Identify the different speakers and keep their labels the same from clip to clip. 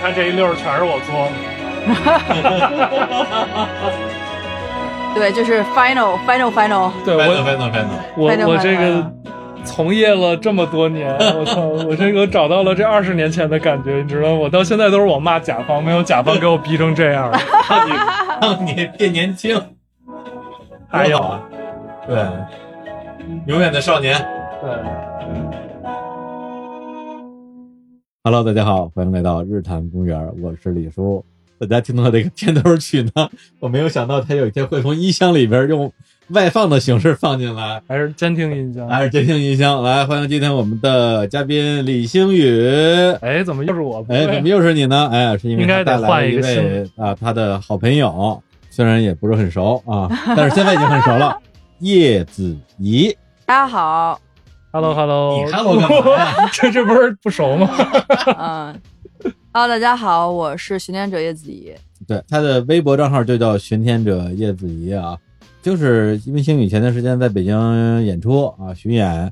Speaker 1: 看这一溜儿全是我做的。
Speaker 2: 对，就是 final final final。
Speaker 3: 对
Speaker 4: 翻腾
Speaker 3: 我
Speaker 4: 翻腾翻腾，
Speaker 3: 我
Speaker 2: 翻着
Speaker 3: 我
Speaker 2: 翻着
Speaker 3: 这个
Speaker 2: 啊
Speaker 3: 从业了这么多年，我操，我这个找到了这二十年前的感觉，你知道吗，我到现在都是我骂甲方，没有甲方给我逼成这样。
Speaker 4: 让你 让 你变年轻，
Speaker 3: 还有
Speaker 4: 多好啊，对，永远的少年。
Speaker 3: 对，
Speaker 4: Hello，大家好，欢迎来到日坛公园，我是李叔。大家听到这个片头曲呢， 我没有想到它有一天会从音箱里边用外放的形式放进来，
Speaker 3: 还是监听音箱。
Speaker 4: 还是监听音箱。来，欢迎今天我们的嘉宾李星宇。
Speaker 3: 哎，怎么又是我？不
Speaker 4: 哎，
Speaker 3: 会
Speaker 4: 怎么又是你呢？哎，是因为
Speaker 3: 应
Speaker 4: 他
Speaker 3: 该
Speaker 4: 带
Speaker 3: 得
Speaker 4: 来了
Speaker 3: 换
Speaker 4: 一
Speaker 3: 一个
Speaker 4: 位啊，他的好朋友，虽然也不是很熟 啊，但是现在已经很熟了。叶子怡，
Speaker 2: 大家好，
Speaker 3: ？Hello Hello，
Speaker 4: 你看我干嘛呀？
Speaker 3: 这这不是不熟吗？
Speaker 2: 嗯，Hello，大家好，我是巡恋者叶子怡。
Speaker 4: 对，他的微博账号就叫“巡天者叶子怡”啊，就是因为星宇前段时间在北京演出啊巡演，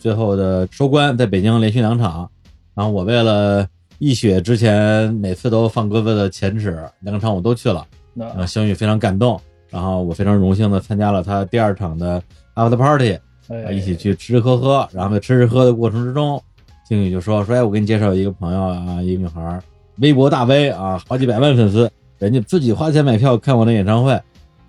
Speaker 4: 最后的收官在北京连续两场，然后我为了一雪之前每次都放鸽子的前耻，两场我都去了，然后星宇呃非常感动，然后我非常荣幸的参加了他第二场的 after party，
Speaker 3: 哎
Speaker 4: 啊，一起去吃吃喝喝，然后在吃吃喝的过程之中，经理就说说，哎，我给你介绍一个朋友啊，一个女孩儿，微博大 V 啊，好几百万粉丝，人家自己花钱买票看我的演唱会，啊，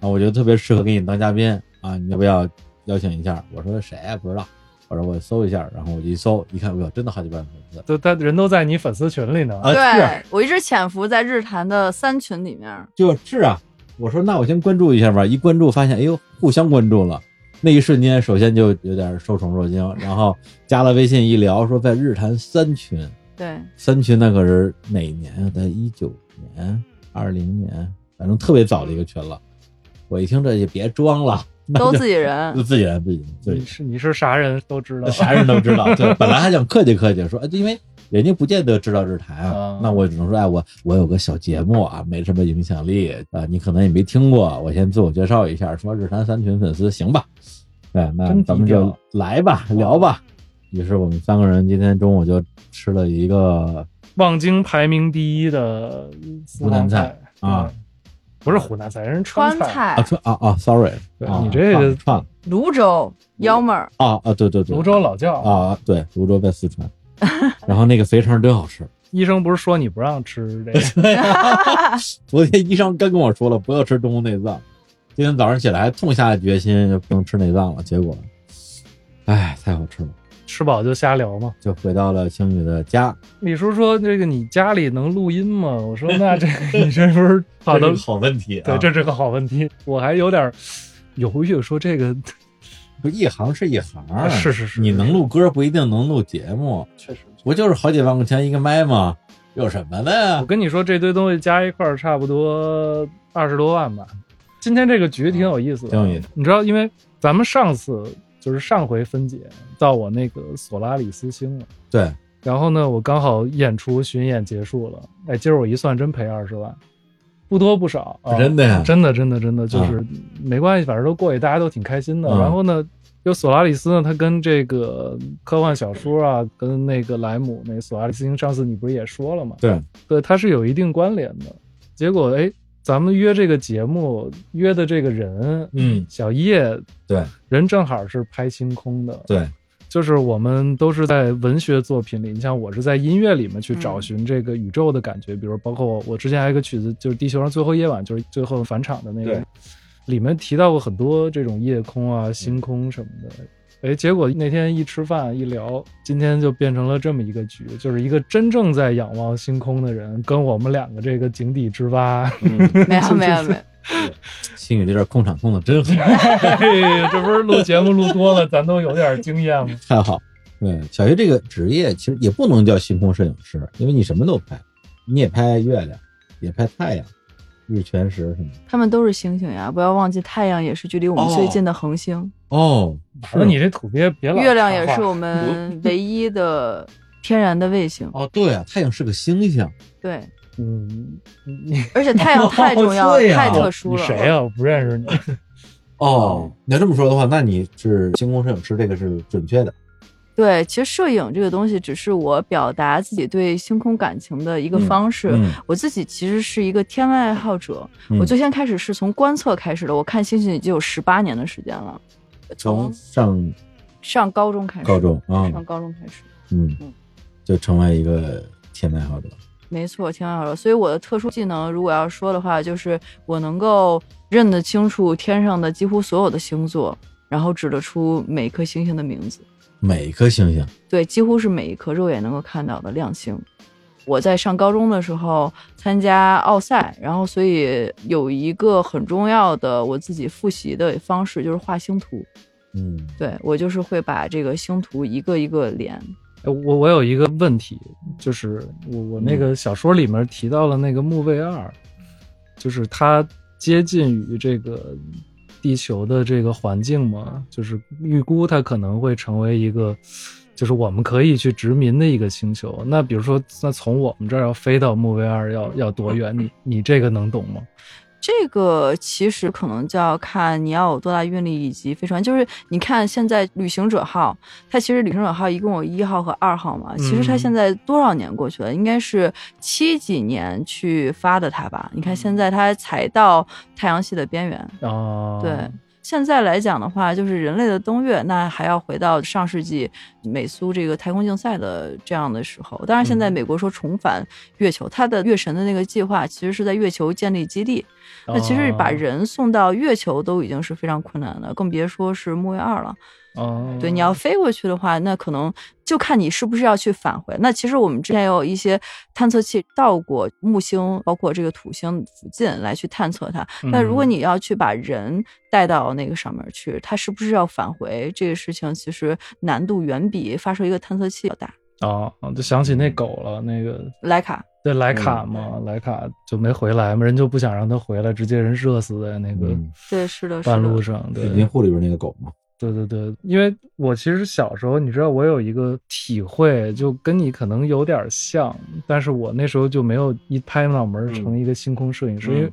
Speaker 4: 我觉得特别适合给你当嘉宾啊，你要不要邀请一下？我说谁呀、不知道，我说我搜一下，然后我就一搜，一看，我真的好几百万粉丝
Speaker 3: 都他人都在你粉丝群里呢。
Speaker 4: 啊，是
Speaker 2: 对我一直潜伏在日坛的三群里面，
Speaker 4: 就是啊，我说那我先关注一下吧，一关注发现，哎呦，互相关注了。那一瞬间，首先就有点受宠若惊，然后加了微信一聊，说在日坛三群，
Speaker 2: 对，
Speaker 4: 三群那可是哪年啊？在一九年、二零年，反正特别早的一个群了。我一听这就别装了，那
Speaker 2: 都
Speaker 4: 就
Speaker 2: 自己人
Speaker 4: 就。 自己人自己人自
Speaker 3: 你
Speaker 4: 己人，
Speaker 3: 是你是啥人都知道
Speaker 4: 那。啥人都 知道。对，本来还想客气客气，说哎，因为人家不见得知道日坛啊
Speaker 3: 啊，
Speaker 4: 那我只能说哎，我我有个小节目啊，没什么影响力啊，你可能也没听过，我先自我介绍一下，说日坛三群粉丝行吧？对，那
Speaker 3: 真低
Speaker 4: 咱们就
Speaker 3: 调
Speaker 4: 来吧，聊吧。于是我们三个人今天中午就吃了一个
Speaker 3: 望京排名第一的湖
Speaker 4: 南
Speaker 3: 菜
Speaker 4: 菜啊，
Speaker 3: 对不是湖南菜，人是
Speaker 2: 川
Speaker 3: 川菜。
Speaker 4: 啊
Speaker 2: 菜、
Speaker 4: 串啊啊，sorry，
Speaker 3: 对
Speaker 4: 啊
Speaker 3: 你这个
Speaker 4: 串串了
Speaker 2: 泸州、幺妹 儿，
Speaker 4: 啊啊，对对对，
Speaker 3: 泸州老窖，
Speaker 4: 啊，对，泸州在四川， 然后那个肥肠真好吃。
Speaker 3: 医生不是说你不让吃这个？
Speaker 4: 昨天医生刚跟我说了不要吃动物内脏，今天早上起来还痛下决心就不能吃内脏了，结果，哎，太好吃了，
Speaker 3: 吃饱就瞎聊嘛。
Speaker 4: 就回到了星宇的家，
Speaker 3: 李叔说：“这个你家里能录音吗？”我说：“那这个你这不是好的
Speaker 4: 这是个？好问题啊
Speaker 3: 对，这是个好问题。”我还有点犹豫，说这个
Speaker 4: 不一行是一行，
Speaker 3: 啊是是是
Speaker 4: 啊你能录歌不一定能录节目，
Speaker 3: 确实。
Speaker 4: 不就是好几万块钱一个麦吗？有什么的
Speaker 3: 我？跟你说，这堆东西加一块儿差不多二十多万吧。今天这个局挺有意思的，
Speaker 4: 挺有意思。
Speaker 3: 你知道，因为咱们上次就是上回分解到我那个索拉里斯星了，
Speaker 4: 对，
Speaker 3: 然后呢，我刚好演出巡演结束了，哎，今儿我一算真赔二十万，不多不少，啊
Speaker 4: 真的呀啊
Speaker 3: 真的真的真的就是、没关系，反正都过去，大家都挺开心的。
Speaker 4: 嗯
Speaker 3: 然后呢，就索拉里斯呢，他跟这个科幻小说啊，跟那个莱姆那索拉里斯星，上次你不是也说了吗？
Speaker 4: 对，
Speaker 3: 对，它是有一定关联的。结果哎，咱们约这个节目约的这个人
Speaker 4: 嗯，
Speaker 3: 小叶，
Speaker 4: 对
Speaker 3: 人正好是拍星空的，
Speaker 4: 对，
Speaker 3: 就是我们都是在文学作品里，你像我是在音乐里面去
Speaker 2: 嗯
Speaker 3: 找寻这个宇宙的感觉，比如包括我我之前还有一个曲子就是《地球上最后夜晚》，就是最后返场的那个
Speaker 4: 对，
Speaker 3: 里面提到过很多这种夜空啊、星空什么的。哎，结果那天一吃饭一聊，今天就变成了这么一个局，就是一个真正在仰望星空的人，跟我们两个这个井底之蛙，
Speaker 2: 没有没有没有，
Speaker 4: 星宇这点控场控的真好。
Speaker 3: 嘿这不是录节目录多了，咱都有点经验吗？
Speaker 4: 太好。对，小学这个职业其实也不能叫星空摄影师，因为你什么都拍，你也拍月亮，也拍太阳、日全食什么的。
Speaker 2: 他们都是星星呀，不要忘记太阳也是距离我们最近的恒星，
Speaker 4: 哦，
Speaker 3: 反正你这土鳖别老
Speaker 2: 月亮也
Speaker 3: 插话
Speaker 2: 是我们唯一的天然的卫星。
Speaker 4: 哦，对啊，太阳是个星星，
Speaker 2: 对，
Speaker 3: 嗯，你
Speaker 2: 而且太阳太重要
Speaker 4: 哦
Speaker 2: 了，
Speaker 4: 对呀
Speaker 2: 太特殊
Speaker 3: 你
Speaker 2: 了。
Speaker 3: 谁啊呀、我不认 识你。
Speaker 4: 哦哦，你要这么说的话，那你是星空摄影师，这个是准确的。
Speaker 2: 对，其实摄影这个东西只是我表达自己对星空感情的一个
Speaker 4: 嗯
Speaker 2: 方式。
Speaker 4: 嗯
Speaker 2: 我自己其实是一个天文爱好者，
Speaker 4: 嗯
Speaker 2: 我最先开始是从观测开始的，我看星星已经有十八年的时间了，
Speaker 4: 从上
Speaker 2: 上高中开始，
Speaker 4: 高中啊，
Speaker 2: 上高中开始，
Speaker 4: 嗯
Speaker 2: 嗯，
Speaker 4: 就成为一个天文爱好者。
Speaker 2: 没错，天文爱好者。所以我的特殊技能，如果要说的话，就是我能够认得清楚天上的几乎所有的星座，然后指得出每一颗星星的名字。
Speaker 4: 每一颗星星，
Speaker 2: 对，几乎是每一颗肉眼能够看到的亮星。我在上高中的时候参加奥赛，然后所以有一个很重要的我自己复习的方式就是画星图。
Speaker 4: 嗯，
Speaker 2: 对我就是会把这个星图一个一个连。
Speaker 3: 哎我我有一个问题，就是我我那个小说里面提到了那个木卫二，就是它接近于这个地球的这个环境嘛，就是预估它可能会成为一个，就是我们可以去殖民的一个星球。那比如说，那从我们这儿要飞到木卫二要要多远？你你这个能懂吗？
Speaker 2: 这个其实可能就要看你要有多大运力以及飞船。就是你看现在旅行者号，它其实旅行者号一共有一号和二号嘛，其实它
Speaker 3: 嗯
Speaker 2: 现在多少年过去了？应该是七几年去发的它吧？你看现在它才到太阳系的边缘，
Speaker 3: 啊，
Speaker 2: 对。现在来讲的话，就是人类的登月，那还要回到上世纪美苏这个太空竞赛的这样的时候。当然，现在
Speaker 3: 嗯
Speaker 2: 美国说重返月球，它的月神的那个计划其实是在月球建立基地，那其
Speaker 3: 啊
Speaker 2: 实
Speaker 3: 哦
Speaker 2: 把人送到月球都已经是非常困难的，更别说是木卫二了。
Speaker 3: 啊，
Speaker 2: 对，你要飞过去的话，那可能就看你是不是要去返回。那其实我们之前也有一些探测器到过木星，包括这个土星附近来去探测它。那如果
Speaker 3: 嗯
Speaker 2: 你要去把人带到那个上面去，它是不是要返回？这个事情其实难度远比发射一个探测器要大。
Speaker 3: 啊，就想起那狗了，那个
Speaker 2: 莱卡，
Speaker 3: 对莱
Speaker 4: 嗯
Speaker 3: 卡嘛，莱卡就没回来嘛，人就不想让他回来，直接人射死在那个
Speaker 4: 嗯
Speaker 2: 对，是的，是
Speaker 3: 半路
Speaker 2: 的，
Speaker 3: 上。对
Speaker 4: 水晶户里边那个狗嘛，
Speaker 3: 对对对，因为我其实小时候，你知道我有一个体会，就跟你可能有点像，但是我那时候就没有一拍脑门儿成一个星空摄影师，
Speaker 4: 嗯
Speaker 3: 因为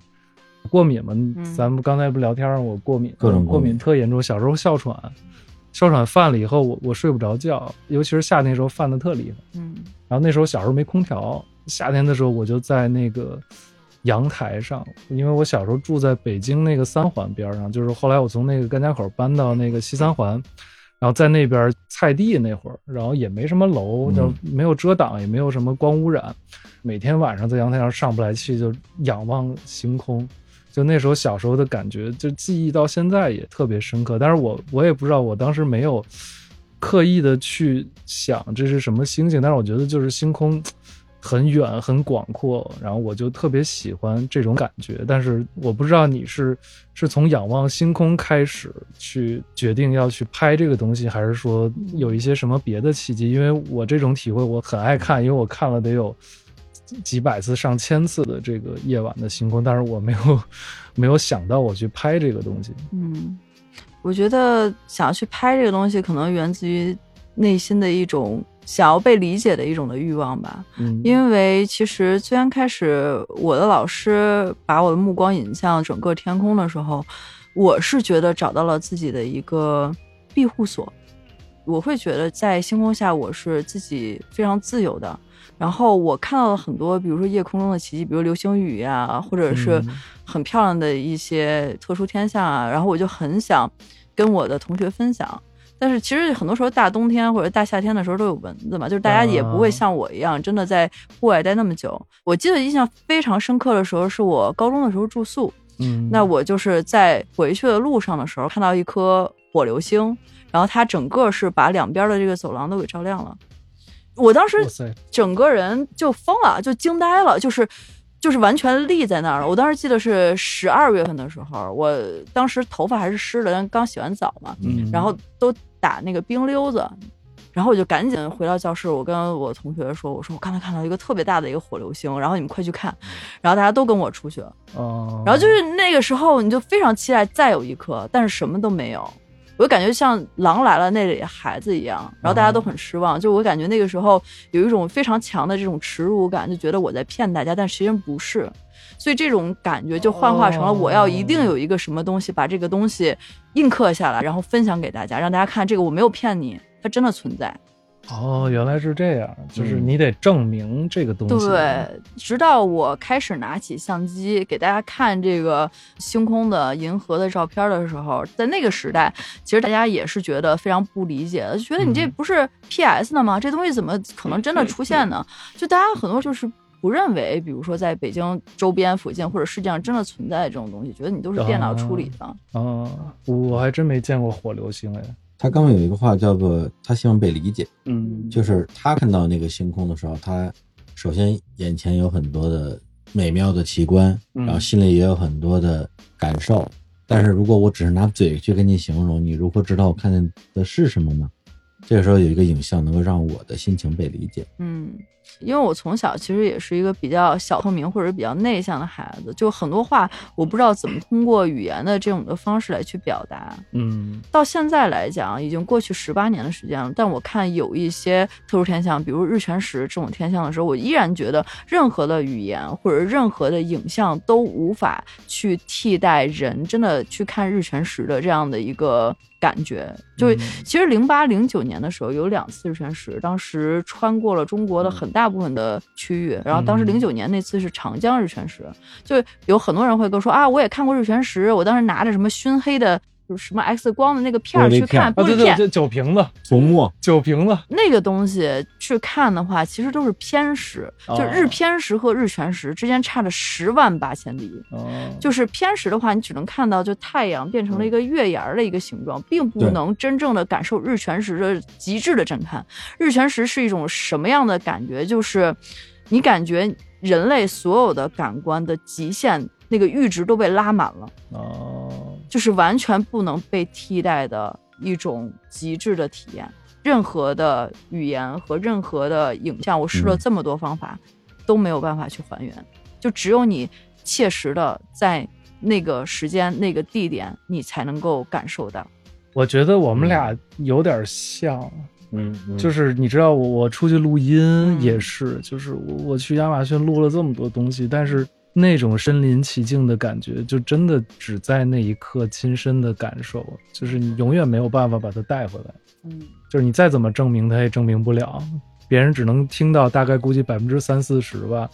Speaker 3: 过敏嘛，
Speaker 2: 嗯
Speaker 3: 咱们刚才不聊天儿，我过敏，
Speaker 4: 各种过
Speaker 3: 过
Speaker 4: 敏
Speaker 3: 敏特严重，小时候哮喘。哮喘犯了以后，我我睡不着觉，尤其是夏天时候犯的特厉害。
Speaker 2: 嗯
Speaker 3: 然后那时候小时候没空调，夏天的时候我就在那个阳台上，因为我小时候住在北京那个三环边上，就是后来我从那个甘家口搬到那个西三环，然后在那边菜地那会儿，然后也没什么楼，
Speaker 4: 嗯
Speaker 3: 就没有遮挡，也没有什么光污染，每天晚上在阳台上上不来气，就仰望星空。就那时候小时候的感觉，就记忆到现在也特别深刻。但是我我也不知道，我当时没有刻意的去想这是什么星星，但是我觉得就是星空很远很广阔，然后我就特别喜欢这种感觉。但是我不知道你是是从仰望星空开始去决定要去拍这个东西，还是说有一些什么别的契机？因为我这种体会我很爱看，因为我看了得有。几百次、上千次的这个夜晚的星空，但是我没有没有想到我去拍这个东西。
Speaker 2: 嗯，我觉得想要去拍这个东西，可能源自于内心的一种想要被理解的一种的欲望吧。
Speaker 3: 嗯，
Speaker 2: 因为其实最先开始，我的老师把我的目光引向整个天空的时候，我是觉得找到了自己的一个庇护所。我会觉得在星空下，我是自己非常自由的。然后我看到了很多，比如说夜空中的奇迹，比如流星雨呀、或者是
Speaker 3: 嗯
Speaker 2: 很漂亮的一些特殊天象啊。然后我就很想跟我的同学分享。但是其实很多时候大冬天或者大夏天的时候都有蚊子嘛，就是大家也不会
Speaker 3: 啊
Speaker 2: 像我一样真的在户外待那么久。我记得印象非常深刻的时候是我高中的时候住宿，
Speaker 3: 嗯，
Speaker 2: 那我就是在回去的路上的时候看到一颗火流星，然后它整个是把两边的这个走廊都给照亮了。我当时
Speaker 3: 哇塞，
Speaker 2: 整个人就疯了，就惊呆了，就是就是完全立在那儿了。我当时记得是十二月份的时候，我当时头发还是湿的，但刚洗完澡嘛，
Speaker 3: 嗯
Speaker 2: 然后都打那个冰溜子。然后我就赶紧回到教室，我跟我同学说：“我说我刚才看到一个特别大的一个火流星，然后你们快去看。”然后大家都跟我出去了。
Speaker 3: 哦，
Speaker 2: 然后就是那个时候，你就非常期待再有一颗，但是什么都没有。我就感觉像狼来了那里的孩子一样，然后大家都很失望。就我感觉那个时候有一种非常强的这种耻辱感，就觉得我在骗大家，但实际上不是。所以这种感觉就幻化成了
Speaker 3: 哦
Speaker 2: 我要一定有一个什么东西，把这个东西印刻下来，然后分享给大家，让大家看这个我没有骗你，它真的存在。
Speaker 3: 哦，原来是这样，就是你得证明这个东西。
Speaker 2: 嗯对，直到我开始拿起相机给大家看这个星空的银河的照片的时候，在那个时代，其实大家也是觉得非常不理解的，就觉得你这
Speaker 3: 嗯
Speaker 2: 不是 PS 的吗？这东西怎么可能真的出现呢？就大家很多就是。不认为，比如说在北京周边附近或者世界上真的存在这种东西，觉得你都是电脑处理的。
Speaker 3: 啊，我还真没见过火流星哎。
Speaker 4: 他刚刚有一个话叫做“他希望被理解”，
Speaker 1: 嗯，
Speaker 4: 就是他看到那个星空的时候，他首先眼前有很多的美妙的奇观，
Speaker 1: 嗯
Speaker 4: 然后心里也有很多的感受。但是如果我只是拿嘴去跟你形容，你如何知道我看见的是什么呢？这个时候有一个影像能够让我的心情被理解。
Speaker 2: 嗯，因为我从小其实也是一个比较小透明或者比较内向的孩子，就很多话我不知道怎么通过语言的这种的方式来去表达。
Speaker 3: 嗯
Speaker 2: 到现在来讲，已经过去十八年的时间了，但我看有一些特殊天象，比如日全食这种天象的时候，我依然觉得任何的语言或者任何的影像都无法去替代人真的去看日全食的这样的一个感觉。就、
Speaker 3: 嗯
Speaker 2: 其实零八零九年的时候有两次日全食，当时穿过了中国的很大部分的区域，然后当时零
Speaker 3: 嗯
Speaker 2: 九年那次是长江日全食，就有很多人会跟我说啊，我也看过日全食，我当时拿着什么熏黑的。就是什么 X 光的那个片儿
Speaker 4: 玻璃
Speaker 2: 去看
Speaker 3: 啊，
Speaker 2: 玻
Speaker 3: 对
Speaker 2: 璃
Speaker 3: 对，
Speaker 2: 片，
Speaker 3: 这酒瓶子，
Speaker 4: 琢磨，
Speaker 3: 酒瓶子，
Speaker 2: 那个东西去看的话，其实都是偏食，
Speaker 3: 哦
Speaker 2: 就日偏食和日全食之间差了十万八千里。
Speaker 3: 哦，
Speaker 2: 就是偏食的话，你只能看到就太阳变成了一个月牙儿的一个形状，并不
Speaker 4: 对
Speaker 2: 能真正的感受日全食的极致的震撼。日全食是一种什么样的感觉？就是你感觉人类所有的感官的极限那个阈值都被拉满了，
Speaker 3: 哦，
Speaker 2: 就是完全不能被替代的一种极致的体验。任何的语言和任何的影像，我试了
Speaker 4: 嗯
Speaker 2: 这么多方法，都没有办法去还原。就只有你切实的在那个时间、那个地点，你才能够感受到。
Speaker 3: 我觉得我们俩有点像，
Speaker 4: 嗯，
Speaker 3: 就是是你知道我我出去录音
Speaker 2: 嗯
Speaker 3: 也是，就是我我去亚马逊录了这么多东西，但是那种身临其境的感觉，就真的只在那一刻亲身的感受，就是你永远没有办法把它带回来，
Speaker 2: 嗯，
Speaker 3: 就是你再怎么证明它也证明不了，别人只能听到大概估计百分之三四十吧。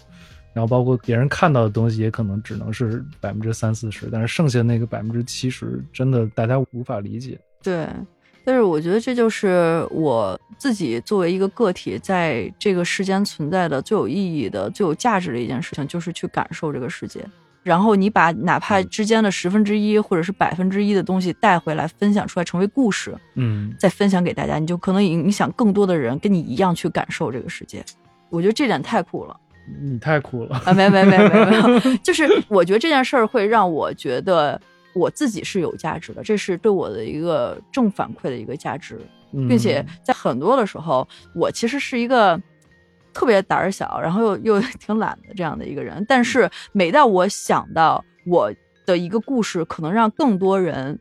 Speaker 3: 然后包括别人看到的东西，也可能只能是百分之三四十，但是剩下那个百分之七十，真的大家无法理解。
Speaker 2: 对。但是我觉得这就是我自己作为一个个体，在这个世间存在的最有意义的、最有价值的一件事情，就是去感受这个世界。然后你把哪怕之间的十分之一或者是百分之一的东西带回来，分享出来成为故事，
Speaker 3: 嗯，
Speaker 2: 再分享给大家，你就可能影响更多的人跟你一样去感受这个世界。我觉得这点太酷了。
Speaker 3: 嗯你太酷了。
Speaker 2: 啊，没没没没没有，就是我觉得这件事儿会让我觉得我自己是有价值的，这是对我的一个正反馈的一个价值，
Speaker 3: 嗯
Speaker 2: 并且在很多的时候，我其实是一个。特别胆儿小，然后又又 挺懒的这样的一个人，但是每当我想到我的一个故事，可能让更多人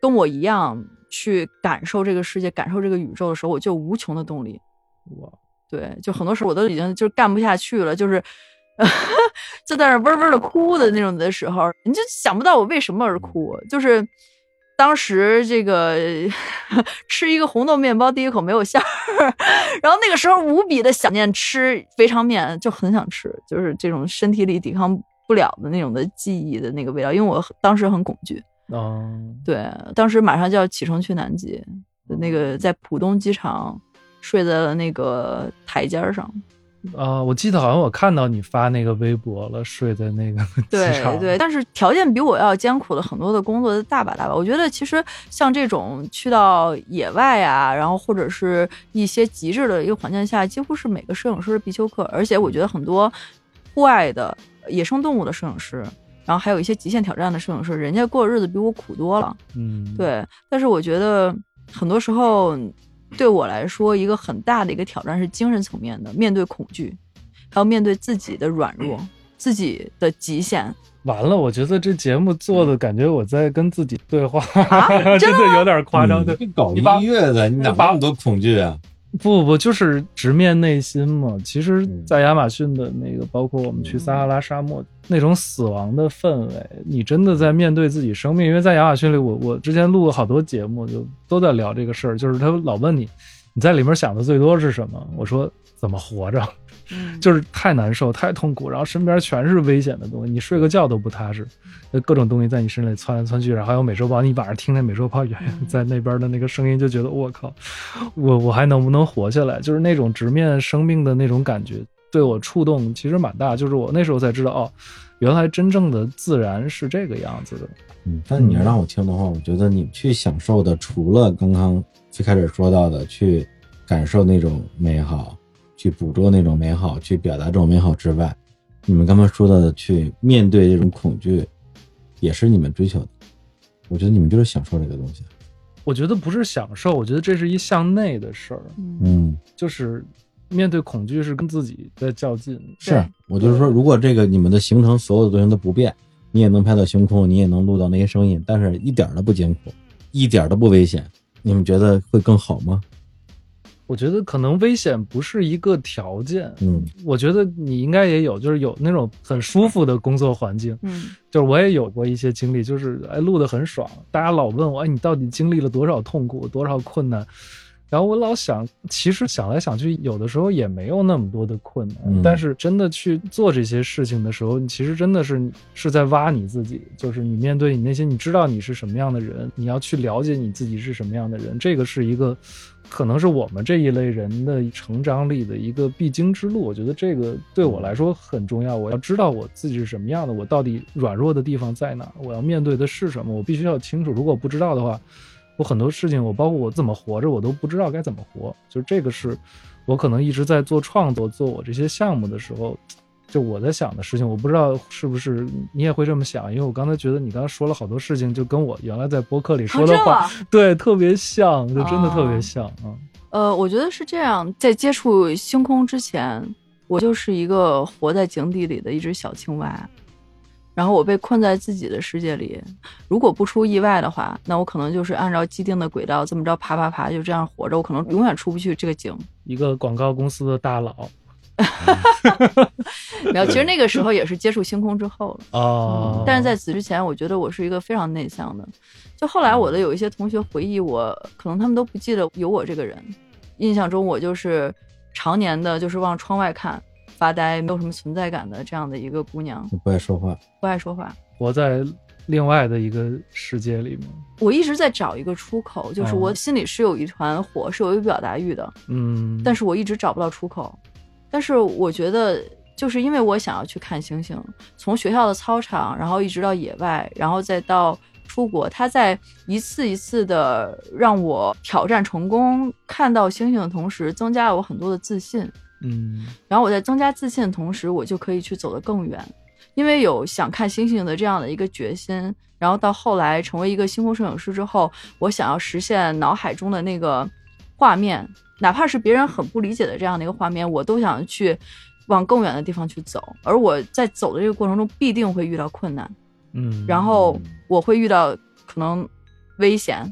Speaker 2: 跟我一样去感受这个世界、感受这个宇宙的时候，我就有无穷的动力。
Speaker 3: 哇，
Speaker 2: 对，就很多时候我都已经就是干不下去了，就是 就在那儿嗡嗡的哭的那种的时候，你就想不到我为什么而哭，就是。当时这个 吃一个红豆面包，第一口没有馅儿，然后那个时候无比的想念吃肥肠面，就很想吃，就是这种身体里抵抗不了的那种的记忆的那个味道，因为我很当时很恐惧。
Speaker 3: 嗯，
Speaker 2: 对，当时马上就要启程去南极，那个在浦东机场睡在了那个台阶儿上。
Speaker 3: 啊，我记得好像我看到你发那个微博了，睡在那个
Speaker 2: 对
Speaker 3: 机场
Speaker 2: 对，，但是条件比我要艰苦的很多的工作大把大把。我觉得其实像这种去到野外啊，然后或者是一些极致的一个环境下，几乎是每个摄影师的必修课。而且我觉得很多户外的野生动物的摄影师，然后还有一些极限挑战的摄影师，人家过的日子比我苦多了。
Speaker 3: 嗯，，
Speaker 2: 对，但是我觉得很多时候对我来说，一个很大的一个挑战是精神层面的，面对恐惧，还有面对自己的软弱、
Speaker 3: 嗯
Speaker 2: 自己的极限。
Speaker 3: 完了，我觉得这节目做的感觉我在跟自己对话，
Speaker 2: 啊
Speaker 3: 真的有点夸张。对，
Speaker 4: 你嗯搞
Speaker 3: 你把
Speaker 4: 音乐的，你哪那么多恐惧啊？
Speaker 3: 不不，就是直面内心嘛。其实，
Speaker 4: 嗯
Speaker 3: 在亚马逊的那个，包括我们去撒哈拉沙漠那种死亡的氛围，你真的在面对自己生命。因为在亚马逊里，我我之前录过好多节目，就都在聊这个事儿，就是他老问你。你在里面想的最多是什么？我说怎么活着，
Speaker 2: 嗯
Speaker 3: 就是太难受、太痛苦，然后身边全是危险的东西，你睡个觉都不踏实，呃各种东西在你身里窜来窜去，然后还有美洲豹，你晚上听那美洲豹远远在嗯那边的那个声音，就觉得我靠，我我还能不能活下来？就是那种直面生命的那种感觉，对我触动其实蛮大。就是我那时候才知道，哦，原来真正的自然是这个样子的。
Speaker 4: 嗯，但你要让我听的话，我觉得你去享受的，除了刚刚最开始说到的，去感受那种美好，去捕捉那种美好，去表达这种美好之外，你们刚刚说到的去面对这种恐惧，也是你们追求的。我觉得你们就是享受这个东西。
Speaker 3: 我觉得不是享受，我觉得这是一向内的事儿，
Speaker 2: 嗯，
Speaker 4: 嗯，
Speaker 3: 就是面对恐惧是跟自己在较劲。
Speaker 4: 是我就是说，如果这个你们的行程所有的东西都不变，你也能拍到星空，你也能录到那些声音，但是一点儿都不艰苦，一点儿都不危险，你们觉得会更好吗？
Speaker 3: 我觉得可能危险不是一个条件，
Speaker 4: 嗯，
Speaker 3: 我觉得你应该也有，就是有那种很舒服的工作环境。
Speaker 2: 嗯，
Speaker 3: 就是我也有过一些经历，就是哎录的很爽，大家老问我哎你到底经历了多少痛苦，多少困难。然后我老想，其实想来想去，有的时候也没有那么多的困难，
Speaker 4: 嗯
Speaker 3: 但是真的去做这些事情的时候，你其实真的是是在挖你自己，就是你面对你那些，你知道你是什么样的人，你要去了解你自己是什么样的人，这个是一个，可能是我们这一类人的成长里的一个必经之路。我觉得这个对我来说很重要，我要知道我自己是什么样的，我到底软弱的地方在哪儿，我要面对的是什么，我必须要清楚。如果不知道的话，我很多事情，我包括我怎么活着，我都不知道该怎么活。就这个是，我可能一直在做创作、做我这些项目的时候，就我在想的事情，我不知道是不是你也会这么想。因为我刚才觉得你刚才说了好多事情，就跟我原来在播客里说的
Speaker 2: 真
Speaker 3: 话，
Speaker 2: 的
Speaker 3: 对，特别像，就真的特别
Speaker 2: 哦
Speaker 3: 像啊、嗯
Speaker 2: 呃，我觉得是这样，在接触星空之前，我就是一个活在井底里的一只小青蛙，然后我被困在自己的世界里。如果不出意外的话，那我可能就是按照既定的轨道这么着爬爬爬，就这样活着，我可能永远出不去这个井。
Speaker 3: 一个广告公司的大佬
Speaker 2: 没有，其实那个时候也是接触星空之后了。
Speaker 3: 啊、
Speaker 2: 嗯但是在此之前，我觉得我是一个非常内向的。就后来我的有一些同学回忆我，可能他们都不记得有我这个人。印象中我就是常年的，就是往窗外看，发呆，没有什么存在感的这样的一个姑娘，
Speaker 4: 不爱说话，
Speaker 2: 不爱说话。
Speaker 3: 活在另外的一个世界里面，
Speaker 2: 我一直在找一个出口，就是
Speaker 3: 哦
Speaker 2: 我心里是有一团火，是有一个表达欲的，
Speaker 3: 嗯，
Speaker 2: 但
Speaker 3: 是
Speaker 2: 是我一直找不到出口。但是我觉得，就是因为我想要去看星星，从学校的操场，然后一直到野外，然后再到出国，他在一次一次的让我挑战成功，看到星星的同时，增加了我很多的自信。
Speaker 3: 嗯
Speaker 2: 然后我在增加自信的同时，我就可以去走得更远，因为有想看星星的这样的一个决心。然后到后来成为一个星空摄影师之后，我想要实现脑海中的那个画面，哪怕是别人很不理解的这样的一个画面，我都想去往更远的地方去走。而我在走的这个过程中，必定会遇到困难，
Speaker 3: 嗯，
Speaker 2: 然后我会遇到可能危险，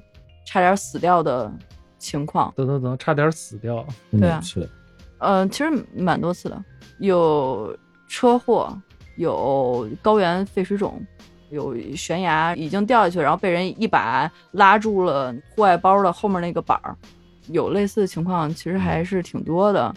Speaker 2: 差点死掉的情况。
Speaker 3: 等等等，差点死掉，
Speaker 4: 真
Speaker 2: 对啊
Speaker 4: 的嗯是，
Speaker 2: 呃，其实蛮多次的，有车祸，有高原肺水肿，有悬崖已经掉下去，然后被人一把拉住了户外包的后面那个板儿，有类似的情况，其实还是挺多的。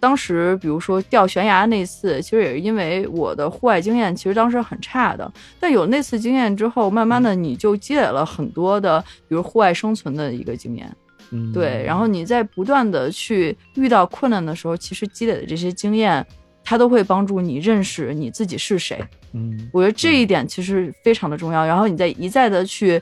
Speaker 2: 当时比如说掉悬崖那次，其实也是因为我的户外经验其实当时很差的，但有那次经验之后，慢慢的你就积累了很多的，比如户外生存的一个经验。
Speaker 3: 嗯，
Speaker 2: 对，然后你在不断的去遇到困难的时候，其实积累的这些经验，它都会帮助你认识你自己是谁。
Speaker 3: 嗯
Speaker 2: 我觉得这一点其实非常的重要。然后你再一再的去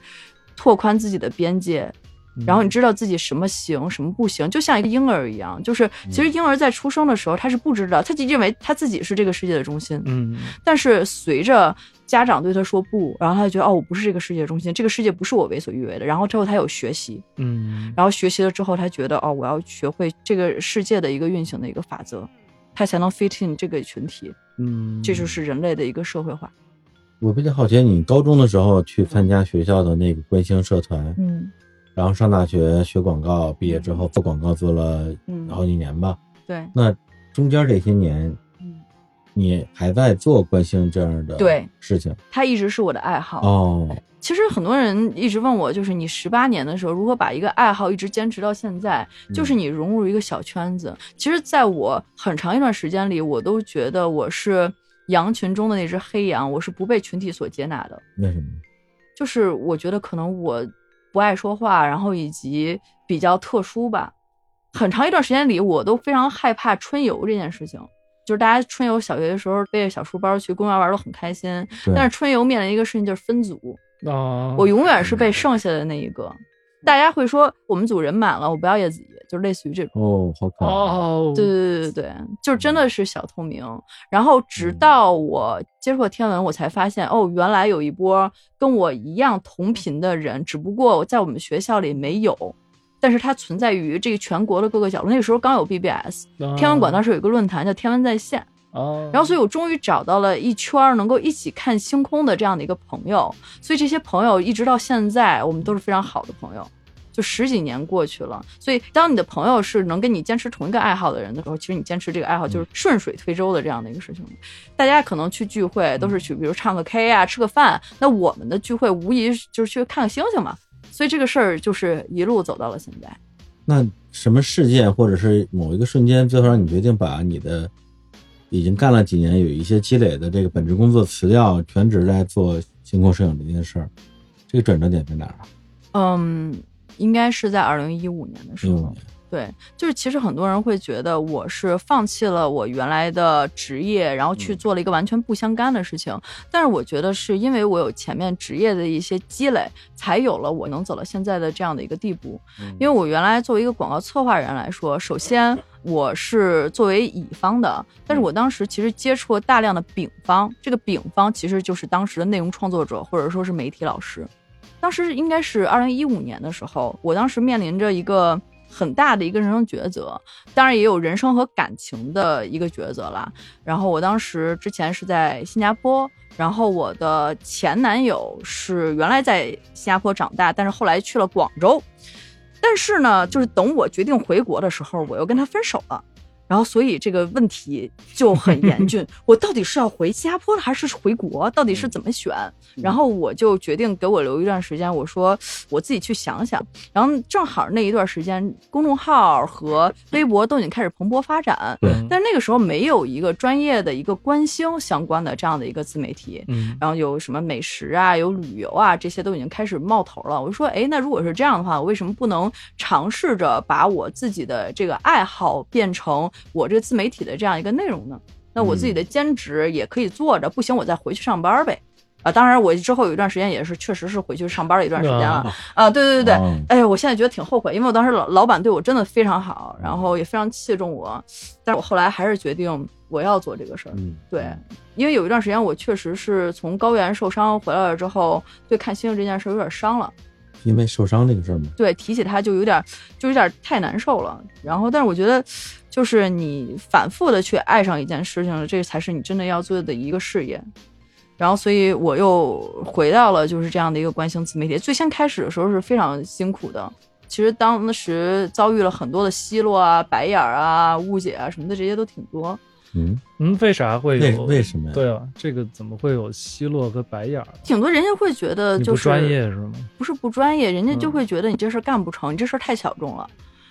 Speaker 2: 拓宽自己的边界，
Speaker 3: 嗯
Speaker 2: 然后你知道自己什么行，什么不行，就像一个婴儿一样，就是
Speaker 3: 嗯
Speaker 2: 其实婴儿在出生的时候他是不知道，他就认为他自己是这个世界的中心。
Speaker 3: 嗯
Speaker 2: 但是随着家长对他说不，然后他就觉得哦，我不是这个世界的中心，这个世界不是我为所欲为的。然后之后他有学习，
Speaker 3: 嗯，
Speaker 2: 然后学习了之后，他觉得哦，我要学会这个世界的一个运行的一个法则，他才能 fit in 这个群体。
Speaker 3: 嗯，
Speaker 2: 这就是人类的一个社会化。
Speaker 4: 我比较好奇，你高中的时候去参加学校的那个观星社团，
Speaker 2: 嗯
Speaker 4: 然后上大学学广告，毕业之后做广告做了
Speaker 2: 嗯，
Speaker 4: 好几年吧。
Speaker 2: 对，
Speaker 4: 那中间这些年，
Speaker 2: 嗯
Speaker 4: 你还在做观星这样的
Speaker 2: 对
Speaker 4: 事情
Speaker 2: 它一直是我的爱好。
Speaker 4: 哦，
Speaker 2: 其实很多人一直问我，就是你十八年的时候如何把一个爱好一直坚持到现在，就是你融入一个小圈子。其实，在我很长一段时间里，我都觉得我是羊群中的那只黑羊，我是不被群体所接纳的。
Speaker 4: 为什么？
Speaker 2: 就是我觉得可能我不爱说话，然后以及比较特殊吧。很长一段时间里，我都非常害怕春游这件事情。就是大家春游小学的时候背着小书包去公园玩都很开心，
Speaker 4: 对
Speaker 2: 但是春游面临一个事情就是分组，
Speaker 3: 啊，
Speaker 2: 我永远是被剩下的那一个。大家会说我们组人满了，我不要叶子怡，就类似于这种。
Speaker 4: 哦，好可爱。
Speaker 3: 哦，
Speaker 2: 对对对对对，就真的是小透明。然后直到我接触了天文，我才发现哦，原来有一波跟我一样同频的人，只不过在我们学校里没有，但是它存在于这个全国的各个角落。那个时候刚有 BBS，
Speaker 3: 啊
Speaker 2: 天文馆当时有一个论坛叫“天文在线”，
Speaker 3: 啊，
Speaker 2: 然后，所以我终于找到了一圈儿能够一起看星空的这样的一个朋友，所以这些朋友一直到现在，我们都是非常好的朋友。就十几年过去了，所以当你的朋友是能跟你坚持同一个爱好的人的时候，其实你坚持这个爱好就是顺水推舟的这样的一个事情。大家可能去聚会都是去，比如唱个 K 啊，吃个饭。那我们的聚会无疑是就是去看个星星嘛，所以这个事儿就是一路走到了现在。
Speaker 4: 那什么事件或者是某一个瞬间，最后让你决定把你的已经干了几年、有一些积累的这个本职工作辞掉，全职来做星空摄影这件事儿？这个转折点在哪儿啊？
Speaker 2: 嗯，应该是在二零一五年的时候。
Speaker 4: 嗯，
Speaker 2: 对，就是其实很多人会觉得我是放弃了我原来的职业，然后去做了一个完全不相干的事情。但是我觉得是因为我有前面职业的一些积累，才有了我能走到现在的这样的一个地步。
Speaker 4: 嗯
Speaker 2: 因为我原来作为一个广告策划人来说，首先我是作为乙方的，但是我当时其实接触了大量的丙方，这个丙方其实就是当时的内容创作者或者说是媒体老师。当时应该是二零一五年的时候，我当时面临着一个很大的一个人生抉择，当然也有人生和感情的一个抉择啦。然后我当时之前是在新加坡，然后我的前男友是原来在新加坡长大，但是后来去了广州。但是呢，就是等我决定回国的时候，我又跟他分手了。然后，所以这个问题就很严峻，我到底是要回新加坡还是回国？到底是怎么选？然后我就决定给我留一段时间，我说我自己去想想。然后正好那一段时间，公众号和微博都已经开始蓬勃发展，
Speaker 3: 对
Speaker 2: 但那个时候没有一个专业的一个观星相关的这样的一个自媒体。
Speaker 3: 嗯，
Speaker 2: 然后有什么美食啊，有旅游啊，这些都已经开始冒头了。我就说，哎，那如果是这样的话，我为什么不能尝试着把我自己的这个爱好变成我这个自媒体的这样一个内容呢？那我自己的兼职也可以做着，不行我再回去上班呗。啊，当然，我之后有一段时间也是，确实是回去上班了一段时间了。啊，对对对对，
Speaker 4: 哦
Speaker 2: 哎呀，我现在觉得挺后悔，因为我当时老老板对我真的非常好，然后也非常器重我，但是我后来还是决定我要做这个事儿。
Speaker 4: 嗯，
Speaker 2: 对，因为有一段时间我确实是从高原受伤回来了之后，对看星星这件事儿有点伤了，
Speaker 4: 因为受伤这个事儿嘛，
Speaker 2: 对提起它就有点就有点太难受了。然后，但是我觉得，就是你反复的去爱上一件事情，这才是你真的要做的一个事业。然后，所以我又回到了就是这样的一个观星自媒体。最先开始的时候是非常辛苦的，其实当时遭遇了很多的奚落啊、白眼儿啊、误解啊什么的，这些都挺多。
Speaker 4: 嗯，
Speaker 3: 嗯，为啥会
Speaker 4: 为
Speaker 3: 有？
Speaker 4: 为什么呀？
Speaker 3: 对啊，这个怎么会有奚落和白眼儿？
Speaker 2: 挺多人家会觉得
Speaker 3: 你
Speaker 2: 呃就
Speaker 3: 不
Speaker 2: 是
Speaker 3: 专业是吗？
Speaker 2: 不是不专业，人家就
Speaker 3: 嗯
Speaker 2: 会觉得你这事儿干不成，你这事儿太小众了。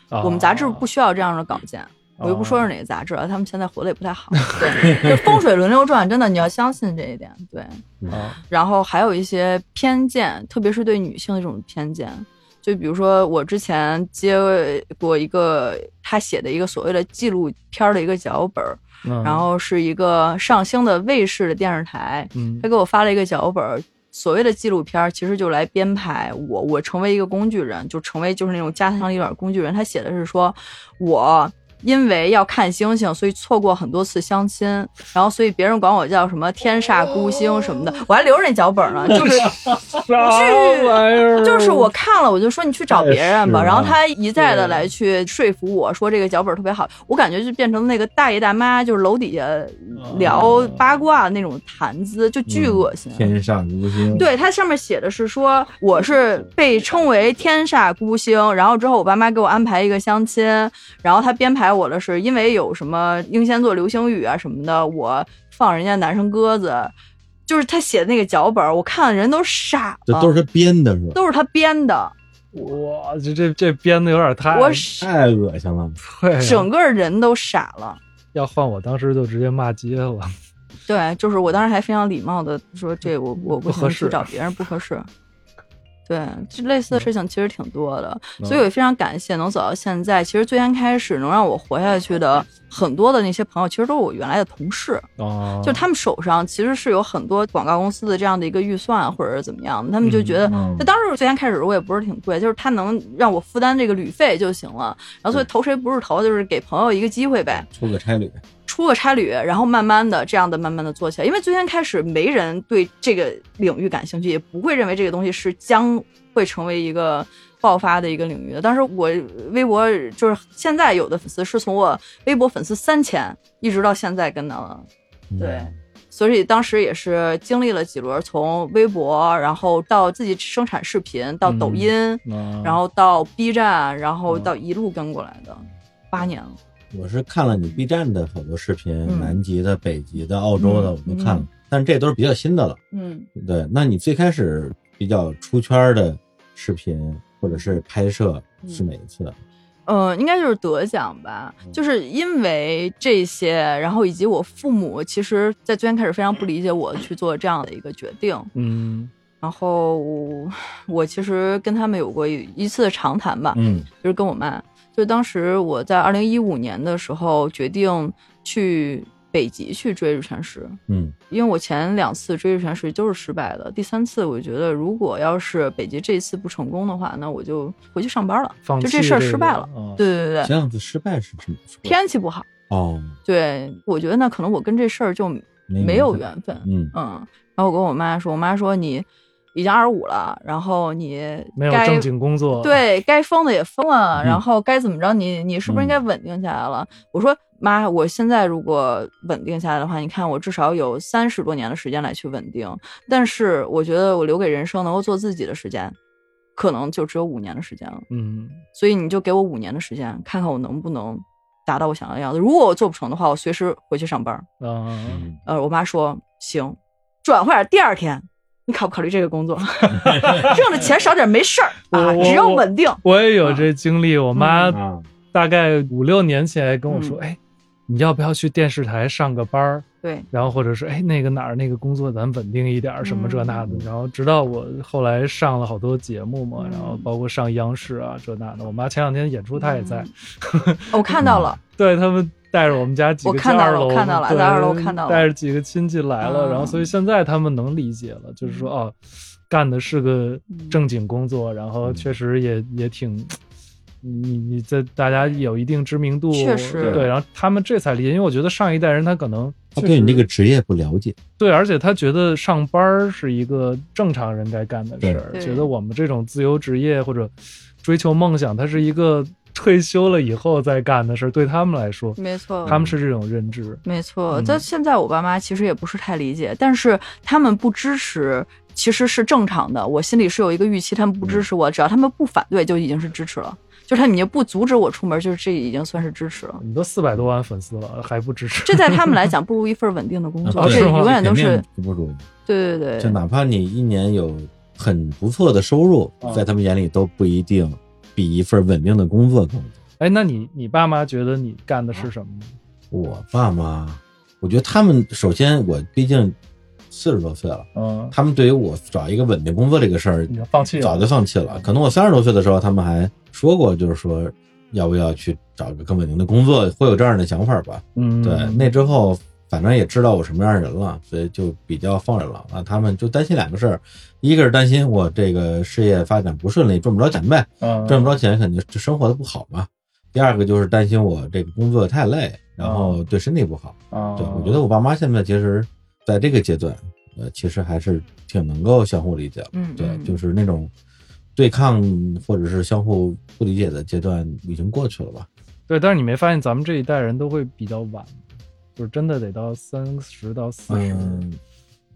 Speaker 3: 啊
Speaker 2: 我们杂志不需要这样的稿件，我又不
Speaker 3: 哦
Speaker 2: 说是哪个杂志了，他们现在活得也不太好。对，就风水轮流转，真的你要相信这一点。对，
Speaker 3: 啊，
Speaker 2: 然后还有一些偏见，特别是对女性的这种偏见。就比如说，我之前接过一个他写的一个所谓的纪录片儿的一个脚本儿，
Speaker 3: 嗯
Speaker 2: 然后是一个上星的卫视的电视台，
Speaker 3: 嗯
Speaker 2: 他给我发了一个脚本儿，所谓的纪录片儿，其实就来编排我，我成为一个工具人，就成为就是那种家长里短儿工具人。他写的是说，我因为要看星星，所以错过很多次相亲，然后所以别人管我叫什么天煞孤星什么的，我还留着那脚本儿呢， 就是
Speaker 3: 啥玩意儿？
Speaker 2: 就是我看了，我就说你去找别人吧。
Speaker 4: 哎是啊
Speaker 2: 然后他一再的来去说服我说这个脚本特别好，我感觉就变成那个大爷大妈就是楼底下
Speaker 4: 嗯
Speaker 2: 聊八卦那种谈资，就巨恶心。
Speaker 4: 天上无星，，
Speaker 2: 对，它上面写的是说我是被称为天煞孤星，然后之后我爸妈给我安排一个相亲，然后他编排来我的是因为有什么英仙座流星雨啊什么的，我放人家男生鸽子，就是他写的那个脚本，我看人都傻
Speaker 4: 这
Speaker 2: 了，
Speaker 4: 都是他编的是吧？
Speaker 2: 都是他编的，
Speaker 3: 哇，这这这编的有点太
Speaker 2: 我
Speaker 4: 太恶心了，
Speaker 3: 对啊
Speaker 2: 整个人都傻了。
Speaker 3: 要换我当时就直接骂街了。
Speaker 2: 对，就是我当时还非常礼貌的说，这我我
Speaker 3: 不
Speaker 2: 不
Speaker 3: 合
Speaker 2: 行
Speaker 3: 适
Speaker 2: 去找别人不合适。对，这类似的事情其实挺多的，
Speaker 4: 嗯
Speaker 2: 所以我也非常感谢能走到现在。其实最先开始能让我活下去的很多的那些朋友，其实都是我原来的同事，
Speaker 3: 哦，
Speaker 2: 就他们手上其实是有很多广告公司的这样的一个预算或者是怎么样的，他们就觉得
Speaker 4: 嗯
Speaker 2: 那当时最先开始我也不是挺贵，就是他能让我负担这个旅费就行了。然后所以投谁不是投，就是给朋友一个机会呗。
Speaker 4: 出个差旅，
Speaker 2: 出个差旅，然后慢慢的这样的慢慢的做起来。因为最先开始没人对这个领域感兴趣，也不会认为这个东西是将会成为一个爆发的一个领域的。当时我微博就是现在有的粉丝是从我微博粉丝三千一直到现在跟到了
Speaker 4: 嗯
Speaker 2: 对。所以当时也是经历了几轮，从微博，然后到自己生产视频，到抖音，
Speaker 3: 嗯
Speaker 2: 然后到 B 站，然后到一路跟过来的，八年了。
Speaker 4: 我是看了你 B 站的好多视频，
Speaker 2: 嗯
Speaker 4: 南极的、北极的、澳洲的，
Speaker 2: 嗯
Speaker 4: 我都看了，但是这都是比较新的了。
Speaker 2: 嗯，
Speaker 4: 对，那你最开始比较出圈的视频或者是拍摄是哪一次的？
Speaker 2: 呃，应该就是得奖吧，
Speaker 3: 嗯
Speaker 2: 就是因为这些，然后以及我父母，其实在最先开始非常不理解我去做这样的一个决定，
Speaker 3: 嗯
Speaker 2: 然后我我其实跟他们有过一一次的长谈吧，
Speaker 4: 嗯
Speaker 2: 就是跟我妈，就是当时我在二零一五年的时候决定去北极去追日全食，
Speaker 4: 嗯
Speaker 2: 因为我前两次追日全食都是失败的，第三次我觉得如果要是北极这一次不成功的话，那我就回去上班了，
Speaker 3: 放
Speaker 2: 就
Speaker 3: 弃
Speaker 2: 这事儿
Speaker 3: 这
Speaker 2: 失
Speaker 3: 个
Speaker 2: 败了。
Speaker 3: 啊
Speaker 2: 对对对
Speaker 4: 前
Speaker 2: 对，
Speaker 4: 两次失败是什么？
Speaker 2: 天气不好。
Speaker 4: 哦，
Speaker 2: 对，我觉得那可能我跟这事儿就没有缘分。
Speaker 4: 嗯
Speaker 2: 嗯，然后我跟我妈说，我妈说你已经二十五了，然后你
Speaker 3: 没有
Speaker 2: 该
Speaker 3: 正经工作，，
Speaker 2: 对该疯的也疯了，
Speaker 4: 嗯
Speaker 2: 然后该怎么着你你
Speaker 3: 嗯
Speaker 2: 是不是应该稳定下来了？我说妈，我现在如果稳定下来的话，你看我至少有三十多年的时间来去稳定，但是我觉得我留给人生能够做自己的时间，可能就只有五年的时间了。
Speaker 3: 嗯，
Speaker 2: 所以你就给我五年的时间，看看我能不能达到我想要的样子。如果我做不成的话，我随时回去上班儿。
Speaker 3: 啊，
Speaker 4: 嗯
Speaker 2: 呃，我妈说行，转会儿第二天，你考不考虑这个工作？ 挣的钱少点没事儿啊，
Speaker 3: 我
Speaker 2: 只要稳定。
Speaker 3: 我也有这经历，我妈
Speaker 4: 啊，
Speaker 3: 大概五六年前跟我说，
Speaker 4: 嗯
Speaker 3: 哎，你要不要去电视台上个班儿？
Speaker 2: 对，
Speaker 3: 然后或者是哎那个哪儿那个工作咱稳定一点儿什么这那的，
Speaker 4: 嗯
Speaker 3: 然后直到我后来上了好多节目嘛，
Speaker 2: 嗯
Speaker 3: 然后包括上央视啊这那的，我妈前两天演出她也在，
Speaker 2: 我看到了，
Speaker 3: 对他们带着我们家几
Speaker 2: 我
Speaker 3: 个
Speaker 2: 看
Speaker 3: 在
Speaker 2: 到
Speaker 3: 二
Speaker 2: 了
Speaker 3: 楼嘛，
Speaker 2: 我看到了
Speaker 3: 对
Speaker 2: 在二楼看到了
Speaker 3: 带着几个亲戚来了，
Speaker 2: 嗯
Speaker 3: 然后所以现在他们能理解了，就是说哦，干的是个
Speaker 2: 嗯
Speaker 3: 正经工作，然后确实也也挺。你你在大家有一定知名度，
Speaker 2: 确实
Speaker 3: 对，然后他们这才理解，因为我觉得上一代人他可能
Speaker 4: 他对你这个职业不了解，
Speaker 3: 对，而且他觉得上班儿是一个正常人该干的事儿，
Speaker 2: 对
Speaker 3: 觉得我们这种自由职业或者追求梦想，它是一个退休了以后再干的事儿。对他们来说，
Speaker 2: 没错
Speaker 3: 他们是这种认知。
Speaker 2: 没错。
Speaker 3: 嗯
Speaker 2: 但现在我爸妈其实也不是太理解，但是他们不支持。其实是正常的，我心里是有一个预期，他们不
Speaker 3: 嗯
Speaker 2: 支持我，只要他们不反对，就已经是支持了。就是他们已经不阻止我出门，就是这已经算是支持了。
Speaker 3: 你都四百多万粉丝了，还不支持？
Speaker 2: 这在他们来讲不如一份稳定的工
Speaker 4: 啊
Speaker 2: 作，这
Speaker 4: 对
Speaker 2: 永远都是
Speaker 4: 肯定不如，
Speaker 2: 对对
Speaker 4: 就
Speaker 2: 对，
Speaker 4: 哪怕你一年有很不错的收入
Speaker 3: 啊，
Speaker 4: 在他们眼里都不一定比一份稳定的工作更。
Speaker 3: 哎，那你你爸妈觉得你干的是什么呢？
Speaker 4: 我爸妈，我觉得他们首先，我毕竟四十多岁了，
Speaker 3: 嗯，
Speaker 4: 他们对于我找一个稳定工作这个事儿，
Speaker 3: 你放弃了
Speaker 4: 早就放弃了。可能我三十多岁的时候，他们还说过，就是说要不要去找个更稳定的工作，会有这样的想法吧。
Speaker 3: 嗯，
Speaker 4: 对，那之后反正也知道我什么样的人了，所以就比较放任了。那他们就担心两个事儿，一个是担心我这个事业发展不顺利，赚不着钱呗，
Speaker 3: 嗯
Speaker 4: 赚不着钱肯定就生活的不好嘛。第二个就是担心我这个工作太累，然后对身体不好。
Speaker 3: 啊
Speaker 4: 对，我觉得我爸妈现在其实在这个阶段，呃，其实还是挺能够相互理解的。
Speaker 2: 嗯，
Speaker 4: 对，
Speaker 2: 嗯
Speaker 4: 就是那种对抗或者是相互不理解的阶段已经过去了吧？
Speaker 3: 对，但是你没发现咱们这一代人都会比较晚，就是真的得到三十到四十，
Speaker 4: 嗯，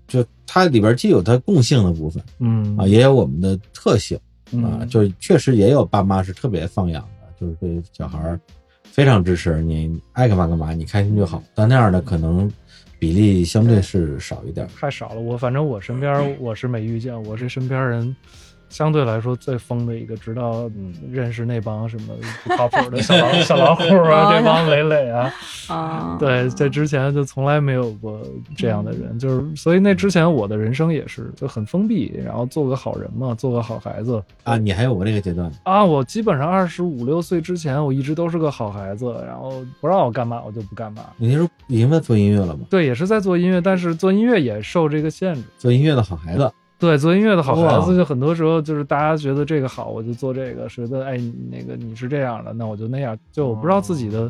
Speaker 4: 就它里边既有它共性的部分
Speaker 3: 嗯
Speaker 4: 啊，也有我们的特性啊，
Speaker 3: 嗯
Speaker 4: 就是确实也有爸妈是特别放养的，就是对小孩儿非常支持你，爱干嘛干嘛，你开心就好。但那样的可能比例相对是少一点。
Speaker 3: 太少了。我反正我身边
Speaker 4: 嗯
Speaker 3: 儿我是没遇见，我是身边儿人相对来说最疯的一个，直到
Speaker 4: 嗯
Speaker 3: 认识那帮什么不靠谱的小老小老虎啊， 这帮磊磊啊，
Speaker 2: 啊，
Speaker 3: 对，这之前就从来没有过这样的人，就是所以那之前我的人生也是就很封闭，然后做个好人嘛，做个好孩子
Speaker 4: 啊，你还有我这个阶段，
Speaker 3: 啊。我基本上二十五六岁之前，我一直都是个好孩子，然后不让我干嘛我就不干嘛。
Speaker 4: 你那时候已经在做音乐了吗？
Speaker 3: 对，也是在做音乐，但是做音乐也受这个限制。
Speaker 4: 做音乐的好孩子，
Speaker 3: 对，做音乐的好孩
Speaker 4: 哇
Speaker 3: 子，就很多时候就是大家觉得这个好，我就做这个；觉得哎，你那个你是这样的，那我就那样。就我不知道自己的，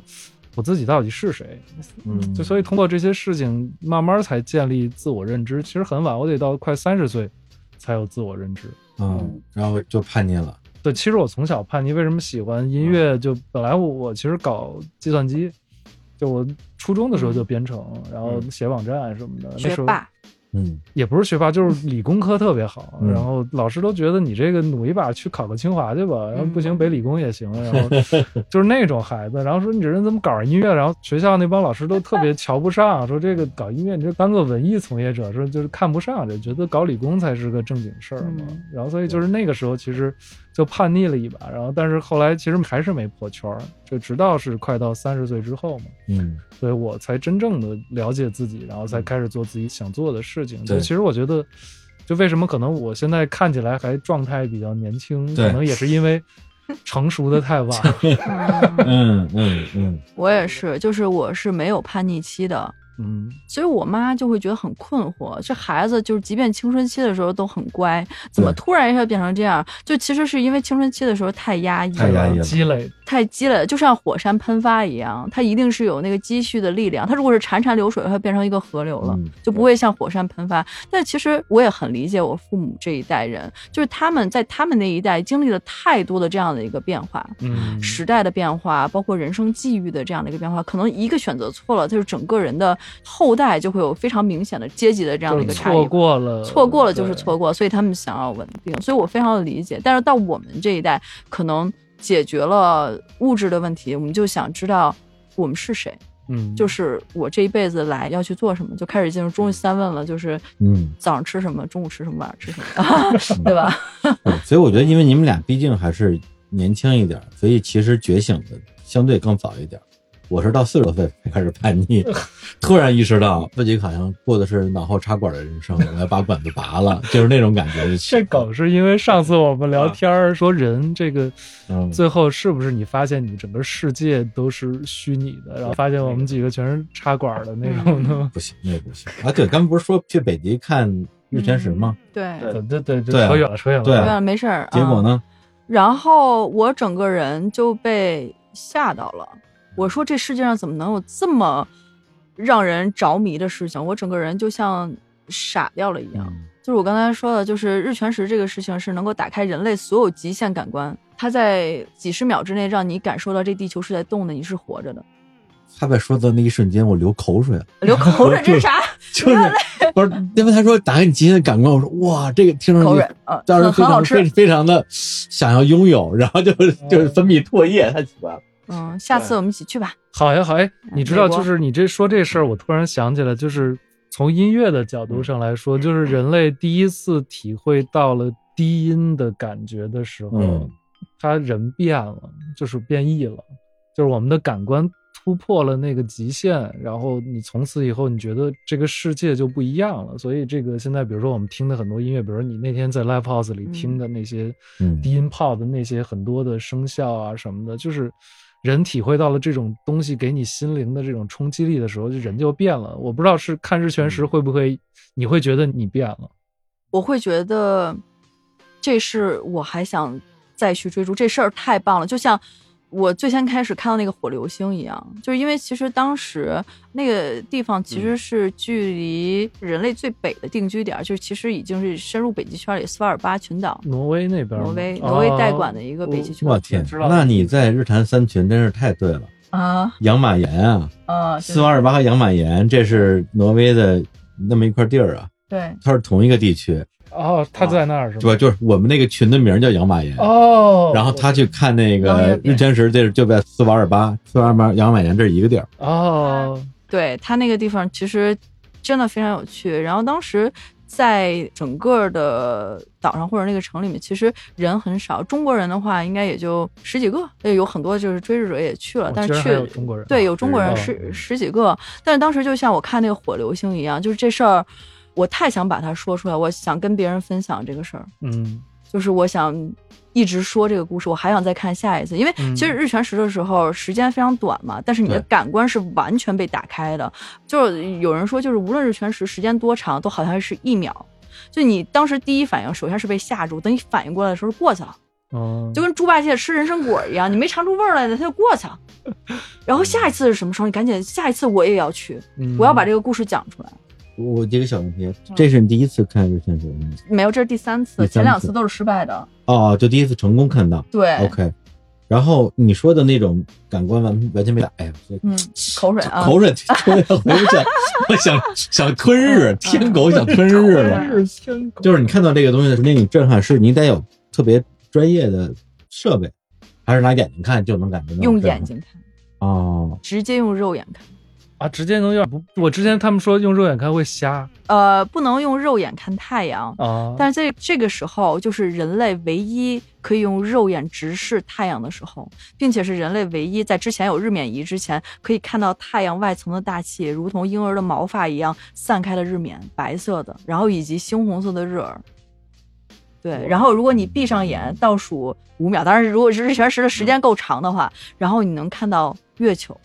Speaker 3: 我自己到底是谁。
Speaker 4: 嗯
Speaker 3: 就所以通过这些事情，慢慢才建立自我认知。其实很晚，我得到快三十岁才有自我认知。
Speaker 4: 嗯，然后就叛逆了，
Speaker 3: 对，其实我从小叛逆，为什么喜欢音
Speaker 2: 嗯
Speaker 3: 乐？就本来我我其实搞计算机，就我初中的时候就编程，然后写网站什么的。那
Speaker 2: 嗯学
Speaker 3: 时候
Speaker 2: 霸，
Speaker 4: 嗯，
Speaker 3: 也不是学霸，就是理工科特别好，
Speaker 4: 嗯
Speaker 3: 然后老师都觉得你这个努一把去考个清华去吧，然后不行
Speaker 2: 嗯
Speaker 3: 北理工也行，然 后就是那种孩子，然后说你这人怎么搞上音乐？然后学校那帮老师都特别瞧不上，说这个搞音乐你这当个文艺从业者，说就是看不上，就觉得搞理工才是个正经事儿嘛。
Speaker 2: 嗯
Speaker 3: 然后所以就是那个时候其实就叛逆了一把，然后但是后来其实还是没破圈儿，就直到是快到三十岁之后嘛，
Speaker 4: 嗯，
Speaker 3: 所以我才真正的了解自己，然后才开始做自己想做的事情。
Speaker 4: 对
Speaker 3: 就其实我觉得，就为什么可能我现在看起来还状态比较年轻，
Speaker 4: 对
Speaker 3: 可能也是因为成熟的太晚。
Speaker 2: 嗯
Speaker 4: 嗯嗯嗯，
Speaker 2: 我也是，就是我是没有叛逆期的，
Speaker 3: 嗯，
Speaker 2: 所以我妈就会觉得很困惑，这孩子就是即便青春期的时候都很乖，怎么
Speaker 4: 对
Speaker 2: 突然一下变成这样？就其实是因为青春期的时候太压抑
Speaker 4: 太压
Speaker 2: 了，
Speaker 4: 抑了
Speaker 3: 积累
Speaker 2: 太积累了，就像火山喷发一样，它一定是有那个积蓄的力量。它如果是潺潺流水，它变成一个河流了，
Speaker 4: 嗯
Speaker 2: 就不会像火山喷发。但其实我也很理解我父母这一代人，就是他们在他们那一代经历了太多的这样的一个变化，
Speaker 3: 嗯
Speaker 2: 时代的变化，包括人生际遇的这样的一个变化，可能一个选择错了，就是整个人的后代就会有非常明显的阶级的这样
Speaker 3: 就
Speaker 2: 的一
Speaker 3: 是
Speaker 2: 个差异
Speaker 3: 错。过
Speaker 4: 呃
Speaker 3: 了，
Speaker 2: 错过了就是错
Speaker 3: 过。
Speaker 2: 过，所以他们想要稳定，所以我非常的理解。但是到我们这一代，可能解决了物质的问题，我们就想知道我们是谁，
Speaker 3: 嗯，
Speaker 2: 就是我这一辈子来要去做什么，就开始进入中日三问了，就是
Speaker 4: 嗯
Speaker 2: 早上吃什么，中午吃什么，晚上吃什么， 对吧？
Speaker 4: 对啊所以我觉得，因为你们俩毕竟还是年轻一点儿，所以其实觉醒的相对更早一点儿。我是到四十多岁才开始叛逆，突然意识到自己好像过的是脑后插管的人生，我要把管子拔了，就是那种感觉就起
Speaker 3: 这
Speaker 4: 来了。
Speaker 3: 梗是因为上次我们聊天儿说人这个
Speaker 4: 啊嗯，
Speaker 3: 最后是不是你发现你整个世界都是虚拟的，然后发现我们几个全是插管儿的
Speaker 2: 嗯
Speaker 3: 那种的吗？
Speaker 4: 不行，那不行啊！对，刚才不是说去北极看日全食吗？
Speaker 2: 嗯对
Speaker 1: 对
Speaker 3: 对对对，就
Speaker 4: 对啊
Speaker 3: 扯远了，扯远了。
Speaker 4: 对啊
Speaker 2: 对，没事儿。
Speaker 4: 结
Speaker 2: 嗯
Speaker 4: 果呢？
Speaker 2: 然后我整个人就被吓到了。我说这世界上怎么能有这么让人着迷的事情？我整个人就像傻掉了一样。
Speaker 4: 嗯
Speaker 2: 就是我刚才说的，就是日全食这个事情是能够打开人类所有极限感官，它在几十秒之内让你感受到这地球是在动的，你是活着的。
Speaker 4: 他在说的那一瞬间，我流口水了，
Speaker 2: 流 口水，这是啥？
Speaker 4: 就是不是因为他说打开你极限的感官，我说哇，这个听上去
Speaker 2: 口水，嗯，
Speaker 4: 当时
Speaker 2: 很
Speaker 4: 非
Speaker 2: 很
Speaker 4: 常
Speaker 2: 好
Speaker 4: 非
Speaker 2: 吃。
Speaker 4: 非常的想要拥有，然后就是 就是分泌唾液，太喜欢了。
Speaker 2: 嗯，下次我们一起去吧。
Speaker 3: 好呀，好呀，哎你知道，
Speaker 2: 嗯美国
Speaker 3: 就是你这说这事儿，我突然想起来，就是从音乐的角
Speaker 2: 嗯
Speaker 3: 度上来说，就是人类第一次体会到了低音的感觉的时候，
Speaker 4: 嗯
Speaker 3: 他人变了，就是变异了，就是我们的感官突破了那个极限，然后你从此以后，你觉得这个世界就不一样了。所以这个现在，比如说我们听的很多音乐，比如说你那天在 live house 里听的那些
Speaker 4: 嗯
Speaker 3: 低音炮的那些很多的声效啊什么的，就是人体会到了这种东西给你心灵的这种冲击力的时候，就人就变了。我不知道是看日全
Speaker 4: 嗯
Speaker 3: 食会不会，你会觉得你变了。
Speaker 2: 我会觉得这是我还想再去追逐这事儿太棒了，就像。我最先开始看到那个火流星一样，就是因为其实当时那个地方其
Speaker 4: 嗯
Speaker 2: 实是距离人类最北的定居点，就是其实已经是深入北极圈里斯瓦尔巴群岛，
Speaker 3: 挪威那边吗，
Speaker 2: 挪威
Speaker 3: 哦
Speaker 2: 挪威代管的一个北极圈
Speaker 4: 我哦天，那你在日坛三群真是太对了。
Speaker 2: 啊
Speaker 4: 养马岩啊，
Speaker 2: 啊
Speaker 4: 斯瓦尔巴和养马岩，这是挪威的那么一块地儿啊，
Speaker 2: 对
Speaker 4: 它是同一个地区。
Speaker 3: 哦，他在那儿是
Speaker 4: 啊对吧？
Speaker 3: 吧？
Speaker 4: 就是我们那个群的名儿叫养马岩，
Speaker 3: 哦，
Speaker 4: 然后他去看那
Speaker 2: 养马
Speaker 4: 个
Speaker 2: 岩
Speaker 4: 日全食，这是就在斯瓦尔巴、斯瓦尔巴养马岩这一个地儿。
Speaker 3: 哦，
Speaker 2: 对它那个地方其实真的非常有趣。然后当时在整个的岛上或者那个城里面，其实人很少，中国人的话应该也就十几个，呃有很多就是追日者也去了，
Speaker 3: 哦
Speaker 2: 但
Speaker 3: 居
Speaker 2: 是
Speaker 3: 然
Speaker 2: 去
Speaker 3: 还有中国人啊
Speaker 2: 对有中国人
Speaker 3: 哦
Speaker 2: 十十几个，但是当时就像我看那个火流星一样，就是这事儿。我太想把它说出来，我想跟别人分享这个事儿，
Speaker 3: 嗯，
Speaker 2: 就是我想一直说这个故事，我还想再看下一次，因为
Speaker 3: 嗯
Speaker 2: 其实日全食的时候时间非常短嘛，但是你的
Speaker 4: 对
Speaker 2: 感官是完全被打开的。就是有人说，就是无论日全食时间多长，都好像是一秒。就你当时第一反应，首先是被吓住，等你反应过来的时候过去了，
Speaker 3: 哦，
Speaker 2: 就跟猪八戒吃人参果一样，你没尝出味儿来呢，它就过去 了。然后下一次是什么时候？你赶紧，下一次我也要去，
Speaker 3: 嗯
Speaker 2: 我要把这个故事讲出来。
Speaker 4: 我这个小问题，
Speaker 2: 嗯
Speaker 4: 这是你第一次看日全食吗？
Speaker 2: 没有，这是第三次，
Speaker 4: 第三次
Speaker 2: 前两次都是失败的。
Speaker 4: 哦，就第一次成功看到。
Speaker 2: 对
Speaker 4: OK，然后你说的那种感官完完全没打，哎呀，这
Speaker 2: 嗯，口水啊，嗯
Speaker 4: 口水吞回不去，我想想吞日，天狗想吞日了。
Speaker 3: 日天狗
Speaker 4: 就是你看到这个东西的时候，那你震撼是你得有特别专业的设备，还是拿眼睛看就能感觉到？
Speaker 2: 用眼睛看，
Speaker 4: 哦，
Speaker 2: 直接用肉眼看。
Speaker 3: 啊，直接能有点不，我之前他们说用肉眼看会瞎
Speaker 2: 呃，不能用肉眼看太阳，
Speaker 3: 啊，
Speaker 2: 但是这这个时候就是人类唯一可以用肉眼直视太阳的时候，并且是人类唯一在之前有日冕仪之前可以看到太阳外层的大气如同婴儿的毛发一样散开的日冕，白色的，然后以及猩红色的日耳。对，然后如果你闭上眼倒数五秒，当然如果是日全食的时间够长的话，然后你能看到月球。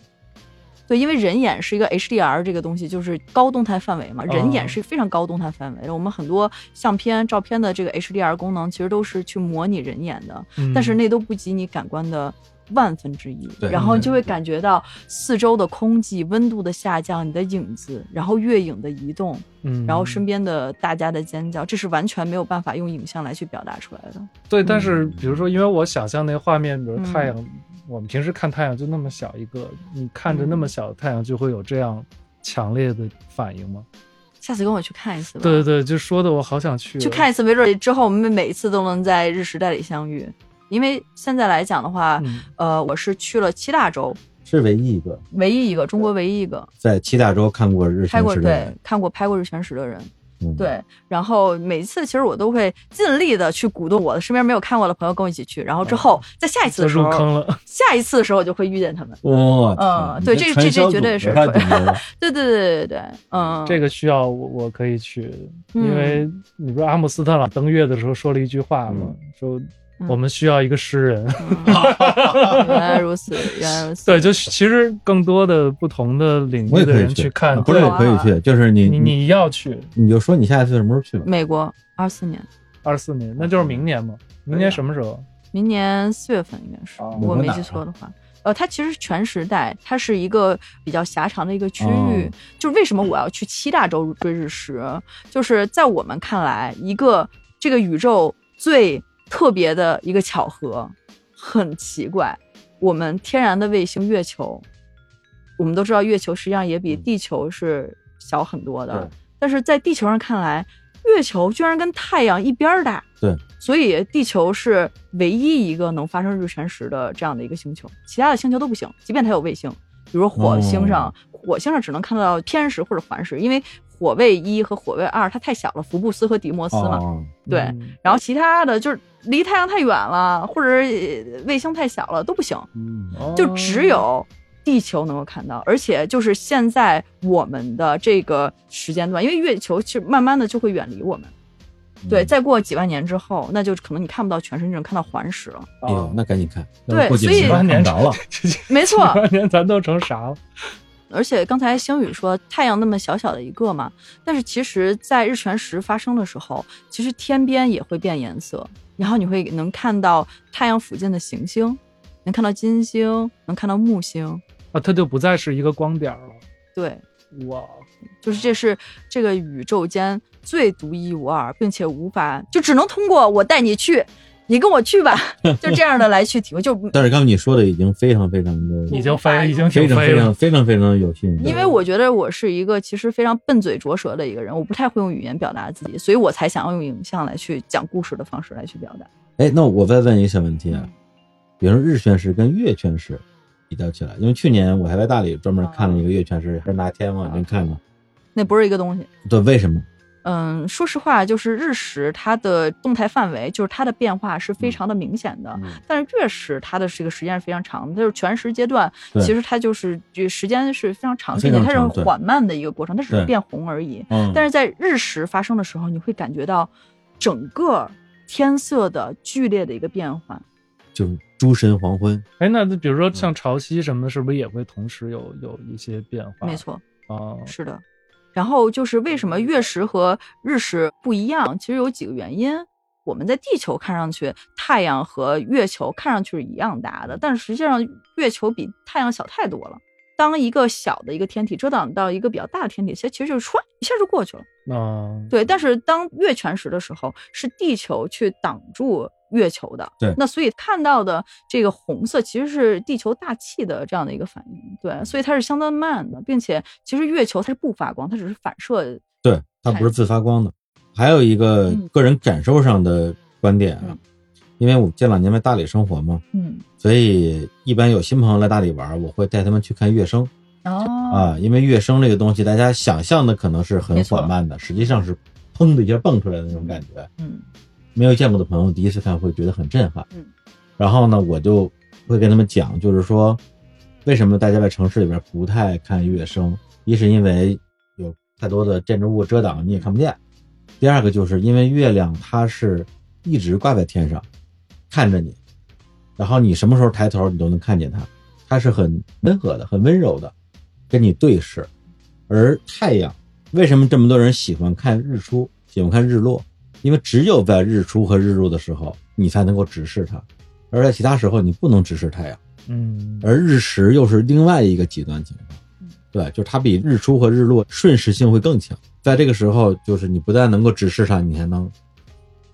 Speaker 2: 对，因为人眼是一个 HDR 这个东西，就是高动态范围嘛，人眼
Speaker 3: 哦
Speaker 2: 是非常高动态范围的。我们很多相片、照片的这个 HDR 功能，其实都是去模拟人眼的，
Speaker 3: 嗯
Speaker 2: 但是那都不及你感官的万分之一。
Speaker 4: 对
Speaker 2: 然后你就会感觉到四周的空气、温度的下降、你的影子，然后月影的移动，
Speaker 3: 嗯
Speaker 2: 然后身边的大家的尖叫，这是完全没有办法用影像来去表达出来的。
Speaker 3: 对，但是比如说，因为我想象那画面，比如
Speaker 2: 嗯
Speaker 3: 太阳，我们平时看太阳就那么小一个，你看着那
Speaker 2: 嗯
Speaker 3: 么小的太阳，就会有这样强烈的反应吗？
Speaker 2: 下次跟我去看一次吧。
Speaker 3: 对对对，就说的我好想去哦
Speaker 2: 去看一次，没准儿之后我们每一次都能在日食代理相遇。因为现在来讲的话，
Speaker 3: 嗯
Speaker 2: 呃，我是去了七大洲，
Speaker 4: 是唯一一个
Speaker 2: 唯一一个中国唯一一个
Speaker 4: 在七大洲看过日
Speaker 2: 拍
Speaker 4: 全
Speaker 2: 过
Speaker 4: 食的
Speaker 2: 对
Speaker 4: 人。
Speaker 2: 看过拍过日全食的人。
Speaker 4: 嗯，
Speaker 2: 对，然后每一次其实我都会尽力的去鼓动我的身边没有看过的朋友跟我一起去，然后之
Speaker 4: 哦
Speaker 2: 后在下一次
Speaker 3: 就
Speaker 2: 的时
Speaker 3: 入
Speaker 2: 候，
Speaker 3: 坑了，
Speaker 2: 下一次的时候我就会遇见他们。
Speaker 4: 哇，
Speaker 2: 嗯对这这这绝对是 对对对对对， 嗯，
Speaker 3: 这个需要我我可以去，
Speaker 2: 嗯
Speaker 3: 因为你不是阿姆斯特朗登月的时候说了一句话吗？说我们需要一个诗人。
Speaker 2: 嗯原来如此，原来如此。
Speaker 3: 对，就其实更多的不同的领
Speaker 4: 我
Speaker 3: 域
Speaker 4: 也
Speaker 3: 的
Speaker 4: 可以
Speaker 3: 人
Speaker 4: 去啊
Speaker 3: 去看，
Speaker 4: 不是
Speaker 3: 对
Speaker 4: 也
Speaker 2: 啊
Speaker 4: 可以去，就是你
Speaker 3: 你你要去
Speaker 4: 你就说你下一次什么时候去吧。
Speaker 2: 美国二四年，
Speaker 3: 二四年，那就是明年嘛。明年什么时候？
Speaker 2: 明年四月份应该是，
Speaker 3: 哦
Speaker 2: 我
Speaker 4: 美国
Speaker 2: 没
Speaker 4: 哪儿
Speaker 2: 记
Speaker 4: 啊
Speaker 2: 错的话。呃，它其实是全时代，它是一个比较狭长的一个区域。
Speaker 4: 哦
Speaker 2: 就是为什么我要去七大洲追日食？就是在我们看来，一个这个宇宙最特别的一个巧合，很奇怪。我们天然的卫星月球，我们都知道月球实际上也比地球是小很多的，
Speaker 4: 嗯对
Speaker 2: 但是在地球上看来，月球居然跟太阳一边儿大。
Speaker 4: 对，
Speaker 2: 所以地球是唯一一个能发生日全食的这样的一个星球，其他的星球都不行，即便它有卫星，比如说火星上，
Speaker 4: 哦
Speaker 2: 火星上只能看到偏食或者环食，因为火卫一和火卫二它太小了，福布斯和迪摩斯嘛。
Speaker 4: 哦，
Speaker 2: 对
Speaker 3: 嗯
Speaker 2: 然后其他的就是离太阳太远了，或者呃卫星太小了都不行。
Speaker 4: 嗯
Speaker 2: 就只有地球能够看到，而且就是现在我们的这个时间段，因为月球其实慢慢的就会远离我们。对，
Speaker 4: 嗯
Speaker 2: 再过几万年之后，那就可能你看不到全身，你只能看到环食了。
Speaker 4: 哎呦，那赶紧看，
Speaker 2: 对
Speaker 4: 要不过几
Speaker 2: 所以
Speaker 4: 年看不着了。
Speaker 2: 没错，
Speaker 3: 八年咱都成啥了？
Speaker 2: 而且刚才星宇说太阳那么小小的一个嘛，但是其实，在日全食发生的时候，其实天边也会变颜色，然后你会能看到太阳附近的行星，能看到金星，能看到木星。
Speaker 3: 啊，它就不再是一个光点儿了。
Speaker 2: 对，
Speaker 3: 哇，
Speaker 2: 就是这是这个宇宙间最独一无二，并且无法就只能通过我带你去，你跟我去吧，就这样的来去体会，就
Speaker 4: 但是刚才你说的已经非常非常的，
Speaker 3: 已经飞，已经
Speaker 4: 非
Speaker 3: 挺
Speaker 4: 常
Speaker 3: 飞
Speaker 4: 非
Speaker 3: 了
Speaker 4: 常。非常非常有吸引力。
Speaker 2: 因为我觉得我是一个其实非常笨嘴拙舌的一个人，我不太会用语言表达自己，所以我才想要用影像来去讲故事的方式来去表达。
Speaker 4: 哎，那我再问一个小问题啊，比如说日全食跟月全食比较起来，因为去年我还在大理专门看了一个月全食，还是拿天望远镜看的。
Speaker 2: 那不是一个东西。
Speaker 4: 对，为什么？
Speaker 2: 嗯，说实话，就是日食它的动态范围，就是它的变化是非常的明显的。
Speaker 4: 嗯
Speaker 2: 但是月食它的这个时间是非常长的，它就是全食阶段，
Speaker 4: 对
Speaker 2: 其实它就是这时间是非常长，
Speaker 4: 非
Speaker 2: 并
Speaker 4: 常
Speaker 2: 且它是
Speaker 4: 长对
Speaker 2: 缓慢的一个过程，它只
Speaker 4: 对
Speaker 2: 是变红而已。
Speaker 4: 嗯，
Speaker 2: 但是在日食发生的时候，你会感觉到整个天色的剧烈的一个变化。
Speaker 4: 就是诸神黄昏，
Speaker 3: 哎，那比如说
Speaker 2: 嗯
Speaker 3: 像潮汐什么的，是不是也会同时有有一些变化？
Speaker 2: 没错，
Speaker 3: 啊，
Speaker 2: 是的。然后就是为什么月食和日食不一样？其实有几个原因。我们在地球看上去，太阳和月球看上去是一样大的，但是实际上月球比太阳小太多了。当一个小的一个天体遮挡到一个比较大的天体，其实其实就唰一下就过去了。
Speaker 3: 啊，
Speaker 2: 对，但是当月全食的时候，是地球去挡住月球的。
Speaker 4: 对
Speaker 2: 那所以看到的这个红色其实是地球大气的这样的一个反应。对，所以它是相当慢的，并且其实月球它是不发光，它只是反射。
Speaker 4: 对，它不是自发光的。还有一个
Speaker 2: 嗯
Speaker 4: 个人感受上的观点啊，
Speaker 2: 嗯
Speaker 4: 因为我这两年在大理生活嘛，
Speaker 2: 嗯，
Speaker 4: 所以一般有新朋友来大理玩，我会带他们去看月升
Speaker 2: 哦，
Speaker 4: 啊，因为月升这个东西，大家想象的可能是很
Speaker 2: 没错
Speaker 4: 缓慢的，实际上是砰的一下蹦出来的那种感觉。
Speaker 2: 嗯
Speaker 4: 没有见过的朋友第一次看会觉得很震撼。
Speaker 2: 嗯，
Speaker 4: 然后呢，我就会跟他们讲，就是说为什么大家在城市里边不太看月升，一是因为有太多的建筑物遮挡，你也看不见；第二个就是因为月亮它是一直挂在天上，看着你，然后你什么时候抬头你都能看见它，它是很温和的、很温柔的跟你对视，而太阳。为什么这么多人喜欢看日出，喜欢看日落？因为只有在日出和日落的时候，你才能够直视它，而在其他时候你不能直视太阳。
Speaker 3: 嗯，
Speaker 4: 而日食又是另外一个极端情况
Speaker 2: 嗯，
Speaker 4: 对，就是它比日出和日落瞬时性会更强。在这个时候，就是你不但能够直视它，你还能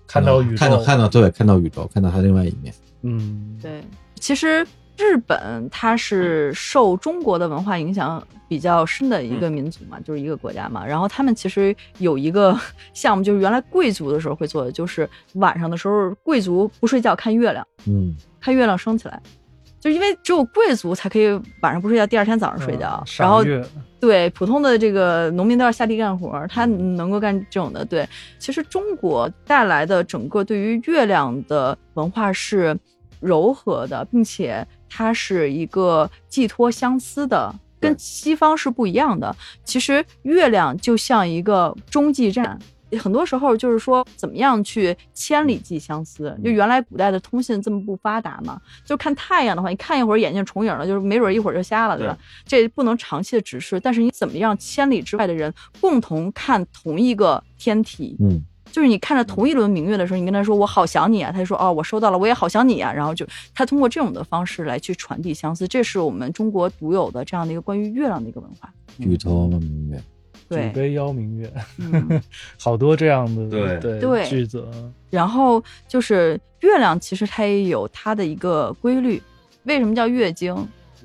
Speaker 1: 看到宇宙，
Speaker 4: 看到看到对，看到宇宙，看到它另外一面。
Speaker 3: 嗯，
Speaker 2: 对，其实。日本它是受中国的文化影响比较深的
Speaker 4: 嗯
Speaker 2: 一个民族嘛，就是一个国家嘛。然后他们其实有一个 项目，就是原来贵族的时候会做的，就是晚上的时候贵族不睡觉看月亮。
Speaker 4: 嗯，
Speaker 2: 看月亮升起来，就因为只有贵族才可以晚上不睡觉，第二天早上睡觉。
Speaker 3: 嗯赏
Speaker 2: 然后
Speaker 3: 月
Speaker 2: 对普通的这个农民都要下地干活，他能够干这种的。对，其实中国带来的整个对于月亮的文化是柔和的，并且它是一个寄托相思的。跟西方是不一样的。其实月亮就像一个中继站，很多时候就是说怎么样去千里寄相思。就原来古代的通信这么不发达嘛，就看太阳的话，你看一会儿眼睛重影了，就是没准儿一会儿就瞎了，对吧？这不能长期的直视，但是你怎么让千里之外的人共同看同一个天体？
Speaker 4: 嗯，
Speaker 2: 就是你看着同一轮明月的时候，你跟他说“我好想你啊”，他就说“哦，我收到了，我也好想你啊”，然后就他通过这种的方式来去传递相思，这是我们中国独有的这样的一个关于月亮的一个文化。
Speaker 4: 举头望明月，
Speaker 3: 举
Speaker 2: 对，
Speaker 3: 杯邀明月，
Speaker 2: 嗯，
Speaker 3: 好多这样的
Speaker 4: 对
Speaker 3: 对
Speaker 2: 对
Speaker 3: 句子啊，
Speaker 2: 然后就是月亮，其实它也有它的一个规律。为什么叫月经？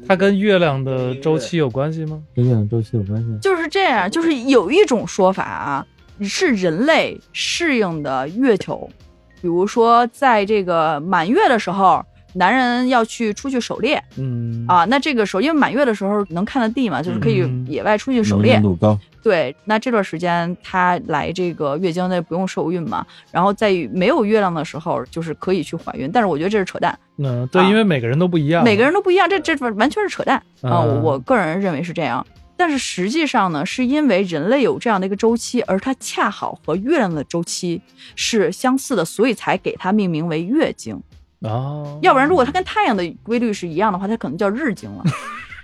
Speaker 3: 它跟月亮的周期有关系吗？
Speaker 4: 跟月亮周期有关系吗。
Speaker 2: 就是这样，就是有一种说法啊，是人类适应的月球，比如说在这个满月的时候，男人要去出去狩猎
Speaker 3: 嗯，
Speaker 2: 啊，那这个时候因为满月的时候能看得地嘛，就是可以
Speaker 3: 嗯
Speaker 2: 野外出去狩
Speaker 4: 能
Speaker 2: 猎
Speaker 4: 见，度 高，
Speaker 2: 对，那这段时间她来这个月经，那不用受孕嘛。然后在没有月亮的时候，就是可以去怀孕，但是我觉得这是扯淡，
Speaker 3: 嗯，对，
Speaker 2: 啊
Speaker 3: 因为每个人都不一样，
Speaker 2: 每个人都不一样，这这完全是扯淡啊！我
Speaker 3: 嗯
Speaker 2: 我个人认为是这样。但是实际上呢，是因为人类有这样的一个周期，而它恰好和月亮的周期是相似的，所以才给它命名为月经。
Speaker 3: 啊，
Speaker 2: 要不然，如果它跟太阳的规律是一样的话，它可能叫日经了。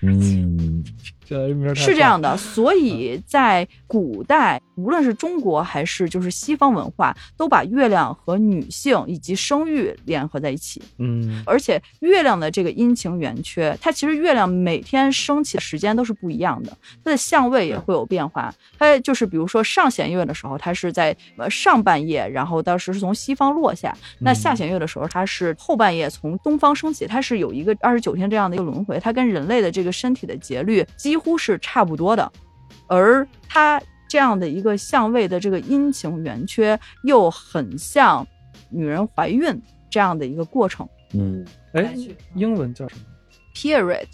Speaker 4: 嗯，
Speaker 3: 这名儿太
Speaker 2: 是这样
Speaker 3: 棒
Speaker 2: 的，所以在古代，无论是中国还是就是西方文化，都把月亮和女性以及生育联合在一起。
Speaker 3: 嗯
Speaker 2: 而且月亮的这个阴晴圆缺，它其实月亮每天升起的时间都是不一样的，它的相位也会有变化。它就是比如说上弦月的时候，它是在呃上半夜，然后当时是从西方落下；那
Speaker 3: 嗯
Speaker 2: 下弦月的时候，它是后半夜从东方升起，它是有一个二十九天这样的一个轮回，它跟人类的这个身体的节律几乎是差不多的，而它。这样的一个相位的这个阴晴圆缺，又很像女人怀孕这样的一个过程。
Speaker 4: 嗯，
Speaker 3: 哎，英文叫什么
Speaker 2: period，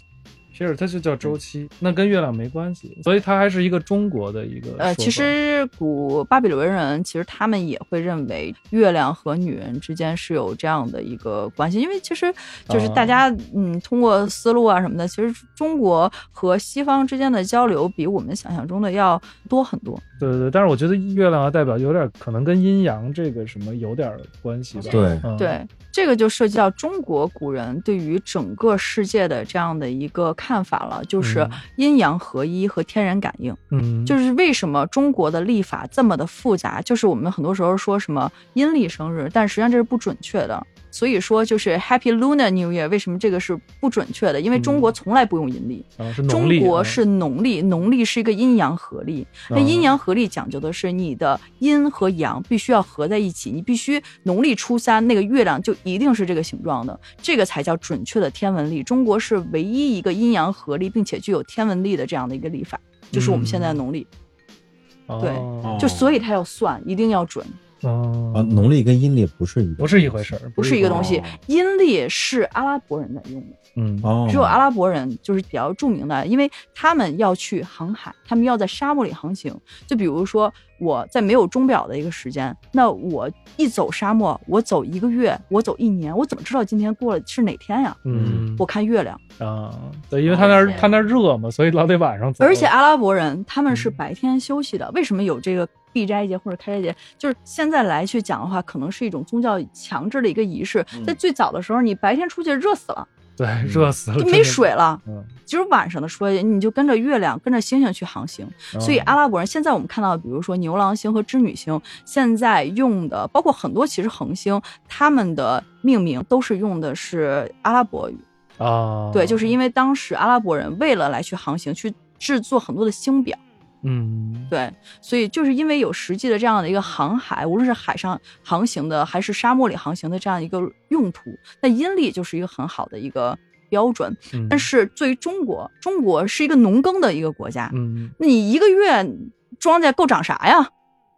Speaker 3: ？Here 它就叫周期，那跟月亮没关系，所以它还是一个中国的一个说法。
Speaker 2: 呃，其实古巴比伦人其实他们也会认为月亮和女人之间是有这样的一个关系，因为其实就是
Speaker 3: 啊
Speaker 2: 大家、嗯通过思路啊什么的，其实中国和西方之间的交流比我们想象中的要多很多。
Speaker 3: 对对对，但是我觉得月亮啊代表有点可能跟阴阳这个什么有点关系吧。
Speaker 4: 对，
Speaker 3: 嗯、
Speaker 2: 对，这个就涉及到中国古人对于整个世界的这样的一个看法了，就是
Speaker 3: 嗯
Speaker 2: 阴阳合一和天人感应。
Speaker 3: 嗯，
Speaker 2: 就是为什么中国的历法这么的复杂？就是我们很多时候说什么阴历生日，但实际上这是不准确的。所以说，就是 Happy Lunar New Year，为什么这个是不准确的？因为中国从来不用阴历，
Speaker 3: 啊啊是嗯农
Speaker 2: 中
Speaker 3: 历
Speaker 2: 国是农历，农历是一个阴阳合历。那阴阳合历讲究的是你的阴和阳必须要合在一起，你必须农历初三那个月亮就一定是这个形状的，这个才叫准确的天文历。中国是唯一一个阴阳合历并且具有天文历的这样的一个历法，就是我们现在的农历。
Speaker 3: 嗯
Speaker 2: 对
Speaker 3: 哦
Speaker 2: 就所以它要算，一定要准，
Speaker 3: 哦
Speaker 4: 啊，农历跟阴历不是一个
Speaker 3: 不是一回事儿，
Speaker 2: 不是一个
Speaker 3: 回
Speaker 2: 东西
Speaker 4: 哦。
Speaker 2: 阴历是阿拉伯人在用的，
Speaker 3: 事儿嗯
Speaker 4: 哦，
Speaker 2: 只有阿拉伯人就是比较著名的，因为他们要去航海，他们要在沙漠里航行。就比如说我在没有钟表的一个时间，那我一走沙漠，我走一个月，我走一年，我怎么知道今天过了是哪天呀？
Speaker 3: 嗯
Speaker 2: 我看月亮，
Speaker 3: 啊，对，因为他那
Speaker 2: 而
Speaker 3: 儿
Speaker 2: 且
Speaker 3: 他那儿热嘛，所以老得晚上走。嗯
Speaker 2: 而且啊阿拉伯人他们是白天休息的，为什么有这个避斋节或者开斋节？就是现在来去讲的话，可能是一种宗教强制的一个仪式。
Speaker 3: 嗯
Speaker 2: 在最早的时候，你白天出去热死了，
Speaker 3: 对热死了，
Speaker 2: 就
Speaker 3: 真
Speaker 2: 没
Speaker 3: 的
Speaker 2: 水。了。
Speaker 3: 嗯，
Speaker 2: 只有晚上的时候，你就跟着月亮、跟着星星去航行。所以
Speaker 3: 哦
Speaker 2: 阿拉伯人现在我们看到，比如说牛郎星和织女星，现在用的包括很多其实恒星，他们的命名都是用的是阿拉伯语。
Speaker 3: 啊，
Speaker 2: 对，就是因为当时阿拉伯人为了来去航行，去制作很多的星表。
Speaker 3: 嗯
Speaker 2: 对，所以就是因为有实际的这样的一个航海，无论是海上航行的，还是沙漠里航行的这样一个用途，那阴历就是一个很好的一个标准。
Speaker 3: 嗯，
Speaker 2: 但是对于中国，中国是一个农耕的一个国家，
Speaker 3: 嗯
Speaker 2: 那你一个月庄稼够长啥呀？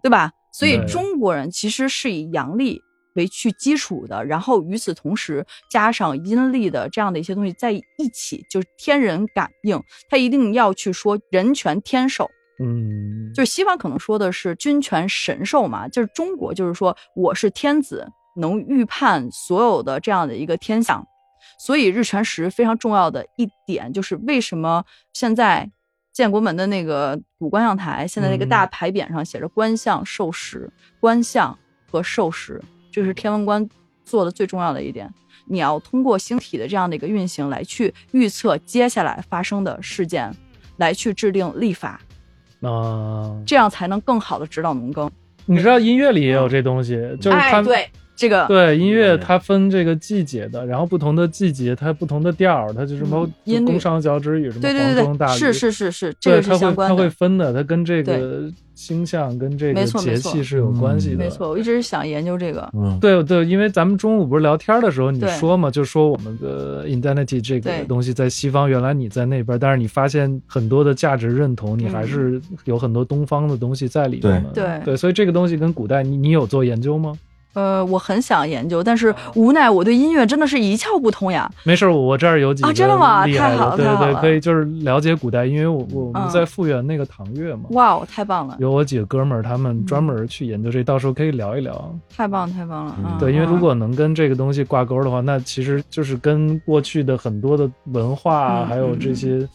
Speaker 2: 对吧？所以
Speaker 3: 对
Speaker 2: 中国人其实是以阳历为去基础的，然后与此同时加上阴历的这样的一些东西在一起，就是天人感应，他一定要去说人权天授。
Speaker 3: 嗯，
Speaker 2: 就是西方可能说的是君权神授嘛，就是中国就是说我是天子，能预判所有的这样的一个天象。所以日全食非常重要的一点就是为什么现在建国门的那个古观象台，现在那个
Speaker 3: 嗯
Speaker 2: 大牌匾上写着“观象授时”，观象和授时，这是天文观做的最重要的一点。你要通过星体的这样的一个运行来去预测接下来发生的事件，来去制定历法。
Speaker 3: 啊，
Speaker 2: 这样才能更好的指导农耕。
Speaker 3: 你知道音乐里也有这东西，就是它
Speaker 2: 嗯哎对这个
Speaker 3: 哎对音乐，
Speaker 4: 对
Speaker 3: 它分这个季节的，然后不同的季节它不同的调儿，它就什么
Speaker 2: 嗯音律
Speaker 3: 工商角徵羽，什么
Speaker 2: 对对
Speaker 3: 黄
Speaker 2: 对
Speaker 3: 钟大
Speaker 2: 对，
Speaker 3: 吕，
Speaker 2: 是是是是，这个
Speaker 3: 对
Speaker 2: 是相关
Speaker 3: 它会它会
Speaker 2: 的。
Speaker 3: 分的，它跟这个星象跟这个
Speaker 2: 没错嗯
Speaker 3: 节气是有关系的。
Speaker 2: 没错，我一直想研究这个。
Speaker 4: 嗯，
Speaker 3: 对对，因为咱们中午不是聊天的时候你
Speaker 2: 对
Speaker 3: 说嘛，就说我们的 identity 这个
Speaker 2: 对
Speaker 3: 东西在西方，原来你在那边，但是你发现很多的价值认同，你还是有很多东方的东西在里面的。
Speaker 2: 对嗯对
Speaker 3: 对，所以这个东西跟古代，你你有做研究吗？
Speaker 2: 呃，我很想研究，但是无奈我对音乐真的是一窍不通呀。
Speaker 3: 没事儿，我我这儿有几个
Speaker 2: 啊真的吗
Speaker 3: 厉害
Speaker 2: 太好了
Speaker 3: 对
Speaker 2: 太好
Speaker 3: 对，
Speaker 2: 了
Speaker 3: 可以就是了解古代，因为我我
Speaker 2: 嗯
Speaker 3: 们在复原那个唐乐嘛，
Speaker 2: 哇嗯哦，太棒了，
Speaker 3: 有我几个哥们儿他们专门去研究这，到时候可以聊一啊聊。
Speaker 2: 太棒了太棒了。
Speaker 4: 嗯
Speaker 2: 嗯
Speaker 3: 对，因为
Speaker 2: 嗯
Speaker 3: 如果能跟这个东西挂钩的话，那其实就是跟过去的很多的文化啊，
Speaker 2: 嗯
Speaker 3: 还有这些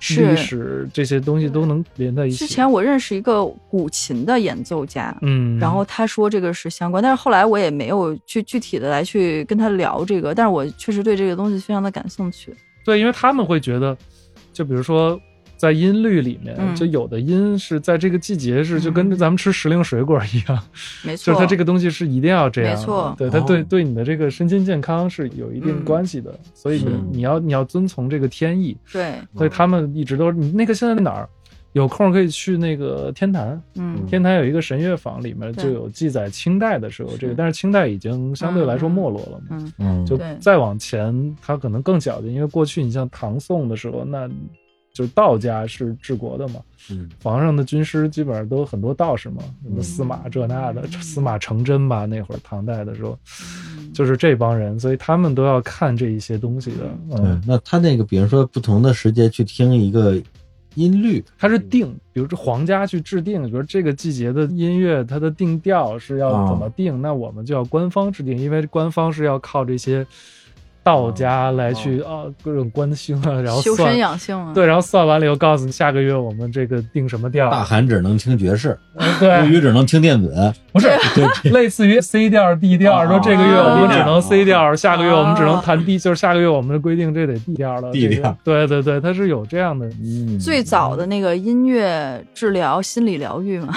Speaker 2: 是
Speaker 3: 历史这些东西都能连在一起。
Speaker 2: 之前我认识一个古琴的演奏家，
Speaker 3: 嗯，
Speaker 2: 然后他说这个是相关，但是后来我也没有去具体的来去跟他聊这个，但是我确实对这个东西非常的感兴趣。
Speaker 3: 对，因为他们会觉得，就比如说在音律里面，
Speaker 2: 嗯
Speaker 3: 就有的音是在这个季节是就跟
Speaker 2: 嗯
Speaker 3: 咱们吃时令水果一样，
Speaker 2: 没错，
Speaker 3: 就是它这个东西是一定要这样的，
Speaker 2: 没错
Speaker 3: 对它对、
Speaker 4: 哦
Speaker 3: 对你的这个身心健康是有一定
Speaker 2: 嗯
Speaker 3: 关系的，所以你
Speaker 4: 是
Speaker 3: 你要你要遵从这个天意，
Speaker 2: 对，
Speaker 3: 所以他们一直都你那个现在在哪儿？有空可以去那个天坛，
Speaker 2: 嗯
Speaker 3: 天坛有一个神乐坊，里面
Speaker 2: 对
Speaker 3: 就有记载清代的时候这个，
Speaker 2: 是
Speaker 3: 但是清代已经相对来说
Speaker 2: 嗯
Speaker 3: 没落了嘛。
Speaker 2: 嗯，
Speaker 4: 嗯，
Speaker 3: 就
Speaker 2: 对
Speaker 3: 再往前，它可能更小的，因为过去你像唐宋的时候，那就是道家是治国的嘛，
Speaker 4: 嗯
Speaker 3: 皇上的军师基本上都很多道士嘛，什么
Speaker 4: 嗯
Speaker 3: 司马这那的，司马承祯吧，那会儿唐代的时候，
Speaker 2: 嗯
Speaker 3: 就是这帮人，所以他们都要看这一些东西的。
Speaker 4: 对
Speaker 3: 嗯，，
Speaker 4: 那他那个，比如说不同的时节去听一个音律，
Speaker 3: 他是定，比如说皇家去制定，比如这个季节的音乐，它的定调是要怎么定，那我们就要官方制定，因为官方是要靠这些道家来去啊、各种观星啊，然后
Speaker 2: 修
Speaker 3: 算
Speaker 2: 身养性啊，
Speaker 3: 对，然后算完了以后，告诉你下个月我们这个定什么调，
Speaker 4: 大韩只能听爵士，陆
Speaker 3: 啊 对，
Speaker 4: 羽只能听电子，
Speaker 3: 不是 类似于 C 调、D 调，说这个月我们只能 C 调，下个月我们只能弹 D，就是下个月我们规定这得 D 调了。这
Speaker 4: D
Speaker 3: 个
Speaker 4: 调，
Speaker 3: 对对对，它是有这样的，
Speaker 4: 嗯，
Speaker 2: 最早的那个音乐治疗、心理疗愈 嘛，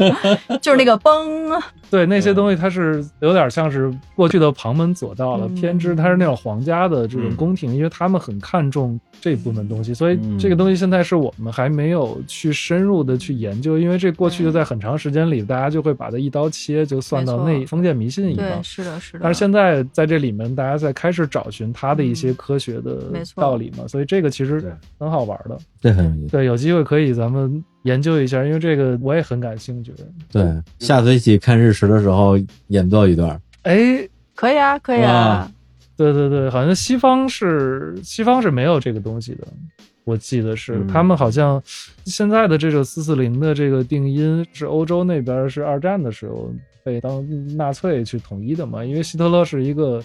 Speaker 2: 就是那个啊嘣，
Speaker 3: 对那
Speaker 4: 嗯
Speaker 3: 些东西它是有点像是过去的旁门左道了，
Speaker 2: 嗯
Speaker 3: 偏执它是那种皇家的这种
Speaker 4: 嗯
Speaker 3: 宫廷，因为他们很看重这部分东西，所以
Speaker 4: 嗯
Speaker 3: 这个东西现在是我们还没有去深入的去研究，因为这过去就在很长时间里，大家就会把它一刀切，就算到
Speaker 2: 嗯没
Speaker 3: 那
Speaker 2: 错
Speaker 3: 封建迷信一
Speaker 2: 对，
Speaker 3: 方。
Speaker 2: 是的，是的。
Speaker 3: 但是现在在这里面，大家在开始找寻它的一些
Speaker 2: 嗯
Speaker 3: 科学的
Speaker 2: 没错
Speaker 3: 道理嘛，所以这个其
Speaker 4: 对
Speaker 3: 实很好玩的。
Speaker 4: 这很有意思。
Speaker 3: 对，有机会可以咱们研究一下，因为这个我也很感兴趣。
Speaker 4: 对，下次一起看日食的时候演奏一段，
Speaker 3: 哎，
Speaker 2: 可以啊，可以啊，
Speaker 3: 对对对，好像西方是西方是没有这个东西的，我记得是、
Speaker 4: 嗯
Speaker 3: 他们好像现在的这个四四零的这个定音是欧洲那边是二战的时候被当纳粹去统一的嘛，因为希特勒是一个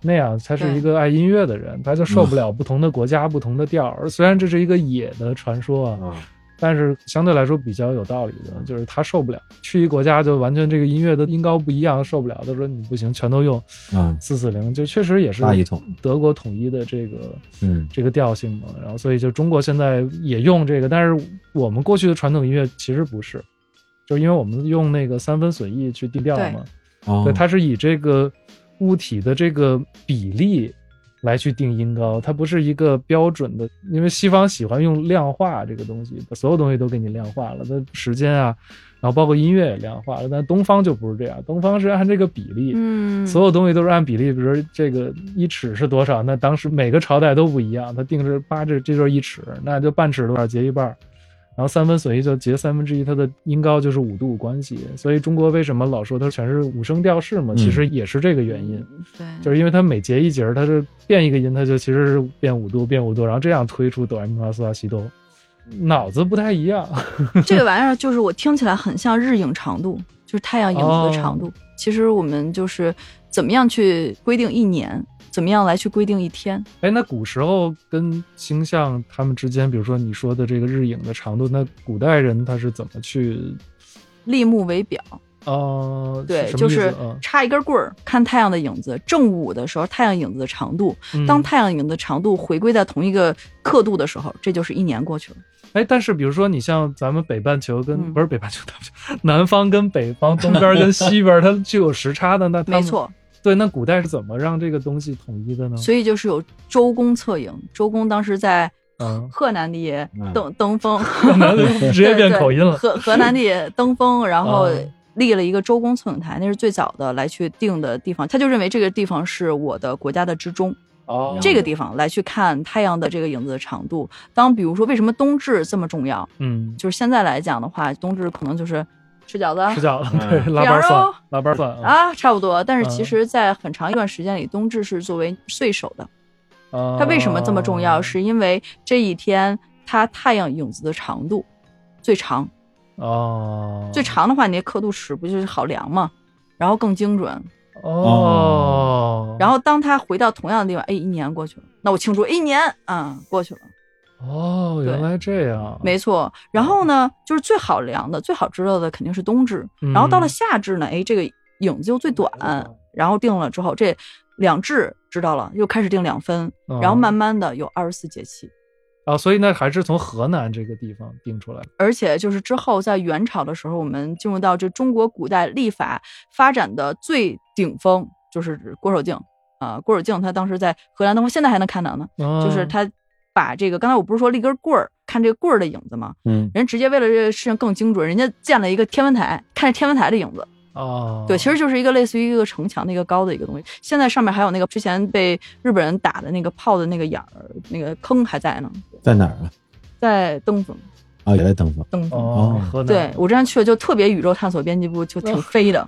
Speaker 3: 那样，他是一个爱音乐的人，他就受不了不同的国家、不同的调儿。虽然这是一个野的传说啊，
Speaker 4: 啊，
Speaker 3: 但是相对来说比较有道理的，就是他受不了去一国家就完全这个音乐的音高不一样，受不了，他说你不行，全都用
Speaker 4: 嗯，
Speaker 3: 四四零就确实也是
Speaker 4: 大一统，
Speaker 3: 德国统一的这个
Speaker 4: 嗯
Speaker 3: 这个调性嘛，然后所以就中国现在也用这个，但是我们过去的传统音乐其实不是，就是因为我们用那个三分损益去定调嘛，
Speaker 4: 哦，
Speaker 3: 对，它是以这个物体的这个比例来去定音高，它不是一个标准的，因为西方喜欢用量化这个东西，把所有东西都给你量化了，它时间啊，然后包括音乐也量化了，但东方就不是这样，东方是按这个比例，
Speaker 2: 嗯，
Speaker 3: 所有东西都是按比例，比如说这个一尺是多少，那当时每个朝代都不一样，它定是八这这就是一尺，那就半尺多少截一半儿，然后三分损一就截三分之一，它的音高就是五度五关系。所以中国为什么老说它全是五声调式嘛，
Speaker 4: 嗯
Speaker 3: 其实也是这个原因，
Speaker 2: 对，
Speaker 3: 就是因为它每截一节儿它是变一个音，它就其实是变五度变五度，然后这样推出哆来咪发嗦拉西哆，脑子不太一样。
Speaker 2: 这个玩意儿就是我听起来很像日影长度，就是太阳影子的长度。
Speaker 3: 哦
Speaker 2: 其实我们就是怎么样去规定一年，怎么样来去规定一天。
Speaker 3: 哎，那古时候跟星象他们之间，比如说你说的这个日影的长度，那古代人他是怎么去？
Speaker 2: 立木为表，
Speaker 3: 呃，
Speaker 2: 哦对，
Speaker 3: 什么
Speaker 2: 就
Speaker 3: 意思
Speaker 2: 是
Speaker 3: 嗯
Speaker 2: 插一根棍儿看太阳的影子。正午的时候，太阳影子的长度；
Speaker 3: 嗯
Speaker 2: 当太阳影子长度回归到同一个刻度的时候，这就是一年过去了。
Speaker 3: 哎，但是比如说你像咱们北半球跟、
Speaker 2: 嗯
Speaker 3: 不是北半球，南方跟北方，东边跟西边，它具有时差的。那他
Speaker 2: 没
Speaker 3: 们，
Speaker 2: 错，
Speaker 3: 对，那古代是怎么让这个东西统一的呢？
Speaker 2: 所以就是有周公策影。周公当时在
Speaker 3: 嗯，
Speaker 2: 河南地
Speaker 4: 嗯
Speaker 2: 登登峰，
Speaker 3: 直 接变口音了。
Speaker 2: 河河南地 登峰，然后
Speaker 3: 嗯
Speaker 2: 立了一个周公测影台，那是最早的来去定的地方。他就认为这个地方是我的国家的之中，
Speaker 3: 哦
Speaker 2: 这个地方来去看太阳的这个影子的长度。当比如说为什么冬至这么重要，
Speaker 3: 嗯，
Speaker 2: 就是现在来讲的话，冬至可能就是吃饺
Speaker 3: 吃
Speaker 2: 子。
Speaker 3: 饺子，
Speaker 4: 嗯
Speaker 3: 对，拉班
Speaker 2: 羊
Speaker 3: 蒜
Speaker 2: 肉，
Speaker 3: 拉班蒜啊。
Speaker 2: 啊，差不多。但是其
Speaker 3: 嗯
Speaker 2: 实，在很长一段时间里，冬至是作为岁首的。啊它
Speaker 3: 它
Speaker 2: 为什么这么重要？是因为这一天它太阳影子的长度最长，
Speaker 3: 哦，
Speaker 2: 最长的话，你那刻度尺不就是好量嘛，然后更精准。
Speaker 3: 哦，
Speaker 2: 然后当它回到同样的地方，哎，一年过去了，那我庆祝一年啊、过去了，
Speaker 3: 哦，原
Speaker 2: 对
Speaker 3: 来这样，
Speaker 2: 没错。然后呢，就是最好量的、最好知道的肯定是冬至，
Speaker 3: 嗯，哦
Speaker 2: 然后到了夏至呢，哎，这个影子又最短，然后定了之后，这两至知道了，又开始定两分，
Speaker 3: 嗯，
Speaker 2: 然后慢慢的有二十四节气，
Speaker 3: 啊，所以那还是从河南这个地方定出来的。
Speaker 2: 而且就是之后在元朝的时候，我们进入到这中国古代历法发展的最顶峰，就是郭守敬啊、郭守敬他当时在河南，东，现在还能看到呢，
Speaker 3: 啊、
Speaker 2: 就是他把这个刚才我不是说立根棍儿，看这个棍儿的影子吗？
Speaker 4: 嗯，
Speaker 2: 人直接为了这个事情更精准，人家建了一个天文台，看着天文台的影子。
Speaker 3: 啊，
Speaker 2: 对，其实就是一个类似于一个城墙的一个高的一个东西。现在上面还有那个之前被日本人打的那个炮的那个眼儿，那个坑还在呢，
Speaker 4: 在哪儿啊？
Speaker 2: 在登封，
Speaker 4: 啊，也在登封。
Speaker 2: 登封。
Speaker 3: 哦
Speaker 4: 哦，
Speaker 3: 河
Speaker 2: 对
Speaker 3: 南，
Speaker 2: 我之前去了，就特别宇宙探索编辑部就挺飞的，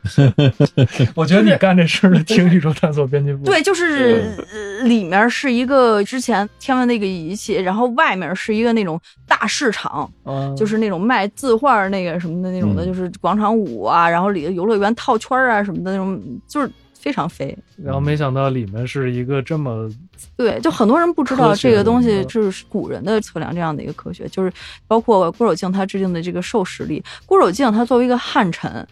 Speaker 3: 我觉得你干这事儿的挺宇宙探索编辑部。
Speaker 2: 对，就是、呃里面是一个之前天文那个仪器，然后外面是一个那种大市场，
Speaker 3: 啊，
Speaker 2: 就是那种卖字画儿那个什么的那种的，
Speaker 4: 嗯
Speaker 2: 就是广场舞啊，然后里头游乐园套圈儿啊什么的那种，就是非常飞。
Speaker 3: 然后没想到里面是一个这么
Speaker 2: 对，就很多人不知
Speaker 3: 科
Speaker 2: 道
Speaker 3: 学嗯
Speaker 2: 这个东
Speaker 3: 的
Speaker 2: 西是古人的测量这样的一个科学，就是包括郭守敬他制定的这个授时历。郭守敬他作为一个汉臣，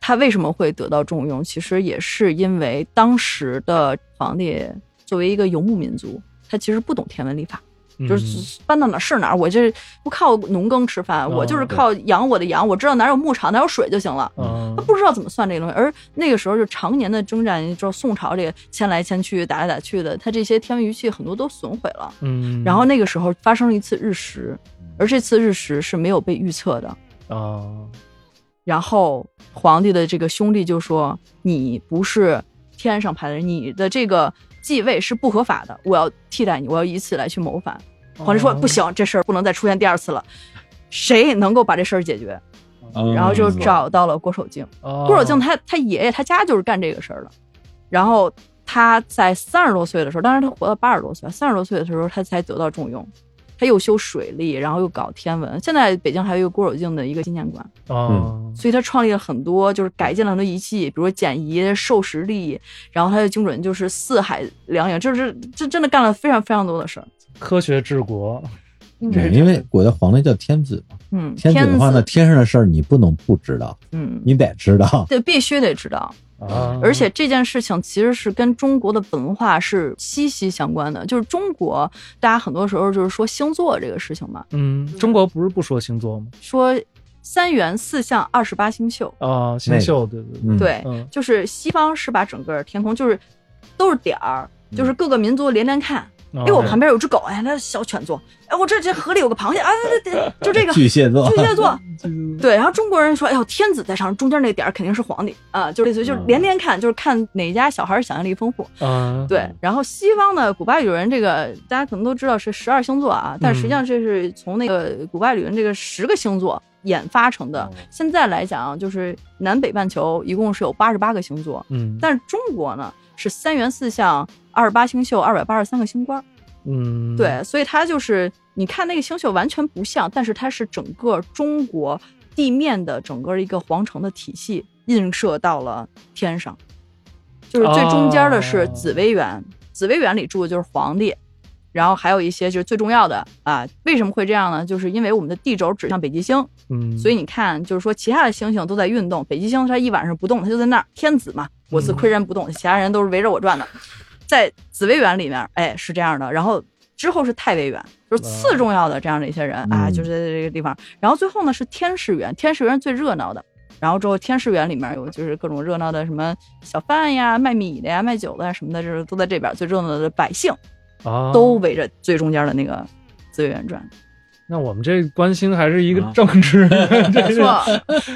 Speaker 2: 他为什么会得到重用？其实也是因为当时的皇帝作为一个游牧民族，他其实不懂天文历法。
Speaker 3: 嗯
Speaker 2: 就是搬到哪儿是哪儿，我这不靠农耕吃饭，
Speaker 3: 哦
Speaker 2: 我就是靠养我的羊，我知道哪儿有牧场，哪儿有水就行了。
Speaker 3: 嗯
Speaker 2: 他不知道怎么算这个东西，而那个时候就常年的征战，你知道宋朝这个迁来迁去、打来打去的，他这些天文仪器很多都损毁了。
Speaker 3: 嗯，
Speaker 2: 然后那个时候发生了一次日食，而这次日食是没有被预测的。
Speaker 3: 啊，
Speaker 2: 然后皇帝的这个兄弟就说：“你不是天上派的人，你的这个继位是不合法的，我要替代你，我要以此来去谋反。”
Speaker 3: 哦
Speaker 2: 皇帝说：“不行，这事儿不能再出现第二次了。”谁能够把这事儿解决？
Speaker 4: 嗯
Speaker 2: 然后就找到了郭守敬。
Speaker 3: 哦，
Speaker 2: 郭守敬他他爷爷他家就是干这个事儿的，然后他在三十多岁的时候，当然他活到八十多岁，三十多岁的时候他才得到重用。他又修水利，然后又搞天文。现在北京还有一个郭守敬的一个纪念馆，
Speaker 4: 嗯
Speaker 3: 啊，
Speaker 2: 所以他创立了很多，就是改进了很多仪器，比如说简仪、授时历，然后他的精准就是四海两影，就是这真的干了非常非常多的事儿。
Speaker 3: 科学治国，
Speaker 4: 对，因为古代皇帝叫天子嘛，
Speaker 2: 嗯，
Speaker 4: 天子的话呢，
Speaker 2: 子，
Speaker 4: 天上的事儿你不能不知道，
Speaker 2: 嗯，
Speaker 4: 你得知道。
Speaker 2: 对，必须得知道。
Speaker 3: 啊，
Speaker 2: 而且这件事情其实是跟中国的文化是息息相关的。就是中国，大家很多时候就是说星座这个事情嘛，
Speaker 3: 嗯，中国不是不说星座吗？
Speaker 2: 说三元四象二十八星宿，
Speaker 3: 啊，星宿，对对对，
Speaker 4: 嗯，
Speaker 2: 对，
Speaker 3: 嗯
Speaker 2: 就是西方是把整个天空就是都是点儿，就是各个民族连连看。
Speaker 3: 哎
Speaker 2: 哎，我旁边有只狗，哎，那小犬座，哎，我这这河里有个螃蟹，哎，对对，就这个
Speaker 4: 巨蟹座，
Speaker 2: 巨蟹座，
Speaker 3: 边
Speaker 2: 对，然后中国人说，哎呦，天子在上，中间那点儿肯定是皇帝啊，就类似于就是
Speaker 4: 嗯
Speaker 2: 连连看，就是看哪家小孩儿想象力丰富。
Speaker 3: 啊，
Speaker 2: 对，然后西方的古巴比伦这个大家可能都知道是十二星座啊，但实际上这是从那个古巴比伦这个十个星座研发成的
Speaker 4: 哦。
Speaker 2: 现在来讲，就是南北半球一共是有八十八个星座，
Speaker 3: 嗯，
Speaker 2: 但是中国呢是三元四象、二十八星宿、二百八十三个星官。
Speaker 3: 嗯，
Speaker 2: 对，所以它就是你看那个星宿完全不像，但是它是整个中国地面的整个一个皇城的体系映射到了天上，就是最中间的是
Speaker 3: 哦
Speaker 2: 紫薇园，紫薇园里住的就是皇帝。然后还有一些就是最重要的啊，为什么会这样呢？就是因为我们的地轴指向北极星，
Speaker 3: 嗯，
Speaker 2: 所以你看，就是说其他的星星都在运动，北极星它一晚上不动，它就在那儿。天子嘛，我
Speaker 3: 嗯
Speaker 2: 自岿然不动，其他人都是围着我转的。在紫薇园里面，哎，是这样的。然后之后是太微园，就是次重要的这样的一些人啊，
Speaker 4: 嗯
Speaker 2: 就是在这个地方。然后最后呢是天使园，天使园是最热闹的。然后之后，天使园里面有就是各种热闹的什么小贩呀、卖米的呀、卖酒的呀什么的，就是都在这边最热闹的百姓
Speaker 3: 啊，
Speaker 2: 都围着最中间的那个紫薇园转。
Speaker 3: 那我们这关心还是一个政 治，
Speaker 2: 没
Speaker 3: 没
Speaker 2: 错，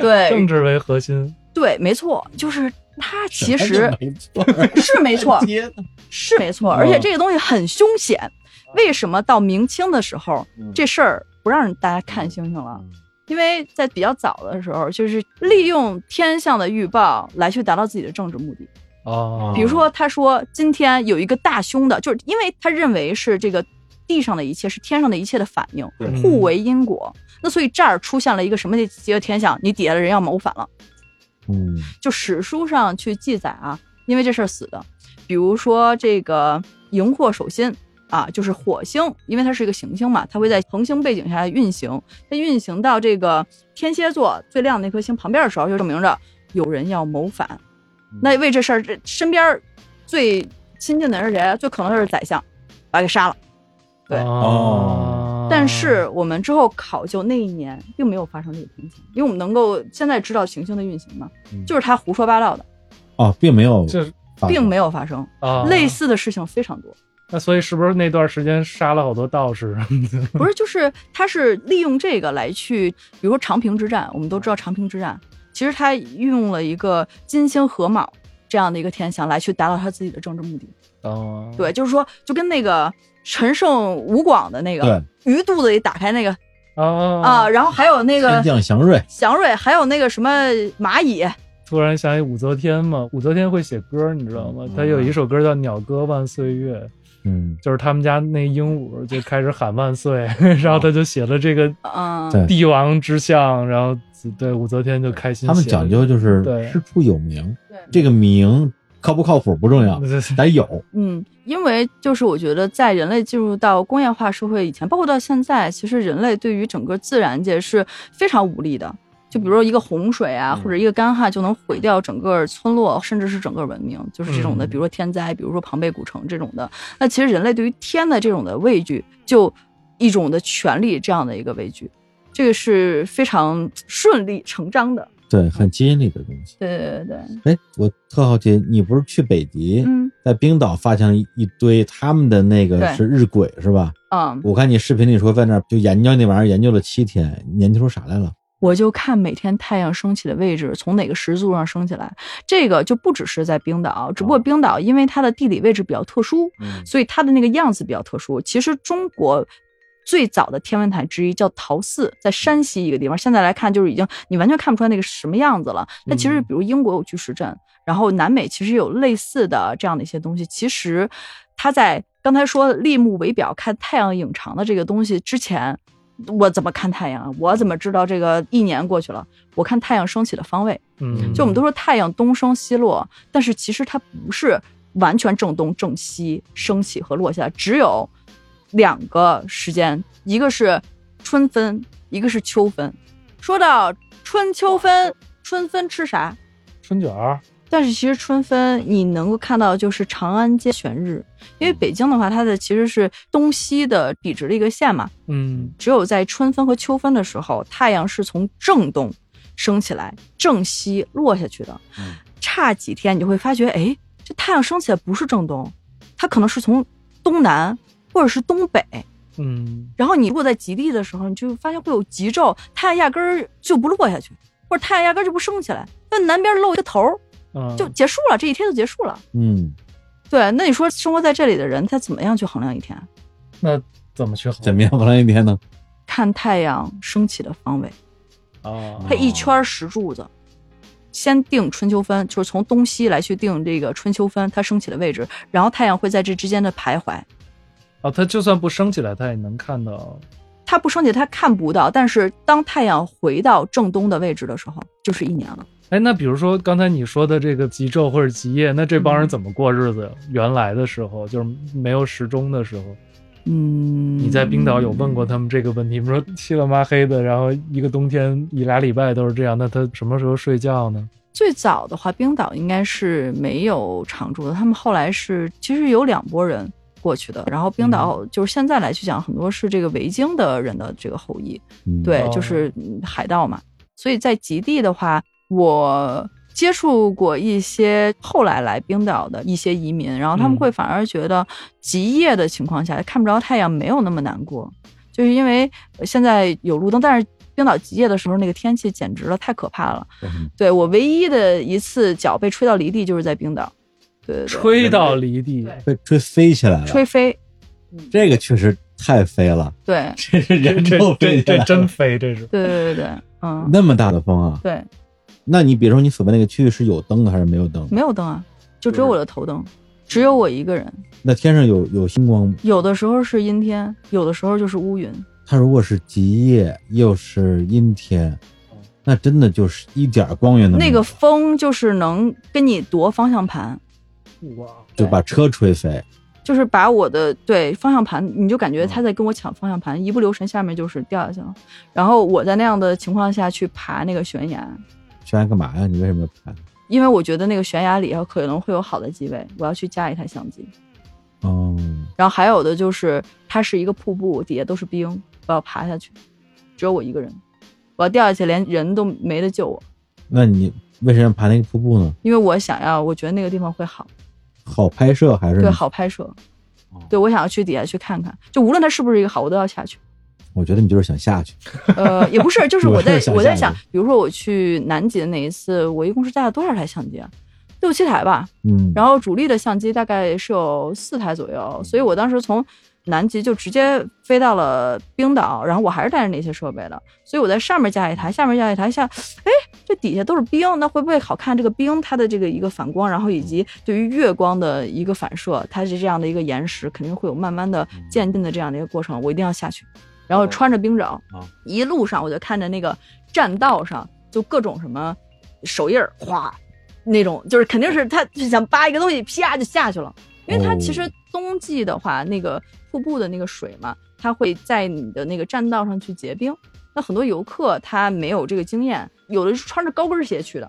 Speaker 2: 对，
Speaker 3: 政治为核心。
Speaker 2: 对，没错，就是它其
Speaker 4: 什
Speaker 2: 实
Speaker 4: 么哎没错，
Speaker 2: 是没错，
Speaker 4: 天哪
Speaker 2: 是没错，
Speaker 4: 嗯
Speaker 2: 而且这个东西很凶险。为什么到明清的时候
Speaker 4: 嗯
Speaker 2: 这事啊儿不让大家看星星了？因为在比较早的时候，就是利用天象的预报来去达到自己的政治目的。
Speaker 3: 哦，
Speaker 2: 比如说，他说今天有一个大凶的，就是因为他认为是这个地上的一切是天上的一切的反应，
Speaker 4: 对
Speaker 2: 互为因果。那所以这儿出现了一个什么结天象，你底下的人要谋反了。
Speaker 4: 嗯，
Speaker 2: 就史书上去记载啊，因为这事儿死的，比如说这个荧惑守心啊，就是火星，因为它是一个行星嘛，它会在恒星背景下运行，它运行到这个天蝎座最亮的那颗星旁边的时候，就证明着有人要谋反。那为这事儿，这身边儿
Speaker 3: 啊
Speaker 2: 最亲近的是谁？最可能就是宰相，把他给杀了。对
Speaker 3: 哦，
Speaker 2: 但是我们之后考究那一年并没有发生这个情形，因为我们能够现在知道行星的运行嘛，
Speaker 4: 嗯
Speaker 2: 就是他胡说八道的，
Speaker 4: 哦，并没有，
Speaker 3: 就是
Speaker 2: 并没有发生。
Speaker 3: 啊，
Speaker 2: 类似的事情非常 多，
Speaker 3: 那所以是不是那段时间杀了好多道士？
Speaker 2: 不是，就是他是利用这个来去，比如说长平之战，我们都知道长平之战，其实他运用了一个金星合卯这样的一个天象来去达到他自己的政治目的。
Speaker 3: 啊，
Speaker 4: 嗯
Speaker 2: 对，就是说，就跟那个陈胜吴广的那个
Speaker 4: 对嗯
Speaker 2: 鱼肚子里打开那个
Speaker 3: 啊
Speaker 2: 啊，然后还有那
Speaker 4: 天
Speaker 2: 个
Speaker 4: 降祥瑞，
Speaker 2: 祥瑞，还有那个什么蚂蚁，
Speaker 3: 突然想起武则天嘛，武则天会写歌，你知道吗
Speaker 4: 嗯？
Speaker 3: 她有一首歌叫《鸟歌万岁月》，
Speaker 4: 嗯，
Speaker 3: 就是他们家那鹦鹉就开始喊万岁， 然后她就写了这个
Speaker 2: 嗯，
Speaker 4: 对
Speaker 3: 帝王之相，然后对武则天就开心写
Speaker 4: 他
Speaker 3: 了。
Speaker 4: 们讲究就是
Speaker 3: 对
Speaker 4: 师出有名，
Speaker 2: 对
Speaker 4: 这个名靠不靠谱不重要，得 有，
Speaker 2: 嗯，因为就是我觉得，在人类进入到工业化社会以前，包括到现在，其实人类对于整个自然界是非常无力的。就比如说一个洪水啊，
Speaker 4: 嗯
Speaker 2: 或者一个干旱，就能毁掉整个村落，甚至是整个文明，就是这种的。
Speaker 3: 嗯
Speaker 2: 比如说天灾，比如说庞贝古城这种的。那其实人类对于天的这种的畏惧，就一种的权利这样的一个畏惧，这个是非常顺理成章的。
Speaker 4: 对，很基因里的东西。
Speaker 2: 对对对对，
Speaker 4: 哎，我特好奇，你不是去北极，
Speaker 2: 嗯
Speaker 4: 在冰岛发现了一一堆他们的那个
Speaker 2: 对
Speaker 4: 是日晷是吧？
Speaker 2: 嗯，
Speaker 4: 我看你视频里说在那儿就研究那玩意儿，研究了七天，你研究出啥来了？
Speaker 2: 我就看每天太阳升起的位置，从哪个时速上升起来。这个就不只是在冰岛，只不过冰岛因为它的地理位置比较特殊，
Speaker 4: 嗯
Speaker 2: 所以它的那个样子比较特殊。其实中国最早的天文台之一叫陶寺，在山西一个地方。现在来看，就是已经你完全看不出来那个什么样子了。那其实
Speaker 3: 嗯
Speaker 2: 比如英国有巨石阵，然后南美其实有类似的这样的一些东西。其实它在刚才说立木为表看太阳影长的这个东西之前。我怎么看太阳啊？我怎么知道这个一年过去了？我看太阳升起的方位，
Speaker 3: 嗯，
Speaker 2: 就我们都说太阳东升西落，但是其实它不是完全正东正西升起和落下，只有两个时间，一个是春分，一个是秋分。说到春秋分，春分吃啥？
Speaker 3: 春卷儿，
Speaker 2: 但是其实春分你能够看到就是长安街悬日，因为北京的话，它的其实是东西的笔直的一个线嘛，
Speaker 3: 嗯
Speaker 2: 只有在春分和秋分的时候，太阳是从正东升起来，正西落下去的。
Speaker 4: 嗯
Speaker 2: 差几天，你就会发觉，哎，这太阳升起来不是正东，它可能是从东南或者是东北。
Speaker 3: 嗯，
Speaker 2: 然后你如果在极地的时候，你就发现会有极昼，太阳压根儿就不落下去，或者太阳压根儿就不升起来，那南边露一个头儿
Speaker 3: 啊
Speaker 2: 就结束了，这一天就结束了。
Speaker 4: 嗯，
Speaker 2: 对，那你说生活在这里的人，他怎么样去衡量一天？
Speaker 3: 那怎么去衡
Speaker 4: 怎么样？完了一天呢？
Speaker 2: 看太阳升起的方位。
Speaker 3: 啊？
Speaker 2: 它一圈儿石柱子，先定春秋分，就是从东西来去定这个春秋分它升起的位置，然后太阳会在这之间的徘徊。
Speaker 3: 啊，它就算不升起来，它也能看到。
Speaker 2: 它不升起，它看不到，但是当太阳回到正东的位置的时候，就是一年了。
Speaker 3: 哎，那比如说刚才你说的这个极昼或者极夜，那这帮人怎么过日子呀？原来的时候就是没有时钟的时候，
Speaker 2: 嗯，
Speaker 3: 你在冰岛有问过他们这个问题吗？说漆了麻黑的，然后一个冬天一俩礼拜都是这样，那他什么时候睡觉呢？
Speaker 2: 最早的话，冰岛应该是没有常住的，他们后来是其实有两拨人过去的，然后冰
Speaker 3: 嗯
Speaker 2: 岛就是现在来去讲，很多是这个维京的人的这个后裔。
Speaker 4: 嗯
Speaker 2: 对，
Speaker 3: 哦
Speaker 2: 就是嗯海盗嘛。所以在极地的话，我接触过一些后来来冰岛的一些移民，然后他们
Speaker 3: 嗯
Speaker 2: 会反而觉得极夜的情况下看不着太阳没有那么难过，就是因为呃现在有路灯，但是。冰岛极夜的时候，那个天气简直了，太可怕了。对我唯一的一次脚被吹到离地，就是在冰岛，对对对，
Speaker 3: 吹到离地，
Speaker 4: 被吹飞起来了，
Speaker 2: 吹飞，
Speaker 4: 这个确实太飞了，
Speaker 2: 对
Speaker 4: 这是
Speaker 3: 这
Speaker 4: 人都
Speaker 3: 这这
Speaker 4: 飞起
Speaker 3: 这
Speaker 4: 来了
Speaker 3: 真飞，这是
Speaker 2: 对对对对，嗯，
Speaker 4: 那么大的风啊！
Speaker 2: 对，
Speaker 4: 那你比如说你所在那个区域是有灯的还是没有灯？
Speaker 2: 没有灯啊，就只有我的头灯，只有我一个人，
Speaker 4: 那天上有有星光吗？
Speaker 2: 有的时候是阴天，有的时候就是乌云。
Speaker 4: 它如果是极夜又是阴天，那真的就是一点儿光源都
Speaker 2: 嗯
Speaker 4: 没
Speaker 2: 那
Speaker 4: 有，
Speaker 2: 个风就是能跟你夺方向盘，
Speaker 3: 哇，
Speaker 4: 就把车吹飞。
Speaker 2: 就是把我的对方向盘，你就感觉他在跟我抢方向盘，一不留神下面就是掉下去了。然后我在那样的情况下去爬那个悬崖，
Speaker 4: 悬崖干嘛呀？你为什么要拍？
Speaker 2: 因为我觉得那个悬崖里头可能会有好的机位，我要去加一台相机。
Speaker 4: 哦，
Speaker 2: 然后还有的就是它是一个瀑布，底下都是冰，我要爬下去，只有我一个人，我要掉下去，连人都没得救我，
Speaker 4: 那你为什么要爬那个瀑布呢？
Speaker 2: 因为我想要，我觉得那个地方会好，
Speaker 4: 好拍摄还是
Speaker 2: 对，？好拍摄，对我想要去底下去看看，就无论它是不是一个好，我都要下去。
Speaker 4: 我觉得你就是想下去。
Speaker 2: 呃，也不是，就是
Speaker 4: 我
Speaker 2: 我在
Speaker 4: 是想
Speaker 2: 我在想
Speaker 4: 象的，
Speaker 2: 比如说我去南极的那一次，我一共是带了多少台相机啊？六七台吧，
Speaker 4: 嗯，
Speaker 2: 然后主力的相机大概是有四台左右，所以我当时从南极就直接飞到了冰岛，然后我还是带着那些设备的，所以我在上面架一台，下面架一台，下，哎，这底下都是冰，那会不会好看？这个冰它的这个一个反光，然后以及对于月光的一个反射，它是这样的一个延时，肯定会有慢慢的渐进的这样的一个过程，我一定要下去，然后穿着冰爪，一路上我就看着那个栈道上就各种什么手印儿，哗，那种就是肯定是他就想扒一个东西，啪就下去了。因为它其实
Speaker 4: 哦
Speaker 2: 冬季的话，那个瀑布的那个水嘛，它会在你的那个栈道上去结冰。那很多游客他没有这个经验，有的是穿着高跟鞋去的，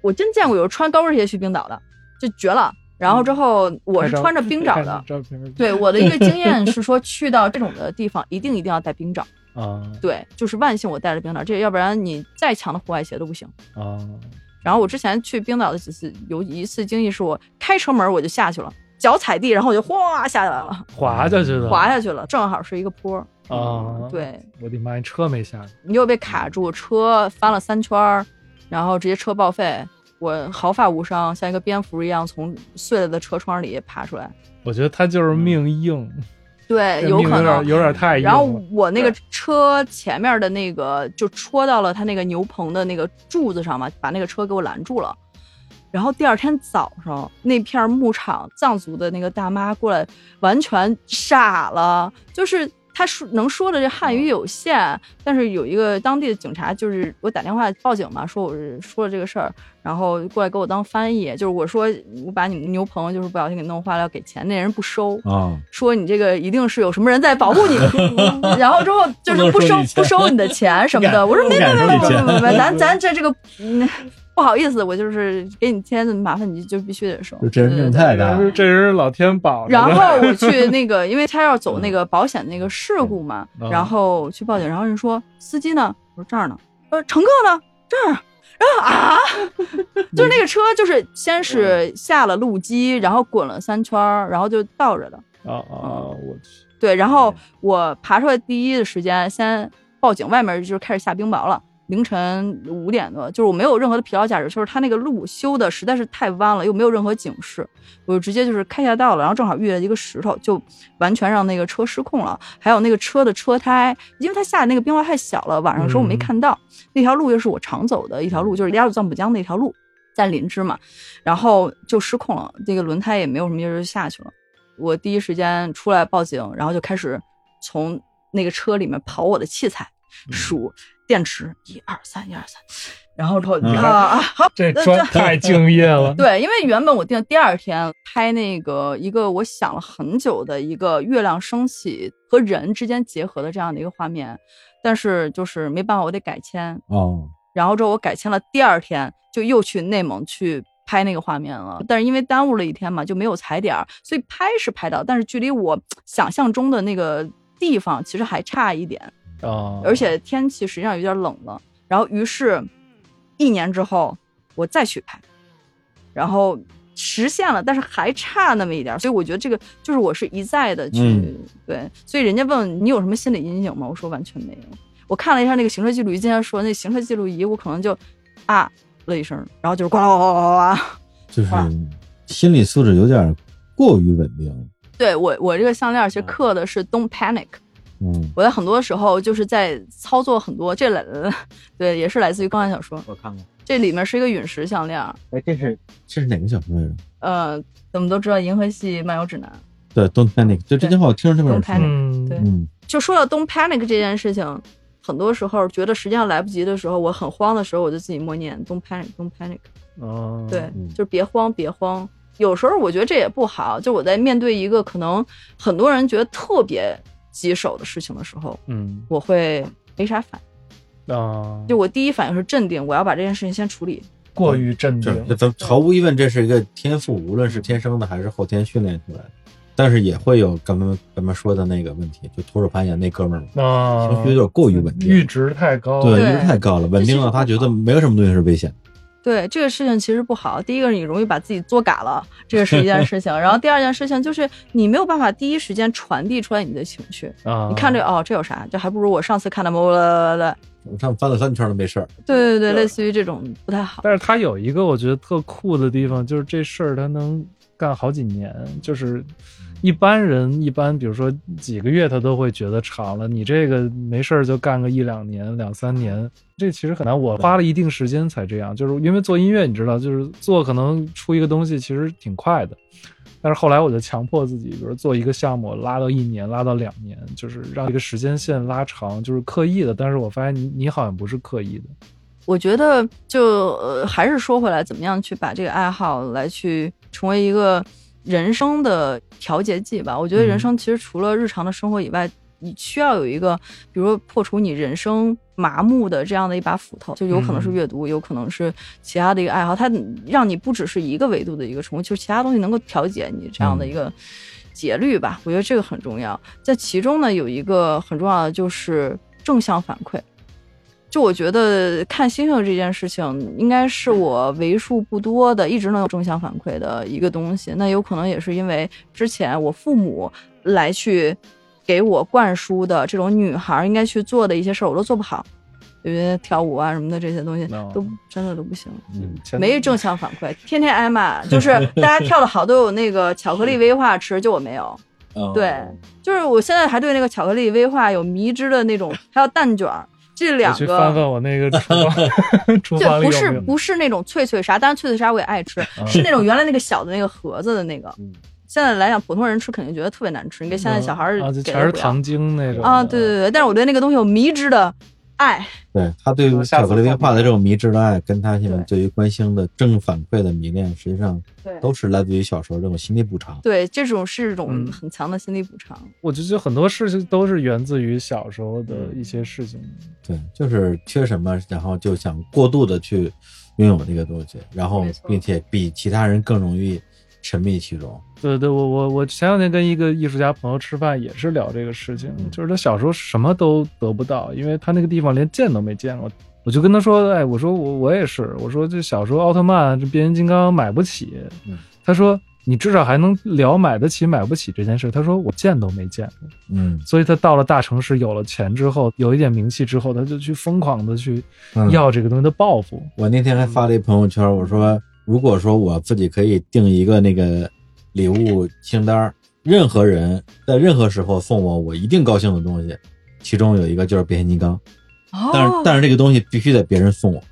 Speaker 2: 我真见过有穿高跟鞋去冰岛的，就绝了。然后之后我是穿着冰爪
Speaker 3: 看
Speaker 2: 的，
Speaker 3: 照片，
Speaker 2: 对我的一个经验是说，去到这种的地方一定一定要带冰爪。
Speaker 3: 啊
Speaker 2: 对，就是万幸我带了冰岛，这要不然你再强的户外鞋都不行。
Speaker 3: 啊，
Speaker 4: 嗯
Speaker 2: 然后我之前去冰岛的几次，有一次经历是我开车门我就下去了，脚踩地，然后我就哗下来了，
Speaker 3: 滑下去的，
Speaker 2: 滑下去了，正好是一个坡儿。
Speaker 3: 啊，
Speaker 2: 对，
Speaker 3: 我的妈呀，车没下去，
Speaker 2: 你又被卡住，车翻了三圈儿，然后直接车报废。我毫发无伤，像一个蝙蝠一样从碎了的车窗里爬出来。
Speaker 3: 我觉得他
Speaker 4: 嗯
Speaker 3: 就是命硬，
Speaker 2: 对，
Speaker 3: 这
Speaker 2: 呃有
Speaker 3: 命
Speaker 2: 可
Speaker 3: 有
Speaker 2: 能
Speaker 3: 点。有点太硬
Speaker 2: 然后
Speaker 3: 了，
Speaker 2: 我那个车前面的那个就戳到了他那个牛棚的那个柱子上嘛，把那个车给我拦住了。然后第二天早上，那片牧场藏族的那个大妈过来，完全傻了，就是她说能说的这汉
Speaker 3: 嗯
Speaker 2: 语有限，但是有一个当地的警察，就是我打电话报警嘛，说我是说了这个事儿，然后过来给我当翻译，就是我说我把你们牛棚就是不小心给弄坏了，要给钱，那人不收，
Speaker 4: 啊，
Speaker 2: 说你这个一定是有什么人在保护你， 然后之后就是不收不收你的钱什么的。我说没没没没没没没，咱咱这这个嗯不好意思，我就是给你添的麻烦，你就必须得收。
Speaker 4: 就这人命太大了。
Speaker 3: 这人是老天保着
Speaker 2: 然
Speaker 3: 的，
Speaker 2: 后我去那个，因为他要走那个保险那个事故嘛，
Speaker 3: 嗯
Speaker 2: 然后去报警，然后人说司机呢？我说这儿呢，呃，乘客呢？这儿。 然后啊，就是那个车，就是先是下了路基，然后滚了三圈儿，然后就倒着的。
Speaker 3: 啊啊，
Speaker 4: 嗯
Speaker 3: 我去，
Speaker 2: 对，然后我爬出来第一的时间，先报警，外面就是开始下冰雹了。凌晨五点多，就是我没有任何的疲劳驾驶，就是它那个路修的实在是太弯了，又没有任何警示，我就直接就是开下道了，然后正好遇到一个石头，就完全让那个车失控了。还有那个车的车胎，因为它下的那个冰雹太小了，晚上的时候我没
Speaker 3: 嗯
Speaker 2: 看到、那条路，又是我常走的一条路，就是雅鲁藏布江那条路，在林芝嘛，然后就失控了，那个轮胎也没有什么劲儿就下去了。我第一时间出来报警，然后就开始从那个车里面刨我的器材，数电池，一二三，一二三，然后之后
Speaker 4: 嗯
Speaker 2: 啊啊，好，
Speaker 3: 这
Speaker 2: 那
Speaker 3: 专
Speaker 2: 这
Speaker 3: 太敬业了，
Speaker 2: 对，因为原本我定第二天拍那个一个我想了很久的一个月亮升起和人之间结合的这样的一个画面，但是就是没办法，我得改签，
Speaker 4: 哦，
Speaker 2: 然后之后我改签了，第二天就又去内蒙去拍那个画面了，但是因为耽误了一天嘛，就没有踩点儿，所以拍是拍到，但是距离我想象中的那个地方其实还差一点，
Speaker 3: 啊，
Speaker 2: 而且天气实际上有点冷了。然后于是，一年之后我再去拍，然后实现了，但是还差那么一点儿。所以我觉得这个就是我是一再的去、
Speaker 4: 嗯
Speaker 2: 对。所以人家问你有什么心理阴影吗？我说完全没有。我看了一下那个行车记录仪，今天说那行车记录仪，我可能就啊了一声，然后就是呱啦呱啦呱啦呱啦。
Speaker 4: 就是心理素质有点过于稳定了。
Speaker 2: 对我我这个项链其实刻的是 “Don't panic”。
Speaker 4: 嗯，
Speaker 2: 我在很多时候就是在操作很多这来， 对，也是来自于科幻小说。
Speaker 5: 我看看，
Speaker 2: 这里面是一个陨石项链儿，
Speaker 5: 哎，这是
Speaker 4: 这是哪个小说来着？
Speaker 2: 呃，我们都知道《银河系漫游指南
Speaker 4: 对，Don't panic，就这句话我听着特别耳
Speaker 2: Don't
Speaker 4: 熟
Speaker 2: panic。
Speaker 3: 嗯，
Speaker 2: 对
Speaker 4: 嗯，》。
Speaker 2: 就说到 “Don't panic” 这件事情，很多时候觉得时间上来不及的时候，我很慌的时候，我就自己默念 “Don't panic, Don't panic”。
Speaker 3: 啊，
Speaker 2: 对，
Speaker 4: 嗯
Speaker 2: 就是别慌，别慌。有时候我觉得这也不好，就我在面对一个可能很多人觉得特别棘手的事情的时候，
Speaker 3: 嗯
Speaker 2: 我会没啥反
Speaker 3: 啊
Speaker 2: 应。，就我第一反应是镇定，我要把这件事情先处理。
Speaker 3: 过于镇
Speaker 4: 这
Speaker 3: 定，
Speaker 4: 这咱毫无疑问，这是一个天赋，无论是天生的还是后天训练出来的。但是也会有刚刚咱们说的那个问题，就徒手攀岩那哥们儿嘛，
Speaker 3: 啊，
Speaker 4: 情绪有点过于稳定，
Speaker 3: 阈值太高，
Speaker 4: 对，
Speaker 2: 对
Speaker 4: 阈值太高了，稳定了，他觉得没有什么东西是危险的。
Speaker 2: 对这个事情其实不好。第一个，你容易把自己作嘎了，这个是一件事情。然后第二件事情就是你没有办法第一时间传递出来你的情绪。
Speaker 3: 啊，
Speaker 2: 你看这哦，这有啥？这还不如我上次看的某啦啦啦。
Speaker 4: 我上翻了三圈都没事儿，
Speaker 2: 对对对，
Speaker 3: 对
Speaker 2: 类似于这种不太好。
Speaker 3: 但是他有一个我觉得特酷的地方，就是这事儿他能干好几年，就是一般人一般，比如说几个月他都会觉得长了，你这个没事儿就干个一两年、两三年，这其实很难。我花了一定时间才这样，就是因为做音乐，你知道，就是做可能出一个东西其实挺快的。但是后来我就强迫自己，比如做一个项目，拉到一年，拉到两年，就是让这个时间线拉长，就是刻意的。但是我发现你你好像不是刻意的，
Speaker 2: 我觉得就呃，还是说回来，怎么样去把这个爱好来去成为一个人生的调节剂吧？我觉得人生其实除了日常的生活以外，你需要有一个，比如说破除你人生麻木的这样的一把斧头，就有可能是
Speaker 3: 嗯
Speaker 2: 阅读，有可能是其他的一个爱好，它让你不只是一个维度的一个重复，就是其他东西能够调节你这样的一个节律吧。我觉得这个很重要。在其中呢，有一个很重要的就是正向反馈。就我觉得看星星这件事情，应该是我为数不多的一直能有正向反馈的一个东西。那有可能也是因为之前我父母来去给我灌输的这种女孩应该去做的一些事儿，我都做不好，因为跳舞啊什么的这些东西
Speaker 3: 哦
Speaker 2: 都真的都不行。
Speaker 4: 嗯，
Speaker 3: 前
Speaker 2: 没正向反馈，天天挨骂，就是大家跳的好都有那个巧克力威化吃，就我没有。
Speaker 3: 嗯
Speaker 2: 对就是我现在还对那个巧克力威化有迷之的那种，还有蛋卷儿这两
Speaker 3: 我去
Speaker 2: 个。
Speaker 3: 翻翻我那 个厨房，厨
Speaker 2: 就
Speaker 3: 房里
Speaker 2: 不
Speaker 3: 有
Speaker 2: 是
Speaker 3: 没有？
Speaker 2: 不是那种脆脆鲨，当然脆脆鲨我也爱吃，是那种原来那个小的那个盒子的那个
Speaker 4: 嗯。
Speaker 2: 现在来讲，普通人吃肯定觉得特别难吃，你给现在小孩儿
Speaker 3: 啊，就
Speaker 2: 给
Speaker 3: 全
Speaker 2: 都
Speaker 3: 是
Speaker 2: 不要
Speaker 3: 糖嗯精那种
Speaker 2: 啊，对对对。但是我对那个东西有迷之的爱，
Speaker 4: 对他对于
Speaker 3: 嗯下次
Speaker 4: 巧克力
Speaker 3: 再
Speaker 4: 威化的
Speaker 3: 聊
Speaker 4: 这种迷之的爱，跟他现在对于观星的正反馈的迷恋，实际上
Speaker 2: 对
Speaker 4: 都是来自于小时候这种心理补偿。
Speaker 2: 对，这种是一种
Speaker 3: 嗯
Speaker 2: 很强的心理补偿。
Speaker 3: 我觉得很多事情都是源自于小时候的
Speaker 2: 嗯
Speaker 3: 一些事情。
Speaker 4: 对，就是缺什么，然后就想过度的去拥有这个东西，然后
Speaker 2: 没错
Speaker 4: 并且比其他人更容易沉迷其中。
Speaker 3: 对对，我我我前两天跟一个艺术家朋友吃饭，也是聊这个事情，
Speaker 4: 嗯
Speaker 3: 就是他小时候什么都得不到，因为他那个地方连见都没见过。我就跟他说，哎，我说我我也是，我说这小时候奥特曼、啊这变形金刚买不起
Speaker 4: 嗯，
Speaker 3: 他说你至少还能聊买得起买不起这件事，他说我见都没见过。
Speaker 4: 嗯，
Speaker 3: 所以他到了大城市，有了钱之后，有一点名气之后，他就去疯狂的去
Speaker 4: 嗯
Speaker 3: 要这个东西的报复。
Speaker 4: 我那天还发了一朋友圈，我说如果说我自己可以定一个那个礼物清单儿，任何人在任何时候送我，我一定高兴的东西，其中有一个就是变形金刚，但是
Speaker 2: 哦，
Speaker 4: 但是这个东西必须得别人送我，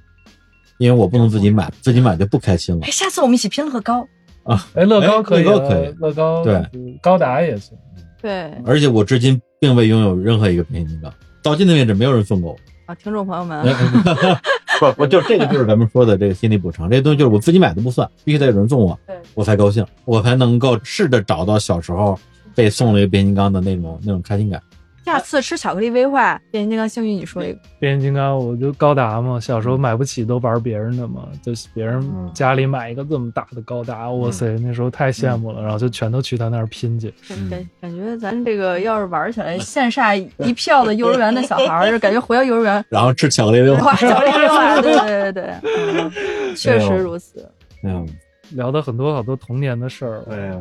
Speaker 4: 因为我不能自己买，自己买就不开心了
Speaker 2: 哎，。下次我们一起拼乐高。
Speaker 3: 哎，乐高可以啊，
Speaker 4: 乐高可以
Speaker 3: 乐高
Speaker 4: 对
Speaker 3: 嗯高达也行。
Speaker 2: 对
Speaker 4: 而且我至今并未拥有任何一个变形金刚，到今天为止没有人送过我。
Speaker 2: 啊，听众朋友们，
Speaker 4: 呃不，我就这个就是咱们说的这个心理补偿，这些东西就是我自己买的不算，必须得有人送我
Speaker 2: 对，
Speaker 4: 我才高兴，我才能够试着找到小时候被送了一个变形金刚的那种那种开心感。
Speaker 2: 下次吃巧克力威化，变形金刚幸运你说一个，
Speaker 3: 变形金刚，我就高达嘛，小时候买不起，都玩别人的嘛，就是别人
Speaker 4: 嗯
Speaker 3: 家里买一个这么大的高达，哇塞，那时候太羡慕了，然后就全都去他那儿拼去。
Speaker 2: 感感觉咱这个要是玩起来，线下一票的幼儿园的小孩 儿，就感觉回到幼儿园
Speaker 4: 然后吃巧克力 的话，
Speaker 2: 哇，小丽啊，对对对对，嗯，确实如此。
Speaker 4: 嗯，
Speaker 3: 聊到很多好多童年的事儿，
Speaker 4: 对呀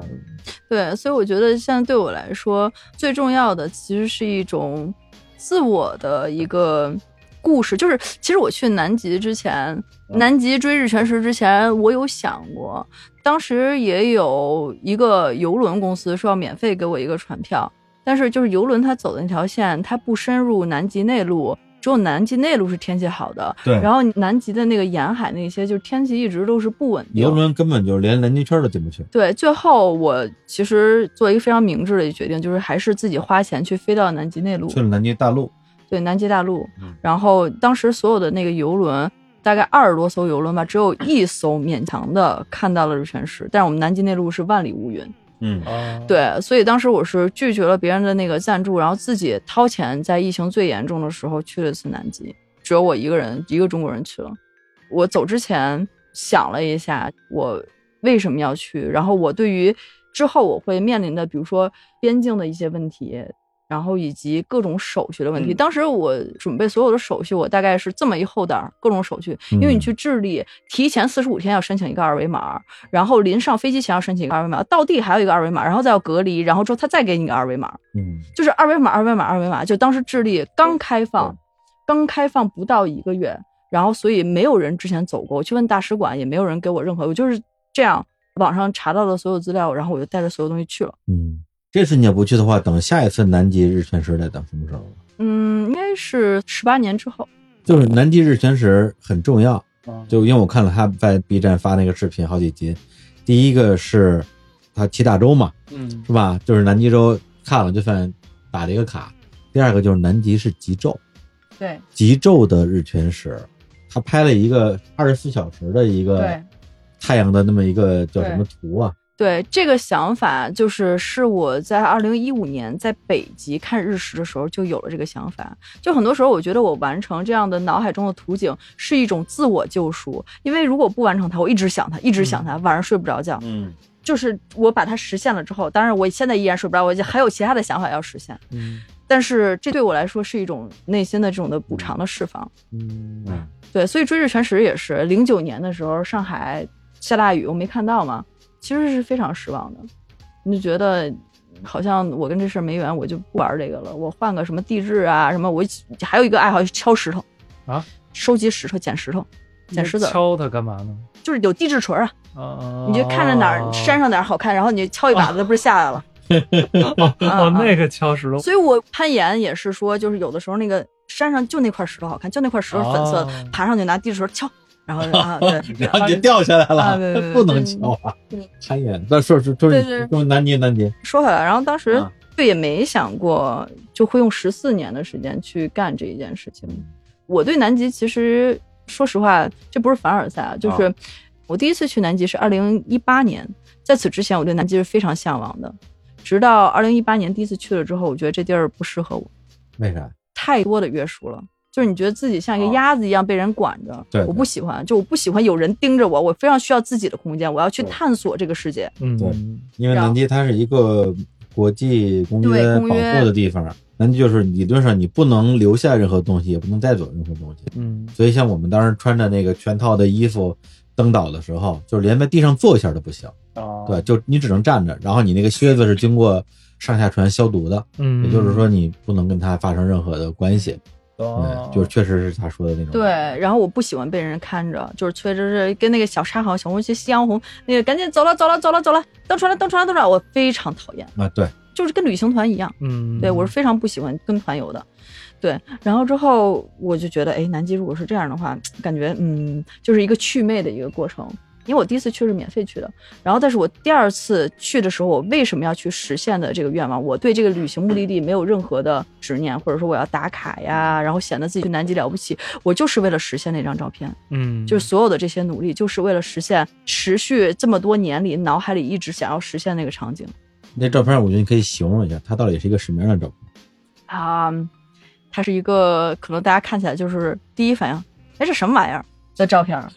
Speaker 2: 对，所以我觉得现在对我来说最重要的其实是一种自我的一个故事，就是其实我去南极之前，南极追日全食之前，我有想过，当时也有一个游轮公司说要免费给我一个船票，但是就是游轮它走的那条线，它不深入南极内陆。只有南极内陆是天气好的，
Speaker 4: 对
Speaker 2: 然后南极的那个沿海那些，就是天气一直都是不稳定。
Speaker 4: 游轮根本就连南极圈都进不去。
Speaker 2: 对，最后我其实做一个非常明智的一个决定，就是还是自己花钱去飞到南极内陆，
Speaker 4: 去了南极大陆，
Speaker 2: 对南极大陆
Speaker 4: 嗯。
Speaker 2: 然后当时所有的那个游轮，大概二十多艘游轮吧，只有一艘勉强的看到了日全食，但是我们南极内陆是万里无云。
Speaker 4: 嗯，
Speaker 3: 啊，，
Speaker 2: 对，所以当时我是拒绝了别人的那个赞助，然后自己掏钱，在疫情最严重的时候去了一次南极，只有我一个人，一个中国人去了。我走之前想了一下，我为什么要去，然后我对于之后我会面临的，比如说边境的一些问题，然后以及各种手续的问题。
Speaker 1: 嗯
Speaker 2: 当时我准备所有的手续，我大概是这么一厚袋儿，各种手续。因为你
Speaker 4: 嗯
Speaker 2: 去智利，提前四十五天要申请一个二维码，然后临上飞机前要申请一个二维码，到地还有一个二维码，然后再要隔离，然后之后他再给你一个二维码，
Speaker 4: 嗯
Speaker 2: 就是二维码、二维码、二维码。就当时智利刚开放
Speaker 4: 对，
Speaker 2: 刚开放不到一个月，然后所以没有人之前走过。我去问大使馆，也没有人给我任何，我就是这样网上查到的所有资料，然后我就带着所有东西去了。
Speaker 4: 嗯，这次你要不去的话，等下一次南极日全食得等什么时候？啊
Speaker 2: 嗯，应该是十八年之后。
Speaker 4: 就是南极日全食很重要，
Speaker 3: 嗯
Speaker 4: 就因为我看了他在 B 站发那个视频好几集，第一个是他七大洲嘛，
Speaker 3: 嗯
Speaker 4: 是吧？就是南极洲看了就算打了一个卡。第二个就是南极是极昼，
Speaker 2: 对
Speaker 4: 极昼的日全食，他拍了一个二十四小时的一个
Speaker 2: 对
Speaker 4: 太阳的那么一个叫什么图啊？
Speaker 2: 对，这个想法就是是我在二零一五年在北极看日食的时候就有了这个想法。就很多时候，我觉得我完成这样的脑海中的图景是一种自我救赎，因为如果不完成它，我一直想它，一直想它，晚上睡不着觉。
Speaker 4: 嗯
Speaker 2: 就是我把它实现了之后，当然我现在依然睡不着，我就还有其他的想法要实现。
Speaker 3: 嗯
Speaker 2: 但是这对我来说是一种内心的这种的补偿的释放。
Speaker 3: 嗯
Speaker 4: 嗯。
Speaker 2: 对，所以《追日全食》也是零九年的时候，上海下大雨，我没看到嘛，其实是非常失望的。你就觉得好像我跟这事儿没缘，我就不玩这个了，我换个什么地质啊，什么我还有一个爱好敲石头
Speaker 3: 啊，
Speaker 2: 收集石头、捡石头、捡石子儿，
Speaker 3: 敲它干嘛呢？
Speaker 2: 就是有地质锤儿啊，
Speaker 3: 啊，
Speaker 2: 你就看着哪儿山上哪儿好看，然后你就敲 一把子，不是下来了。
Speaker 3: 哦哦
Speaker 2: 嗯嗯
Speaker 3: 那个敲石头，
Speaker 2: 所以我攀岩也是说，就是有的时候那个山上就那块石头好看，就那块石头是粉色的，
Speaker 3: 哦
Speaker 2: 爬上去拿地质锤儿敲，然后啊对
Speaker 4: 然后你就掉下来了，
Speaker 2: 啊对对对
Speaker 4: 不能敲啊
Speaker 2: 嗯！
Speaker 4: 攀岩，那说说说
Speaker 2: 对对
Speaker 4: 说南极南极，
Speaker 2: 说回来，然后当时
Speaker 4: 啊
Speaker 2: 就也没想过就会用十四年的时间去干这一件事情。我对南极其实说实话，这不是凡尔赛啊，就是我第一次去南极是二零一八年，在此之前我对南极是非常向往的，直到二零一八年第一次去了之后，我觉得这地儿不适合我，
Speaker 4: 为啥？
Speaker 2: 太多的约束了。就是你觉得自己像一
Speaker 4: 哦
Speaker 2: 个鸭子一样被人管着，
Speaker 4: 对
Speaker 2: 我不喜欢，就我不喜欢有人盯着我，我非常需要自己的空间，我要去
Speaker 4: 对
Speaker 2: 探索这个世界。
Speaker 3: 嗯
Speaker 4: 对因为南极它是一个国际公
Speaker 2: 对
Speaker 4: 约保
Speaker 2: 公
Speaker 4: 护
Speaker 2: 约
Speaker 4: 的地方，南极就是理论上你不能留下任何东西，也不能带走任何东西。
Speaker 3: 嗯
Speaker 4: 所以像我们当时穿着那个全套的衣服登岛的时候，就连在地上坐一下都不行，
Speaker 3: 啊
Speaker 4: 对，，就你只能站着，然后你那个靴子是经过上下船消毒的，
Speaker 3: 嗯，
Speaker 4: 也就是说你不能跟它发生任何的关系。
Speaker 3: 哦
Speaker 4: 对，就是确实是他说的那种。
Speaker 2: 对，然后我不喜欢被人看着，就是催着这跟那个小沙好像小红旗、夕阳红，那个赶紧走了走了走了走了，登船了登船了登船了，我非常讨厌，
Speaker 4: 啊，对，
Speaker 2: 就是跟旅行团一样，
Speaker 3: 嗯，
Speaker 2: 对我是非常不喜欢跟团游的。对，然后之后我就觉得，哎，南极如果是这样的话，感觉嗯，就是一个祛魅的一个过程。因为我第一次去是免费去的，然后但是我第二次去的时候，我为什么要去实现的这个愿望？我对这个旅行目的地没有任何的执念，或者说我要打卡呀，然后显得自己去南极了不起，我就是为了实现那张照片。
Speaker 3: 嗯，
Speaker 2: 就是所有的这些努力，就是为了实现持续这么多年里脑海里一直想要实现那个场景
Speaker 4: 那照片我觉得你可以形容一下，它到底是一个什么样的照片？
Speaker 2: 啊。它是一个可能大家看起来就是第一反应，哎，这什么玩意儿的照片儿？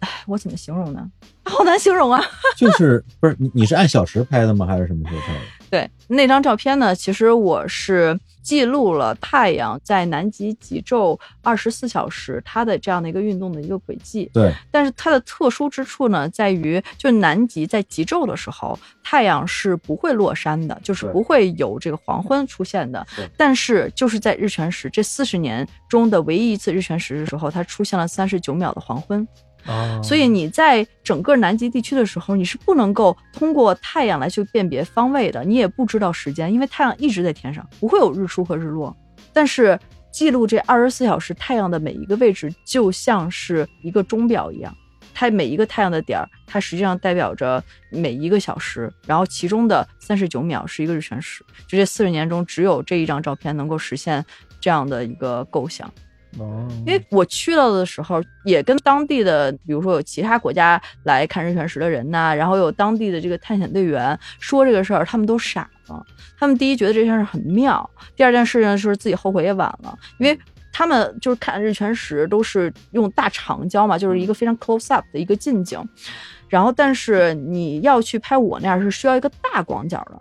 Speaker 2: 哎，我怎么形容呢？好难形容啊！
Speaker 4: 就是不是你你是按小时拍的吗？还是什么时候拍的？
Speaker 2: 对，那张照片呢，其实我是记录了太阳在南极极昼二十四小时它的这样的一个运动的一个轨迹。
Speaker 4: 对，
Speaker 2: 但是它的特殊之处呢，在于就南极在极昼的时候，太阳是不会落山的，就是
Speaker 4: 对
Speaker 2: 不会有这个黄昏出现的
Speaker 4: 对。
Speaker 2: 但是就是在日全食这四十年中的唯一一次日全食的时候，它出现了三十九秒的黄昏。
Speaker 3: 啊，
Speaker 2: 所以你在整个南极地区的时候，你是不能够通过太阳来去辨别方位的，你也不知道时间，因为太阳一直在天上，不会有日出和日落。但是记录这二十四小时太阳的每一个位置，就像是一个钟表一样，它每一个太阳的点儿，它实际上代表着每一个小时，然后其中的三十九秒是一个日全食。就这四十年中，只有这一张照片能够实现这样的一个构想。
Speaker 3: 哦，
Speaker 2: 因为我去到的时候，也跟当地的，比如说有其他国家来看日全食的人呐、然后有当地的这个探险队员说这个事儿，他们都傻了。他们第一觉得这件事很妙，第二件事情就是自己后悔也晚了，因为他们就是看日全食都是用大长焦嘛，就是一个非常 close up 的一个近景。然后，但是你要去拍我那样是需要一个大广角的，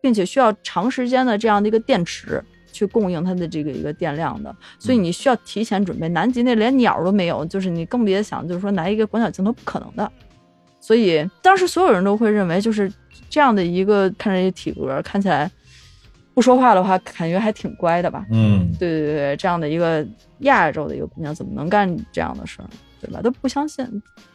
Speaker 2: 并且需要长时间的这样的一个电池去供应它的这个一个电量的，所以你需要提前准备。南极那连鸟都没有，就是你更别想就是说拿一个广角镜头不可能的。所以当时所有人都会认为，就是这样的一个看着这体格看起来不说话的话，感觉还挺乖的吧？
Speaker 4: 嗯，
Speaker 2: 对对对对，这样的一个亚洲的一个姑娘怎么能干这样的事儿，对吧？都不相信。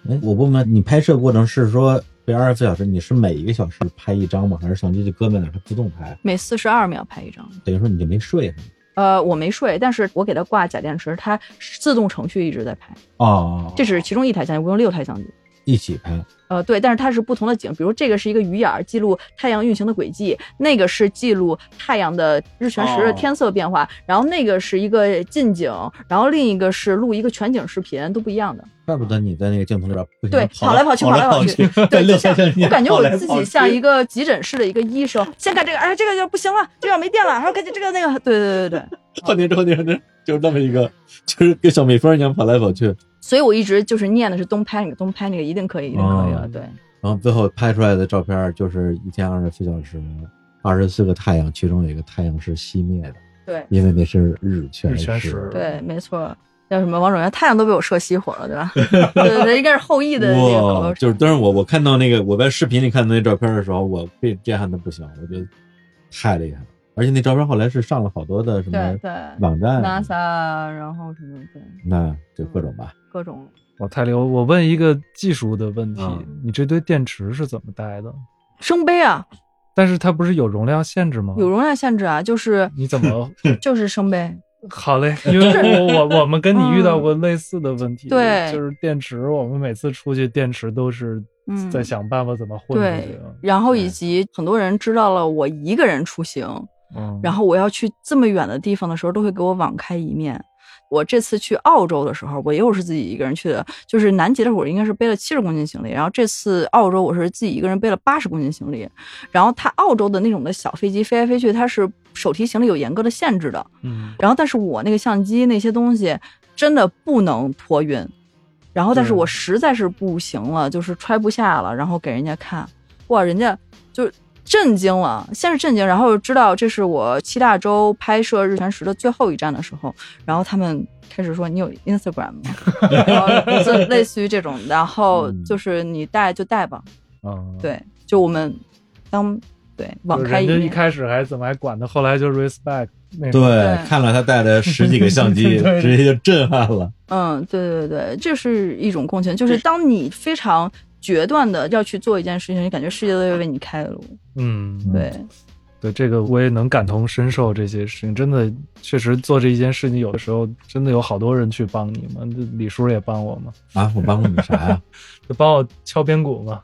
Speaker 4: 哎，我问问你拍摄过程是说，比如二十四小时，你是每一个小时拍一张吗？还是相机就搁在那儿它自动拍？
Speaker 2: 每四十二秒拍一张。
Speaker 4: 等于说你就没睡是吗？
Speaker 2: 呃，我没睡，但是我给它挂假电池，它自动程序一直在拍。
Speaker 4: 哦，
Speaker 2: 这只是其中一台相机，我用六台相机。
Speaker 4: 一起拍，
Speaker 2: 呃，对，但是它是不同的景，比如这个是一个鱼眼儿，记录太阳运行的轨迹；那个是记录太阳的日全食的
Speaker 1: 哦
Speaker 2: 天色变化，然后那个是一个近景，然后另一个是录一个全景视频，都不一 样的。
Speaker 4: 怪不得你在那个镜头里边不停
Speaker 2: 对
Speaker 4: 地，
Speaker 2: 跑来跑去，跑来跑去，对，就像 我感觉我自己像一
Speaker 1: 个
Speaker 2: 个急诊室的一个医生，先干这个，哎，这个就不行了，这个没电了，然后赶紧这个那个，对对对对对。
Speaker 4: 换天之后那那就是那么一个，就是跟小蜜蜂一样跑来跑去，
Speaker 2: 所以我一直就是念的是东拍那个，东拍那个，一定可以，一定可以了。
Speaker 4: 哦
Speaker 2: 对，
Speaker 4: 然后最后拍出来的照片就是一天二十四小时，二十四个太阳，其中有一个太阳是熄灭的，
Speaker 2: 对，
Speaker 4: 因为那是日全
Speaker 3: 日全食
Speaker 2: 对，没错。叫什么？王者荣耀太阳都被我射熄火了，对吧？ 对对对，应该是后羿的那个口头
Speaker 4: 哇，
Speaker 2: 禅
Speaker 4: 就是，但是我我看到那个我在视频里看到那照片的时候，我被震撼的不行，我觉得太厉害了。而且那照片后来是上了好多的什
Speaker 2: 对
Speaker 4: 么
Speaker 2: 对
Speaker 4: 网站啊
Speaker 2: ，NASA，然后什么对
Speaker 4: 那就各种吧。
Speaker 2: 各种
Speaker 3: 我太流，哦我问一个技术的问题，
Speaker 4: 嗯
Speaker 3: 你这堆电池是怎么带的？
Speaker 2: 圣杯啊，
Speaker 3: 但是它不是有容量限制吗？
Speaker 2: 有容量限制啊，就是
Speaker 3: 你怎 么？
Speaker 2: 就是圣杯，
Speaker 3: 好嘞，因为我我我们跟你遇到过类似的问题，
Speaker 2: 嗯对
Speaker 3: 就是电池，我们每次出去电池都是
Speaker 2: 嗯
Speaker 3: 在想办法怎么混出去啊
Speaker 2: 对。然后以及很多人知道了我一个人出行，
Speaker 3: 嗯，
Speaker 2: 然
Speaker 3: 后
Speaker 2: 后我要去这么远的地方的时候，都会给我网开一面。我这次去澳洲的时候，我又是自己一个人去的，就是南极的时候，我应该是背了七十公斤行李，然后这次澳洲我是自己一个人背了八十公斤行李。然后它澳洲的那种的小飞机飞来飞去，它是手提行李有严格的限制的。
Speaker 3: 嗯，
Speaker 2: 然后，但是我那个相机那些东西真的不能托运。然后，但是
Speaker 3: 对
Speaker 2: 我实在是不行了，就是揣不下了，然后给人家看，哇，人家就震惊了，先是震惊，然后知道这是我七大洲拍摄日全食的最后一站的时候，然后他们开始说你有 Instagram 吗？然 后就类似于这种，然后
Speaker 4: 嗯
Speaker 2: 就是你带就带吧，
Speaker 3: 嗯，
Speaker 2: 对，就我们当对网
Speaker 3: 就是
Speaker 2: 开
Speaker 3: 人
Speaker 2: 一
Speaker 3: 家一
Speaker 2: 面，
Speaker 3: 开始还怎么还管他，后来就 respect 那
Speaker 4: 对
Speaker 3: 种，，
Speaker 2: 对
Speaker 4: 看了他带的十几个相 机，
Speaker 3: 对
Speaker 4: 直接就震撼了。
Speaker 2: 嗯，对对对，这是一种共情，就是当你非常决断的要去做一件事情，你感觉世界都在为你开路，
Speaker 3: 嗯，
Speaker 2: 对，
Speaker 3: 对，这个我也能感同身受这些事情，真的确实做这一件事情，有的时候真的有好多人去帮你嘛，这李叔也帮我嘛，
Speaker 4: 啊，我帮过你啥呀？
Speaker 3: 就帮我敲边鼓嘛，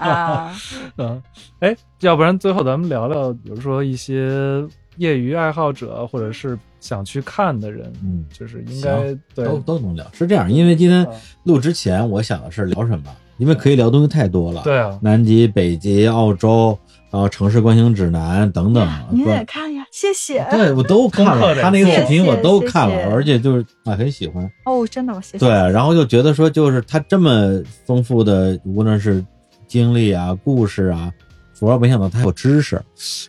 Speaker 2: 啊，
Speaker 3: 嗯，哎，要不然最后咱们聊聊，比如说一些业余爱好者或者是想去看的人，
Speaker 4: 嗯，
Speaker 3: 就是应该 对
Speaker 4: 都都能聊。是这样，因为今天
Speaker 3: 啊
Speaker 4: 录之前我想的是聊什么，因为可以聊东西太多了。，
Speaker 3: 对啊，
Speaker 4: 南极、北极、澳洲，然后城市观星指南等等。
Speaker 2: 您
Speaker 4: 对
Speaker 2: 也看呀，谢谢。
Speaker 4: 对，我都看
Speaker 3: 功课
Speaker 4: 了，
Speaker 3: 得
Speaker 4: 他那个
Speaker 2: 做
Speaker 4: 视频我都看了
Speaker 2: 谢谢，
Speaker 4: 而且就是啊很喜欢。
Speaker 2: 哦，真的吗？谢谢。
Speaker 4: 对，然后就觉得说，就是他这么丰富的，无论是经历啊、故事啊，主要没想到他还有知识。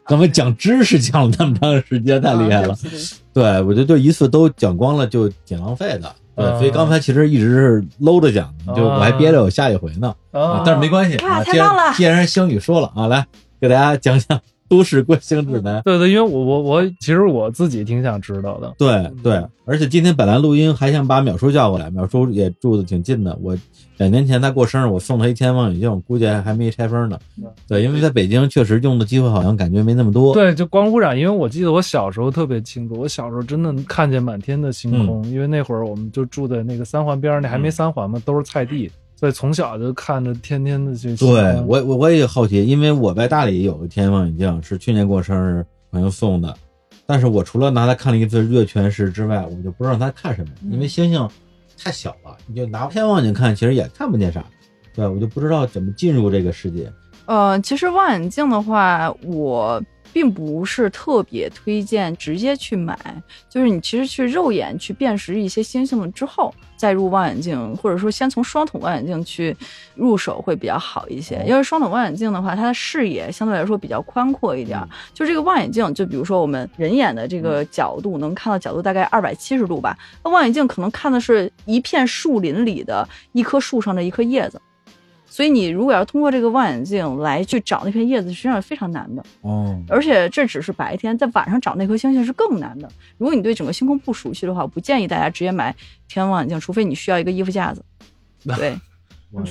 Speaker 4: 咱们讲知识讲了那么长时间，太厉害了
Speaker 2: 嗯。对不起对不起
Speaker 4: 对，我觉得就一次都讲光了，就挺浪费的。对，
Speaker 3: 嗯
Speaker 4: 所以刚才其实一直是搂着讲，就我还憋着有下一回呢。啊
Speaker 3: 啊，
Speaker 4: 但是没关系
Speaker 2: 哇
Speaker 4: 啊，
Speaker 2: 太
Speaker 4: 既然
Speaker 2: 棒了
Speaker 4: 既然星宇说了啊，来给大家讲讲都市观星指南。
Speaker 3: 对对，因为我我我其实我自己挺想知道的，
Speaker 4: 对对，而且今天本来录音还想把淼叔叫过来，淼叔也住的挺近的。我两年前他过生日，我送他一千望远镜，我估计还没拆分呢。对，因为在北京确实用的机会好像感觉没那么多。
Speaker 3: 对，就光污染，因为我记得我小时候特别清楚，我小时候真的看见满天的星空，因为那会儿我们就住在那个三环边儿，那还没
Speaker 4: 嗯
Speaker 3: 三环嘛，都是菜地，所以从小就看着天天的去。
Speaker 4: 对，我我我也好奇，因为我在大理有一天望远镜是去年过生日朋友送的，但是我除了拿它看了一次月全食之外，我就不知道它看什么，因为星星太小了，你就拿天望远镜看，其实也看不见啥。对，我就不知道怎么进入这个世界。
Speaker 2: 呃，其实望远镜的话，我并不是特别推荐直接去买，就是你其实去肉眼去辨识一些星星了之后，再入望远镜，或者说先从双筒望远镜去入手会比较好一些。因为双筒望远镜的话，它的视野相对来说比较宽阔一点儿。就这个望远镜，就比如说我们人眼的这个角度能看到角度大概二百七十度吧，那望远镜可能看的是一片树林里的一棵树上的一颗叶子。所以你如果要通过这个望远镜来去找那片叶子，实际上是非常难的。
Speaker 4: 哦，
Speaker 2: 而且这只是白天，在晚上找那颗星星是更难的。如果你对整个星空不熟悉的话，我不建议大家直接买天文望远镜，除非你需要一个衣服架子。对，
Speaker 4: 我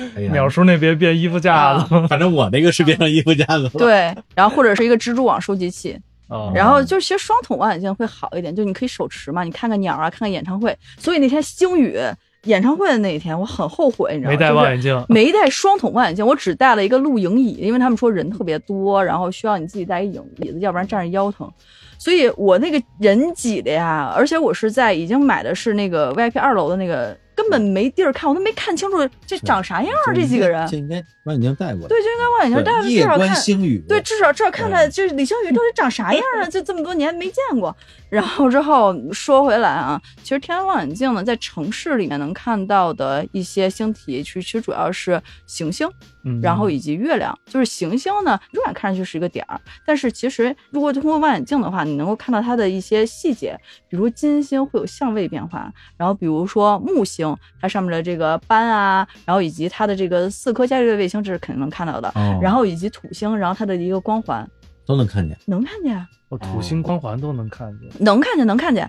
Speaker 2: 嗯
Speaker 4: 哎呀，
Speaker 3: 淼叔那边变衣服架
Speaker 2: 啊
Speaker 3: 子了
Speaker 4: 反正我那个是变成衣服架子了。
Speaker 2: 对，然后或者是一个蜘蛛网收集器，
Speaker 3: 啊
Speaker 2: 然后就是其实双筒望远镜会好一点，就你可以手持嘛，你看看鸟啊，看看演唱会。所以那天星宇演唱会的那一天，我很后悔，你知道吗？
Speaker 3: 没戴
Speaker 2: 就是
Speaker 3: 望远镜，
Speaker 2: 没带双筒望远镜，我只带了一个露营椅，因为他们说人特别多，然后需要你自己带一影椅子，要不然站着腰疼。所以我那个人挤的呀，而且我是在已经买的是那个 VIP 二楼的那个，根本没地儿看，我都没看清楚这长啥样
Speaker 4: 嗯
Speaker 2: 儿，这几个人。
Speaker 4: 这应该望远镜带过来。
Speaker 2: 对，就应该望远镜戴着
Speaker 4: 夜
Speaker 2: 至少
Speaker 4: 观
Speaker 2: 看。
Speaker 4: 星雨。
Speaker 2: 对，至少至少看看，就是李星宇到底长啥样啊？就这么多年没见过。然后之后说回来啊，其实天文望远镜呢，在城市里面能看到的一些星体，其实其实主要是行星，
Speaker 3: 嗯
Speaker 2: 然后以及月亮。就是行星呢，肉眼看上去是一个点儿，但是其实如果通过望远镜的话，你能够看到它的一些细节，比如金星会有相位变化，然后比如说木星它上面的这个斑啊，然后以及它的这个四颗伽利略卫星，这是肯定能看到的。
Speaker 4: 哦，
Speaker 2: 然后以及土星，然后它的一个光环
Speaker 4: 都能看见。
Speaker 2: 能看见，啊
Speaker 3: 哦土星光环都能看见，
Speaker 2: 能看见，能看见。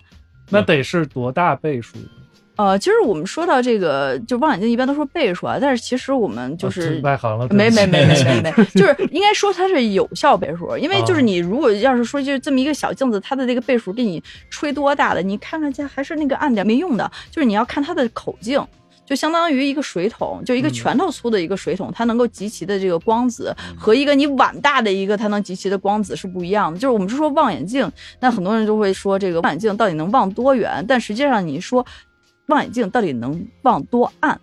Speaker 3: 那得是多大倍数？啊
Speaker 2: 呃，其实我们说到这个，就望远镜一般都说倍数啊，但哦是其实我们就
Speaker 3: 啊这
Speaker 2: 是。
Speaker 3: 外行了，
Speaker 2: 没没
Speaker 3: 对不起
Speaker 2: 没没没没， 就是应该说它是有效倍数，因
Speaker 3: 啊
Speaker 2: 为就是你如果要是说就这么一个小镜子，它的这个倍数给你吹多大的，你看看去还是那个暗点没用的，就是你要看它的口径，就相当于一个水桶，就一个
Speaker 3: 嗯
Speaker 2: 拳头粗的一个水桶，它能够集齐的这个光子和一个你碗大的一个它能集齐的光子是不一样的。就是我们是说望远镜，那很多人就会说这个望远镜到底能望多远，但实际上你说望远镜到底能望多暗？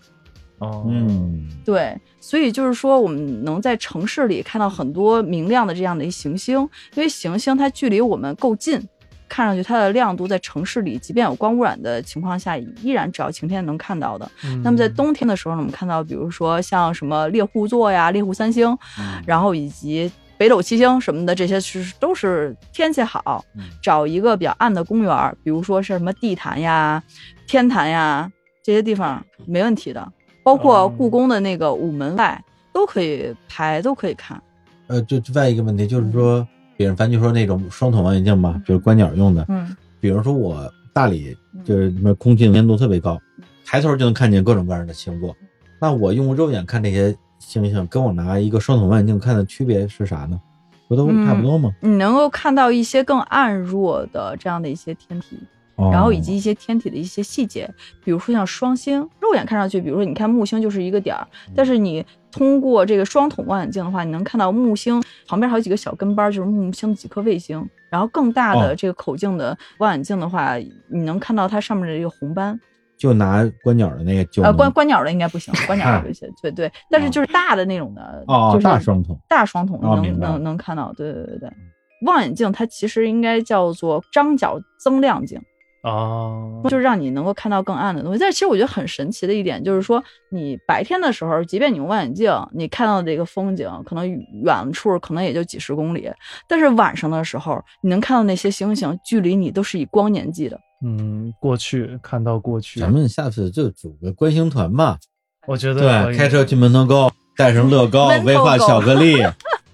Speaker 3: 哦，
Speaker 4: 嗯，
Speaker 2: 对，所以就是说，我们能在城市里看到很多明亮的这样的一行星，因为行星它距离我们够近，看上去它的亮度在城市里，即便有光污染的情况下，依然只要晴天能看到的。
Speaker 3: 嗯
Speaker 2: 那么在冬天的时候呢，我们看到，比如说像什么猎户座呀、猎户三星，
Speaker 4: 嗯
Speaker 2: 然后以及北斗七星什么的，这些是都是天气好
Speaker 4: 嗯，
Speaker 2: 找一个比较暗的公园儿，比如说是什么地坛呀、天坛呀这些地方没问题的，包括故宫的那个午门外都可以拍，都可以看。
Speaker 4: 呃，就就再一个问题就是说，比如咱就说那种双筒望远镜吧，就是观鸟用的。
Speaker 2: 嗯，
Speaker 4: 比如说我大理就是什么空气粘度特别高，抬头就能看见各种各样的星座。那我用肉眼看这些星星，跟我拿一个双筒望远镜看的区别是啥呢？不都
Speaker 2: 嗯
Speaker 4: 差不多吗？
Speaker 2: 你能够看到一些更暗弱的这样的一些天体。
Speaker 4: 哦
Speaker 2: 然后以及一些天体的一些细节，比如说像双星，肉眼看上去，比如说你看木星就是一个点儿，但是你通过这个双筒望远镜的话，你能看到木星旁边还有几个小跟班，就是木星的几颗卫星。然后更大
Speaker 4: 哦
Speaker 2: 的这个口径的望远镜的话，你能看到它上面的这个红斑。
Speaker 4: 就拿观鸟的那个就
Speaker 2: 呃，
Speaker 4: 能
Speaker 2: 观观鸟的应该不 行，观鸟的不行，对对。但是就是大的那种的，
Speaker 4: 哦
Speaker 2: 就是
Speaker 4: 大双筒
Speaker 2: 大双筒
Speaker 4: 哦
Speaker 2: 能、
Speaker 4: 明白
Speaker 2: 能能看到，对对对对。望远镜它其实应该叫做张角增亮镜。
Speaker 3: 哦，
Speaker 2: 就让你能够看到更暗的东西。但是其实我觉得很神奇的一点就是说，你白天的时候，即便你用望远镜，你看到的一个风景，可能远处可能也就几十公里，但是晚上的时候，你能看到那些星星，距离你都是以光年计的。
Speaker 3: 嗯，过去看到过去，
Speaker 4: 咱们下次就组个观星团吧。
Speaker 3: 我觉得可
Speaker 4: 对，
Speaker 3: 以
Speaker 4: 开车去门头沟，带上乐高
Speaker 2: 门、头沟
Speaker 4: 威化巧克 力，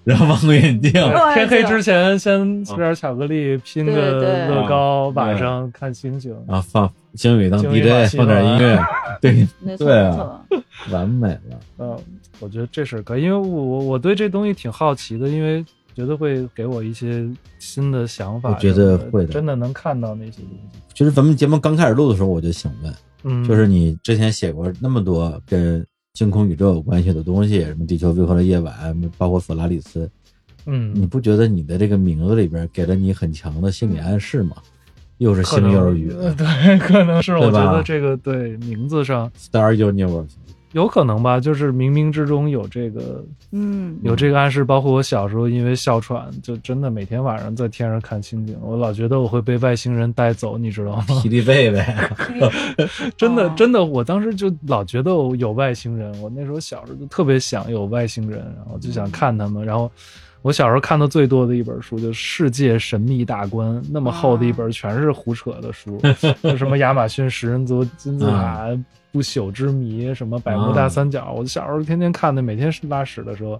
Speaker 4: 然后望远镜。
Speaker 2: 望
Speaker 3: 天
Speaker 2: 远镜
Speaker 3: 黑之前先吃点巧克力，拼
Speaker 2: 对对
Speaker 3: 个乐高，
Speaker 4: 嗯对
Speaker 3: 晚上看星星。
Speaker 4: 啊，放星宇当
Speaker 3: 星宇把
Speaker 4: DJ，
Speaker 3: 戏
Speaker 4: 放点音 乐，对，
Speaker 2: 没错
Speaker 4: 对啊
Speaker 2: 没错，
Speaker 4: 完美了。
Speaker 3: 嗯，我觉得这是可以，因为我我我对这东西挺好奇的，因为觉得会给我一些新的想法
Speaker 4: 我
Speaker 3: 什
Speaker 4: 觉
Speaker 3: 么的。
Speaker 4: 得会的
Speaker 3: 真的能看到那些东西。
Speaker 4: 其实咱们节目刚开始录的时候，我就想问，
Speaker 3: 嗯，
Speaker 4: 就是你之前写过那么多跟星空宇宙有关系的东西，什么《地球最后的夜晚》，包括《索拉里斯》，你
Speaker 3: 嗯，
Speaker 4: 不觉得你的这个名字里边给了你很强的心理暗示吗？又是
Speaker 3: 可
Speaker 4: 星
Speaker 3: 能
Speaker 4: 又是宇
Speaker 3: 呃对，可能是我
Speaker 4: 对吧
Speaker 3: 觉得这个对名字上，
Speaker 4: ，Star Universe，
Speaker 3: 有可能吧，就是冥冥之中有这个
Speaker 2: 嗯，
Speaker 3: 有这个暗示。包括我小时候因为哮喘，就真的每天晚上在天上看星星，我老觉得我会被外星人带走，你知道 吗？
Speaker 4: 霹雳贝呗，
Speaker 3: 真的
Speaker 2: 哦
Speaker 3: 真的，我当时就老觉得我有外星人，我那时候小时候就特别想有外星人，然后就想看他们。然后我小时候看的最多的一本书就是《世界神秘大观》，那么厚的一本全是胡扯的书，就什么亚马逊食人族、金字塔、不朽之谜、什么百慕大三角，我小时候天天看的，每天拉屎的时候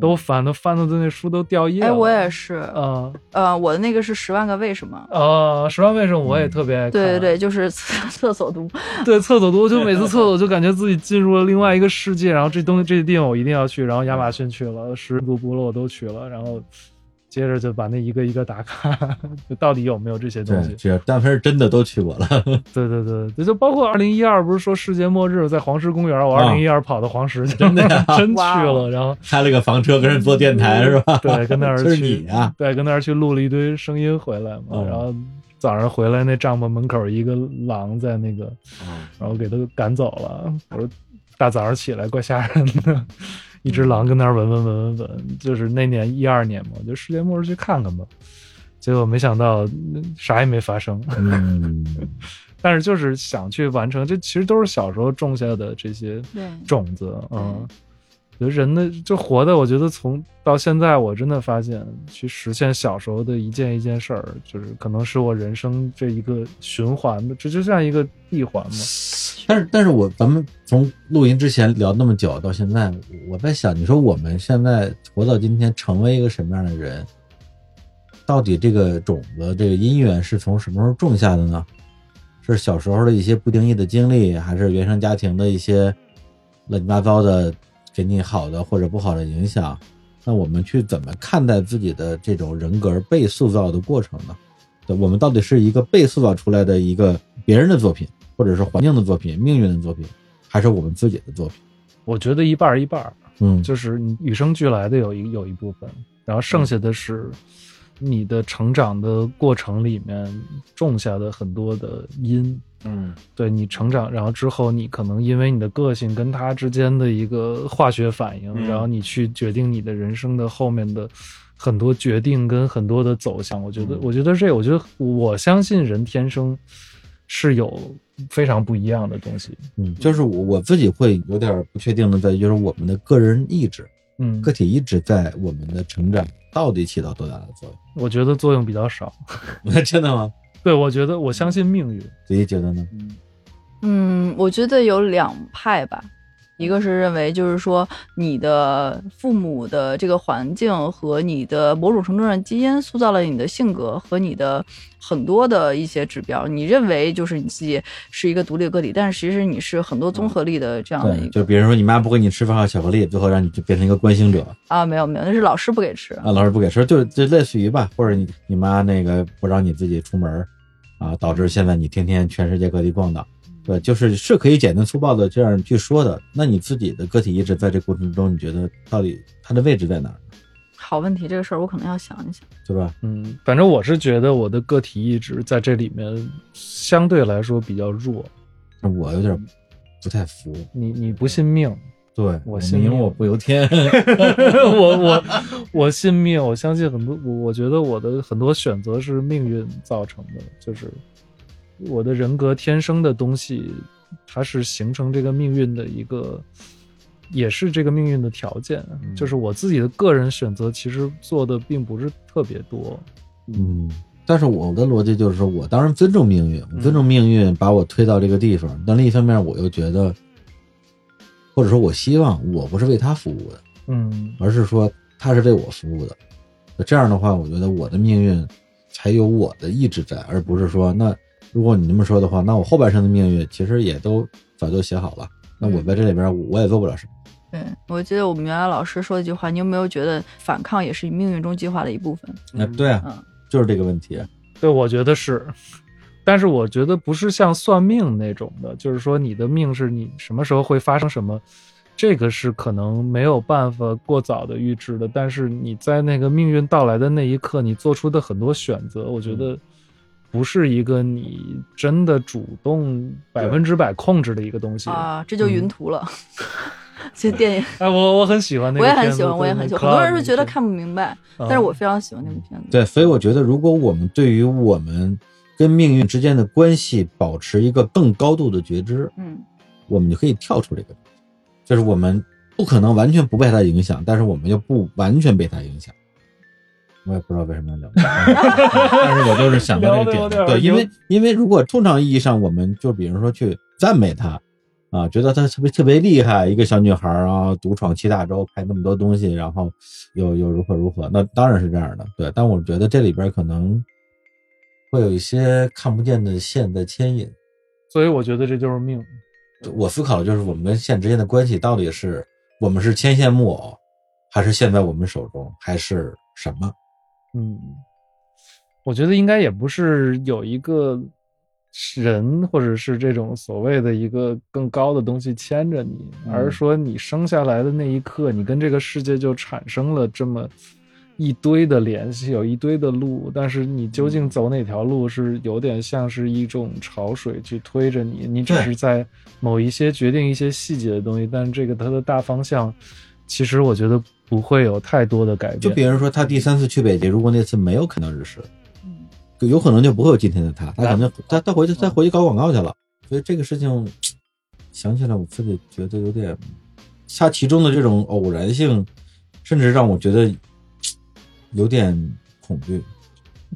Speaker 3: 都翻，都翻到的那书都掉页了。
Speaker 2: 哎，我也是，
Speaker 3: 嗯。
Speaker 2: 呃，我的那个是十万个为什么。
Speaker 3: 呃，《十万为什么》我也特别爱看，啊
Speaker 2: 对对对，就是厕 厕所读，
Speaker 3: 对，厕所多，就每次厕所就感觉自己进入了另外一个世界，然后这东西这地方我一定要去，然后亚马逊去了，十族部落都去了，然后接着就把那一个一个打卡，就到底有没有这些东西
Speaker 4: 对，？只要但凡是真的都去过了，
Speaker 3: 对对对，对就包括二零一二不是说世界末日在黄石公园，我
Speaker 4: 啊
Speaker 3: 二零一二跑到黄石去，
Speaker 4: 真的呀
Speaker 3: 真去
Speaker 2: 哇
Speaker 3: 了，
Speaker 2: 哦
Speaker 3: 然后
Speaker 4: 开了个房车跟人做电台是
Speaker 3: 嗯
Speaker 4: 吧？
Speaker 3: 对，跟那 儿
Speaker 4: 就是
Speaker 3: 去
Speaker 4: 你啊，
Speaker 3: 对，跟那儿去录了一堆声音回来嘛，
Speaker 4: 嗯
Speaker 3: 然后早上回来那帐篷门口一个狼在那个。然后给他赶走了。我说大早上起来怪吓人的，一只狼跟那儿闻闻闻闻闻，就是那年一二年嘛，我就世界末日去看看吧。结果没想到嗯啥也没发生，
Speaker 4: 嗯，
Speaker 3: 但是就是想去完成，这其实都是小时候种下的这些
Speaker 2: 对
Speaker 3: 种子，嗯
Speaker 2: 对。
Speaker 3: 觉得人的就活的，我觉得从到现在，我真的发现，去实现小时候的一件一件事儿，就是可能是我人生这一个循环的，这就像一个闭环嘛。
Speaker 4: 但是但是我咱们从录音之前聊那么久到现在，我在想，你说我们现在活到今天，成为一个什么样的人？到底这个种子，这个因缘是从什么时候种下的呢？是小时候的一些不经意的经历，还是原生家庭的一些乱七八糟的给你好的或者不好的影响？那我们去怎么看待自己的这种人格被塑造的过程呢？对，我们到底是一个被塑造出来的一个别人的作品，或者是环境的作品、命运的作品，还是我们自己的作品？
Speaker 3: 我觉得一半儿一半儿，
Speaker 4: 嗯，
Speaker 3: 就是你与生俱来的有一有一部分，然后剩下的是你的成长的过程里面种下的很多的因。
Speaker 4: 嗯
Speaker 3: 对你成长，然后之后你可能因为你的个性跟他之间的一个化学反应，
Speaker 4: 嗯
Speaker 3: 然后你去决定你的人生的后面的很多决定跟很多的走向。我觉得，
Speaker 4: 嗯
Speaker 3: 我觉得这，我觉得我相信人天生是有非常不一样的东西。
Speaker 4: 嗯，就是我我自己会有点不确定的，在于就是我们的个人意志、
Speaker 3: 嗯
Speaker 4: 个，体意志在我们的成长到底起到多大的作
Speaker 3: 我觉得作用比较少。
Speaker 4: 用？ 真的吗？
Speaker 3: 对，我觉得我相信命运。
Speaker 4: 子怡觉得呢？
Speaker 2: 嗯，我觉得有两派吧，一个是认为就是说你的父母的这个环境和你的某种程度上的基因塑造了你的性格和你的很多的一些指标，你认为就是你自己是一个独立的个体，但是其实你是很多综合力的这样的一
Speaker 4: 嗯对，
Speaker 2: 个、
Speaker 4: 就比如说你妈不给你吃饭和巧克力，最后让你就变成一个观星者
Speaker 2: 啊，没有没有，那是老师不给吃，
Speaker 4: 啊，老师不给吃，就就类似于吧，或者你你妈那个不让你自己出门儿啊，导致现在你天天全世界各地逛荡。对，就是是可以简单粗暴的这样去说的。那你自己的个体意志在这过程中，你觉得到底它的位置在哪儿，
Speaker 2: 好问题，这个事儿我可能要想一想。
Speaker 4: 对吧？
Speaker 3: 嗯，反正我是觉得我的个体意志在这里面相对来说比较弱。
Speaker 4: 我有点不太服。
Speaker 3: 你你不信命，
Speaker 4: 对
Speaker 3: 我信
Speaker 4: 信因为
Speaker 3: 命
Speaker 4: 我不由天。
Speaker 3: 我我我信命，我相信很多，我我觉得我的很多选择是命运造成的，就是我的人格天生的东西，它是形成这个命运的一个，也是这个命运的条件。
Speaker 4: 嗯
Speaker 3: 就是我自己的个人选择，其实做的并不是特别多。
Speaker 4: 嗯，但是我的逻辑就是说，我当然尊重命运，我尊重命运把我推到这个地方，但另一方面，我又觉得，或者说我希望我不是为他服务的，
Speaker 3: 嗯
Speaker 4: 而是说他是为我服务的。那这样的话，我觉得我的命运才有我的意志在，而不是说那如果你这么说的话，那我后半生的命运其实也都早就写好了。那我在这里边我我也做不了什么。
Speaker 2: 对，我记得我们原来老师说的一句话，你有没有觉得反抗也是命运中计划的一部分？
Speaker 4: 那对啊，
Speaker 2: 嗯
Speaker 4: 就是这个问题。
Speaker 3: 对，我觉得是， 但是我觉得不是像算命那种的，就是说你的命是你什么时候会发生什么，这个是可能没有办法过早的预知
Speaker 2: 嗯
Speaker 3: 的。但是你在那个命运到来的那一刻，你做出的很多选择，我觉得不是一个你真的主动百分之百控制的一个东西。
Speaker 2: 啊，这就
Speaker 4: 嗯
Speaker 2: 云图了。 这电影
Speaker 3: 哎，我我很喜欢那个
Speaker 2: 我也
Speaker 3: 片子，
Speaker 2: 很喜欢，我也很喜欢。很多人是觉得看不明白，
Speaker 3: 对，
Speaker 2: 但是我
Speaker 3: 嗯
Speaker 2: 非常喜欢那部片子。
Speaker 4: 对，所以我觉得，如果我们对于我们跟命运之间的关系保持一个更高度的觉知，
Speaker 2: 嗯，
Speaker 4: 我们就可以跳出这个，就是我们不可能完全不被它影响，但是我们又不完全被它影响。我也不知道为什么要聊 这个，但是我就是想到这
Speaker 3: 聊
Speaker 4: 个
Speaker 3: 得
Speaker 4: 点
Speaker 3: 有点
Speaker 4: 了。对，因为
Speaker 3: 有
Speaker 4: 因为如果通常意义上，我们就比如说去赞美她，啊，觉得她特别特别厉害，一个小女孩儿啊，独闯七大洲，拍那么多东西，然后又又如何如何，那当然是这样的。对，但我觉得这里边可能会有一些看不见的线在牵引。
Speaker 3: 所以我觉得这就是命。
Speaker 4: 我思考的就是我们跟线之间的关系到底是我们是牵线木偶，还是线在我们手中，还是什么？
Speaker 3: 嗯，我觉得应该也不是有一个人或者是这种所谓的一个更高的东西牵着你，
Speaker 4: 嗯
Speaker 3: 而是说你生下来的那一刻，你跟这个世界就产生了这么一堆的联系，有一堆的路，但是你究
Speaker 4: 嗯
Speaker 3: 竟走哪条路，是有点像是一种潮水去推着你，你只
Speaker 4: 对
Speaker 3: 是在某一些决定一些细节的东西，但是这个它的大方向，其实我觉得不会有太多的改变。
Speaker 4: 就比如说他第三次去北极，如果那次没有看到日食
Speaker 2: 嗯，
Speaker 4: 就有可能就不会有今天的他，他
Speaker 3: 那
Speaker 4: 可能他他回去他回去搞广告去了。所以这个事情想起来，我自己觉得有点，他其中的这种偶然性，甚至让我觉得有点恐惧。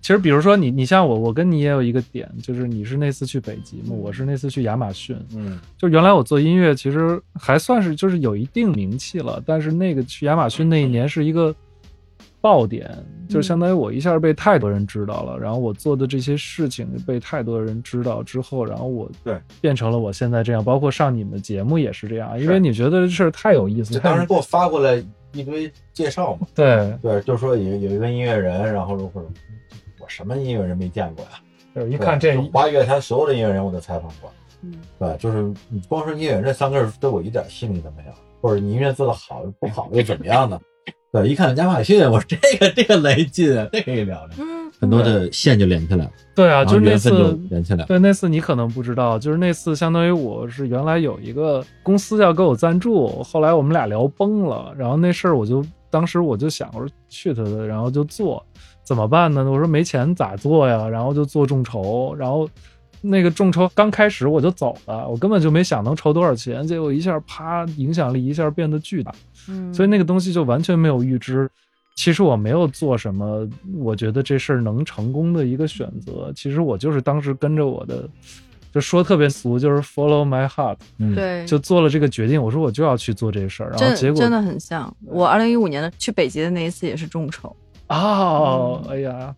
Speaker 3: 其实，比如说你，你像我，我跟你也有一个点，就是你是那次去北极嘛，
Speaker 2: 嗯
Speaker 3: 我是那次去亚马逊。
Speaker 4: 嗯，
Speaker 3: 就原来我做音乐，其实还算是就是有一定名气了，但是那个去亚马逊那一年是一个爆点，就是相当于我一下被太多人知道了，然后我做的这些事情被太多人知道之后，然后我
Speaker 4: 对
Speaker 3: 变成了我现在这样，包括上你们的节目也是这样，因为你觉得这事儿太有意思，太
Speaker 4: 给我发过来一堆介绍嘛。
Speaker 3: 对，
Speaker 4: 对，就说有有一个音乐人，然后如何，我什么音乐人没见过呀、
Speaker 3: 有
Speaker 4: 一
Speaker 3: 一看这
Speaker 4: 华语乐坛所有的音乐人我都采访过，
Speaker 2: 嗯，
Speaker 4: 对，就是你光说音乐人这三个字对我一点吸引力都没有，或者你音乐做的好不好又怎么样呢？对，一看亚马逊，我说这个这个来劲啊，这可以聊聊，
Speaker 2: 嗯，
Speaker 4: 很多的线就连起来了，
Speaker 3: 对啊，
Speaker 4: 然
Speaker 3: 就
Speaker 4: 后
Speaker 3: 是那
Speaker 4: 缘分就
Speaker 3: 次
Speaker 4: 连起来了。
Speaker 3: 对，那次你可能不知道，就是那次相当于我是原来有一个公司要给我赞助，后来我们俩聊崩了，然后那事儿我就当时我就想，我说去他的，然后就做，怎么办呢？我说没钱咋做呀？然后就做众筹，然后那个众筹刚开始我就走了，我根本就没想能筹多少钱，结果一下啪，影响力一下变得巨大。
Speaker 2: 嗯
Speaker 3: 所以那个东西就完全没有预知。其实我没有做什么，我觉得这事儿能成功的一个选择。其实我就是当时跟着我的，就说特别俗，就是 follow my heart，
Speaker 4: 嗯，
Speaker 2: 对，
Speaker 3: 就做了这个决定。我说我就要去做这事儿，然后
Speaker 2: 真
Speaker 3: 结果
Speaker 2: 真的很像。我二零一五年的去北极的那一次也是众筹，嗯
Speaker 3: 哦，哎 呀，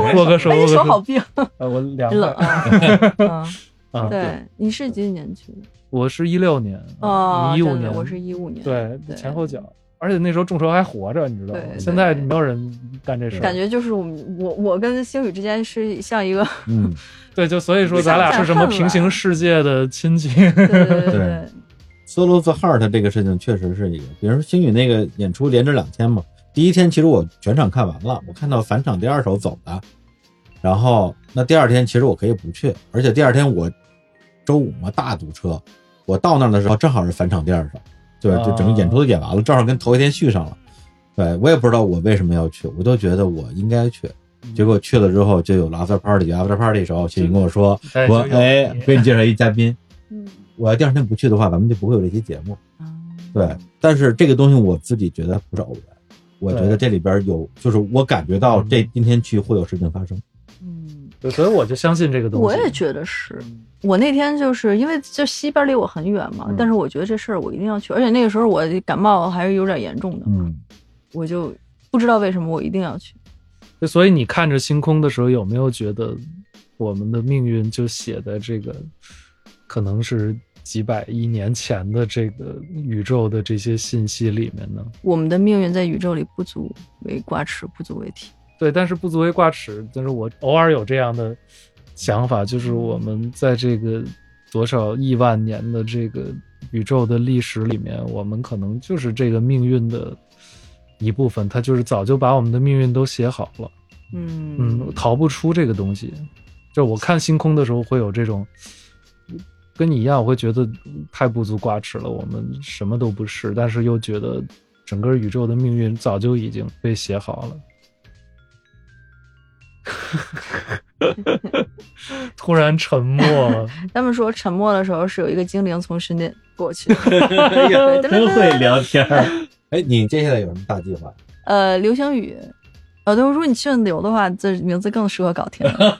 Speaker 4: 哎
Speaker 3: 握个手，
Speaker 2: 哎，
Speaker 3: 握个
Speaker 2: 手好
Speaker 3: 手，
Speaker 2: 冰，
Speaker 3: 呃我凉快
Speaker 2: 冷 啊。嗯
Speaker 3: 啊！
Speaker 2: 对，你是几几年去的？
Speaker 3: 我是一六年，
Speaker 2: 哦，
Speaker 3: 啊一五
Speaker 2: 对对
Speaker 3: 年，
Speaker 2: 我是一五年。
Speaker 3: 对
Speaker 2: 对
Speaker 3: 前后脚，而且那时候众筹还活着，你知道吗
Speaker 2: 对？对
Speaker 3: 现在没有人干这事儿，
Speaker 2: 感觉就是我们我我跟星宇之间是 像一个
Speaker 4: 嗯，
Speaker 3: 对，就所以说
Speaker 2: 不
Speaker 3: 咱
Speaker 2: 想
Speaker 3: 俩
Speaker 2: 再
Speaker 3: 是什么
Speaker 2: 恨
Speaker 3: 平
Speaker 2: 了
Speaker 3: 行世界的亲戚？
Speaker 2: 对对对对
Speaker 4: 对 solo the heart 这个事情确实是一个，比如说星宇那个演出连着两天嘛，第一天其实我全场看完了，我看到返场第二首走的，然后那第二天其实我可以不去，而且第二天我周五嘛大堵车，我到那儿的时候正好是返场第二首，对，就整个演出都演完了，正好跟头一天续上了，对我也不知道我为什么要去，我都觉得我应该去，
Speaker 3: 嗯
Speaker 4: 结果去了之后就有了 after party，有 after party 的时候，星宇跟我说，
Speaker 3: 哎
Speaker 4: 我
Speaker 3: 就有
Speaker 4: 哎，我给你介绍一嘉宾，
Speaker 2: 嗯
Speaker 4: 我要第二天不去的话，咱们就不会有这期节目。
Speaker 2: 嗯
Speaker 4: 对，但是这个东西我自己觉得不是偶然，我觉得这里边有，就是我感觉到这今天去会有事情发生。
Speaker 2: 嗯，
Speaker 3: 对所以我就相信这个东西。
Speaker 2: 我也觉得是。
Speaker 3: 嗯
Speaker 2: 我那天就是因为这西边离我很远嘛，
Speaker 4: 嗯
Speaker 2: 但是我觉得这事儿我一定要去，而且那个时候我感冒还是有点严重的，
Speaker 4: 嗯，
Speaker 2: 我就不知道为什么我一定要去。
Speaker 3: 就所以你看着星空的时候，有没有觉得我们的命运就写在这个可能是几百亿年前的这个宇宙的这些信息里面呢？
Speaker 2: 我们的命运在宇宙里不足为挂齿，不足为提。
Speaker 3: 对，但是不足为挂齿。但是我偶尔有这样的想法，就是我们在这个多少亿万年的这个宇宙的历史里面，我们可能就是这个命运的一部分，它就是早就把我们的命运都写好了。
Speaker 2: 嗯
Speaker 3: 嗯，逃不出这个东西。就我看星空的时候，会有这种，跟你一样，我会觉得太不足挂齿了，我们什么都不是，但是又觉得整个宇宙的命运早就已经被写好 了。突然沉默了，
Speaker 2: 他们说沉默的时候是有一个精灵从身边过 去的，
Speaker 4: 哎呀 真会聊天儿。 哎，你接下来有什么大计划？
Speaker 2: 呃，流行语，呃，对，如果你姓刘的话，这名字更适合搞天了。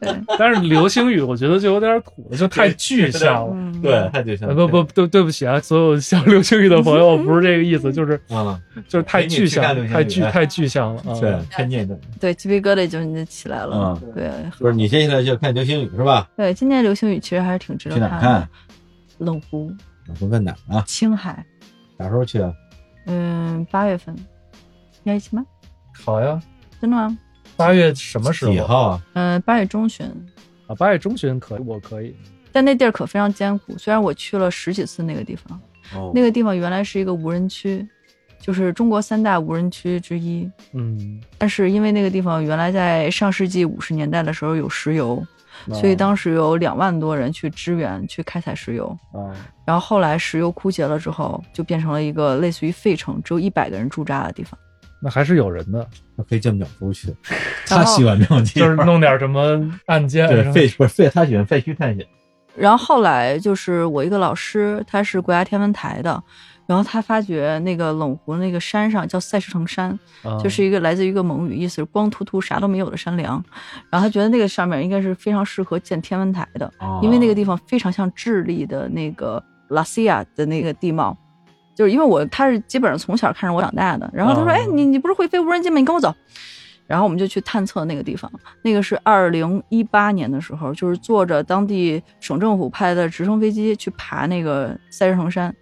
Speaker 2: 对，
Speaker 3: 但是流星雨我觉得就有点土 了，就太具象了。
Speaker 2: 嗯，
Speaker 4: 对，太就像
Speaker 3: 呃不不，对对不起啊，所有想流星雨的朋友，不是这个意思，就是
Speaker 4: 啊，
Speaker 3: 就是太具象
Speaker 4: 陪你去看流星，雨
Speaker 3: 太具太具象了啊。
Speaker 4: 对，看见的，
Speaker 2: 对，鸡皮疙瘩就你就起来了。
Speaker 4: 嗯
Speaker 2: 对
Speaker 4: 不是你接下来就看流星雨是吧？
Speaker 2: 对，今年流星雨其实还是挺值得
Speaker 4: 去哪儿
Speaker 2: 的。
Speaker 4: 看？
Speaker 2: 冷湖、
Speaker 4: 我问哪儿啊？
Speaker 2: 青海，
Speaker 4: 啥时候去啊？
Speaker 2: 嗯，八月份，要一起吗？
Speaker 3: 好呀，
Speaker 2: 真的吗？
Speaker 3: 八月什么时
Speaker 4: 几
Speaker 3: 候
Speaker 4: 号啊？
Speaker 2: 嗯，八月中旬，
Speaker 3: 啊？八月中旬可以，我可以。
Speaker 2: 但那地儿可非常艰苦。虽然我去了十几次那个地方，
Speaker 4: 哦
Speaker 2: 那个地方原来是一个无人区，就是中国三大无人区之一。
Speaker 3: 嗯，
Speaker 2: 但是因为那个地方原来在上世纪五十年代的时候有石油，所以当时有两万多人去支援去开采石油。
Speaker 3: 啊，
Speaker 2: 然后后来石油枯竭了之后，就变成了一个类似于费城，只有一百个人驻扎的地方。
Speaker 3: 那还是有人 的，
Speaker 4: 那可以叫淼叔去，
Speaker 2: 然
Speaker 4: 他
Speaker 2: 后
Speaker 4: 喜欢这种地
Speaker 3: 就是
Speaker 4: 方。
Speaker 3: 弄点什么案件
Speaker 4: 对
Speaker 3: 什，么
Speaker 4: 废不是废，他喜欢废墟探险。
Speaker 2: 然后后来就是我一个老师，他是国家天文台的，然后他发觉那个冷湖那个山上叫塞什城山，
Speaker 3: 啊
Speaker 2: 就是一个来自于一个蒙语，意思是光秃秃啥都没有的山梁。然后他觉得那个上面应该是非常适合建天文台的，因为那
Speaker 3: 哦
Speaker 2: 个地方非常像智利的那个拉西亚的那个地貌。就是因为我他是基本上从小看着我长大的，然后他说：“
Speaker 3: 哦
Speaker 2: 哎，你你不是会飞无人机吗？你跟我走。”然后我们就去探测那个地方。那个是二零一八年的时候，就是坐着当地省政府派的直升飞机去爬那个塞日城山，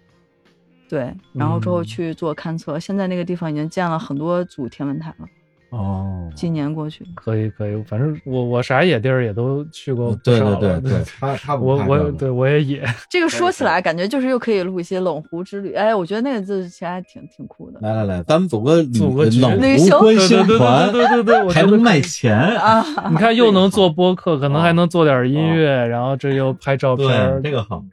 Speaker 2: 对，然后之后
Speaker 3: 嗯
Speaker 2: 去做勘测。现在那个地方已经建了很多组天文台了。
Speaker 4: 哦，
Speaker 2: 几年过去，
Speaker 3: 可以可以，反正我我啥野地儿也都去过不
Speaker 4: 哦对
Speaker 3: 少
Speaker 4: 对
Speaker 3: 了，
Speaker 4: 对 对，他他不
Speaker 3: 我
Speaker 4: 怕这
Speaker 3: 我
Speaker 4: 个
Speaker 3: 对我也野，
Speaker 2: 这个说起来感觉就是又可以录一些冷湖之旅。哎，我觉得那个字其实还挺挺酷的
Speaker 4: 来来来，咱们组个旅呃
Speaker 3: 组个局
Speaker 4: 冷
Speaker 2: 旅
Speaker 4: 湖
Speaker 2: 行
Speaker 4: 观
Speaker 3: 对对
Speaker 4: 星
Speaker 3: 对
Speaker 4: 团
Speaker 3: 对，对对对，我
Speaker 4: 还
Speaker 3: 觉得嗯
Speaker 4: 能卖钱啊！
Speaker 2: 啊。
Speaker 3: 你看又能做播客，可能还能做点音乐，然后这又拍照片儿
Speaker 4: 啊对，，这个好，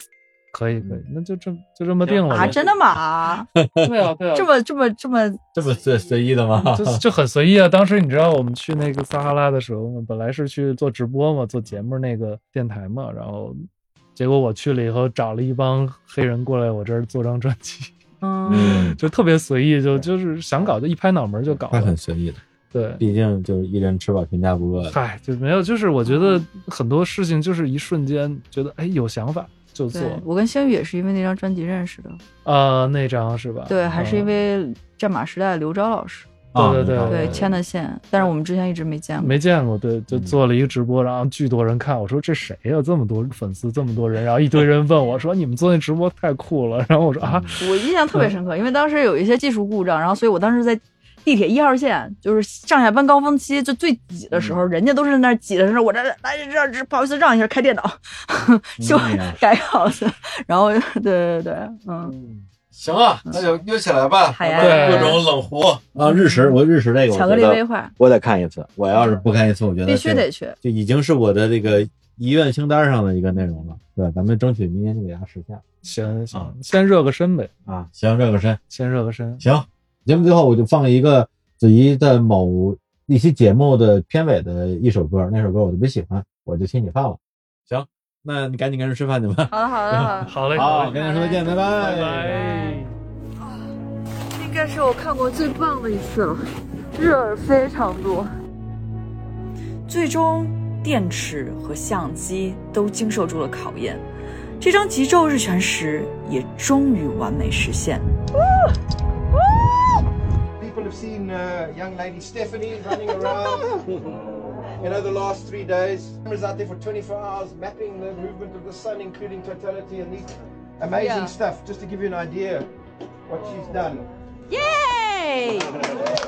Speaker 3: 可以可以，那就这就这么定了
Speaker 2: 啊，真的吗？
Speaker 3: 对啊对啊
Speaker 2: 这么这么这么，
Speaker 4: 这么随随意的吗？
Speaker 3: 就就很随意啊。当时你知道我们去那个撒哈拉的时候嘛，本来是去做直播嘛，做节目那个电台嘛，然后结果我去了以后，找了一帮黑人过来我这儿做张专辑，
Speaker 2: 嗯，
Speaker 3: 就特别随意，就就是想搞就一拍脑门就搞
Speaker 4: 他
Speaker 3: 了
Speaker 4: 很，随意的，
Speaker 3: 对。
Speaker 4: 毕竟就是一人吃饱全家不饿。
Speaker 3: 嗨，就没有，就是我觉得很多事情就是一瞬间觉得，哎，有想法就做
Speaker 2: 对。，我跟星宇也是因为那张专辑认识的，
Speaker 3: 呃，那张是吧？
Speaker 2: 对，还是
Speaker 4: 哦
Speaker 2: 因
Speaker 3: 嗯
Speaker 2: 为战马时代刘钊老师
Speaker 4: 啊
Speaker 3: 对对
Speaker 4: 那
Speaker 3: 对
Speaker 2: 对
Speaker 3: 嗯
Speaker 2: 牵的线，但是我们之前一直没见过。
Speaker 3: 没见过，对，就
Speaker 4: 嗯
Speaker 3: 做了一个直播，然后巨多人看，我说这谁呀、这么多粉丝，这么多人，然后一堆人问我说你们做那直播太酷了，然后我说啊，
Speaker 2: 我印象特别深刻，因为当时有一些技术故障，然后所以我当时在地铁一号线，就是上下班高峰期就最挤的时候，
Speaker 4: 嗯
Speaker 2: 人家都是在那儿挤的时候，我这来这这不好意思让一下，开电脑， 修
Speaker 4: 哎呀
Speaker 2: 改稿子，然后对对对，嗯，
Speaker 4: 行啊，那就约起来吧
Speaker 2: 好呀
Speaker 3: 对
Speaker 4: 冷湖啊，日食，我日食这个，
Speaker 2: 巧克力威，化
Speaker 4: 我得看一次。我要是不看一次，我觉得
Speaker 2: 必须
Speaker 4: 这
Speaker 2: 得去。
Speaker 4: 就已经是我的这个遗愿清单上的一个内容了。对，咱们争取明年就给它实现
Speaker 3: 行行
Speaker 4: 啊，
Speaker 3: 先热个身呗，
Speaker 4: 啊！行，热个身，
Speaker 3: 先热个身，
Speaker 4: 行。节目最后我就放一个子怡在某一期节目的片尾的一首歌，那首歌我特别喜欢，我就替你放了。行，那你赶紧跟人吃饭去吧。
Speaker 2: 好了好了好 了。
Speaker 3: 好嘞
Speaker 4: 好，跟大家说再见，拜拜，
Speaker 3: 拜拜。
Speaker 2: 应该是我看过最棒的一次了，热儿非常多。
Speaker 5: 最终，电池和相机都经受住了考验，这张极昼日全食也终于完美实现。
Speaker 6: People have seen uh, young lady Stephanie running around. you know, the last three days. Cameras out there for 24 hours mapping the movement of the sun, including totality and these amazing
Speaker 2: Yeah.
Speaker 6: stuff, just to give you an idea what she's done.
Speaker 2: Yay!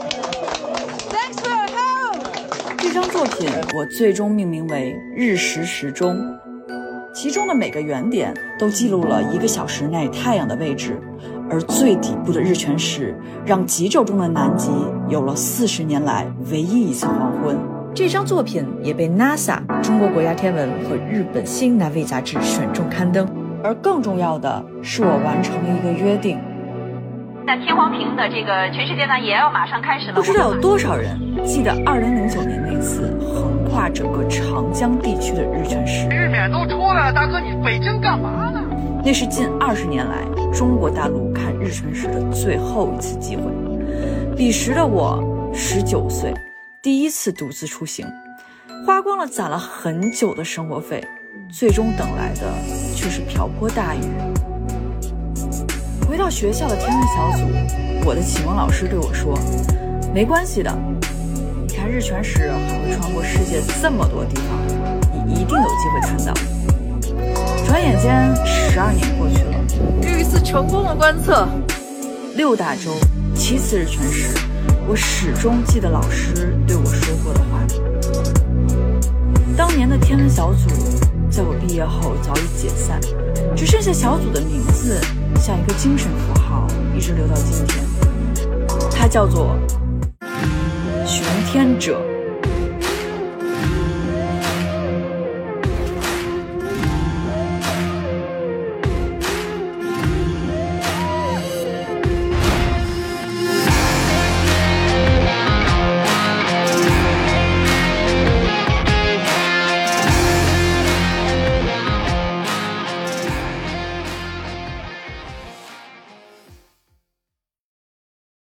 Speaker 2: Thanks for your help.
Speaker 5: 这张作品我最终命名为《日食时钟》，其中的每个圆点都记录了一个小时内太阳的位置，
Speaker 2: 而最底部的日全食让极昼中的南极有了四十年来唯一一次黄昏。这张作品也被 NASA、中国国家天文和日本新南卫杂志选中刊登。而更重要的是，我完成了一个约定。
Speaker 7: 那天皇屏的这个全世界呢，也要马上开始了。
Speaker 2: 不知道
Speaker 7: 我
Speaker 2: 有
Speaker 7: 们
Speaker 2: 多少人记得二零零九年那次横跨整个长江地区的日全食。
Speaker 8: 日冕都出来了，大哥你北京干嘛呢？
Speaker 2: 那是近二十年来中国大陆看日全食的最后一次机会。彼时的我十九岁，第一次独自出行，花光了攒了很久的生活费，最终等来的却是瓢泼大雨。回到学校的天文小组，我的启蒙老师对我说：“没关系的，你看日全食还会穿过世界这么多地方，你一定有机会看到。”转眼间，十二年过去了，
Speaker 7: 又一次成功的观测，
Speaker 2: 六大洲，七次日全食，我始终记得老师对我说过的话。当年的天文小组，在我毕业后早已解散，只剩下小组的名字像一个精神符号，一直留到今天。它叫做“寻天者”。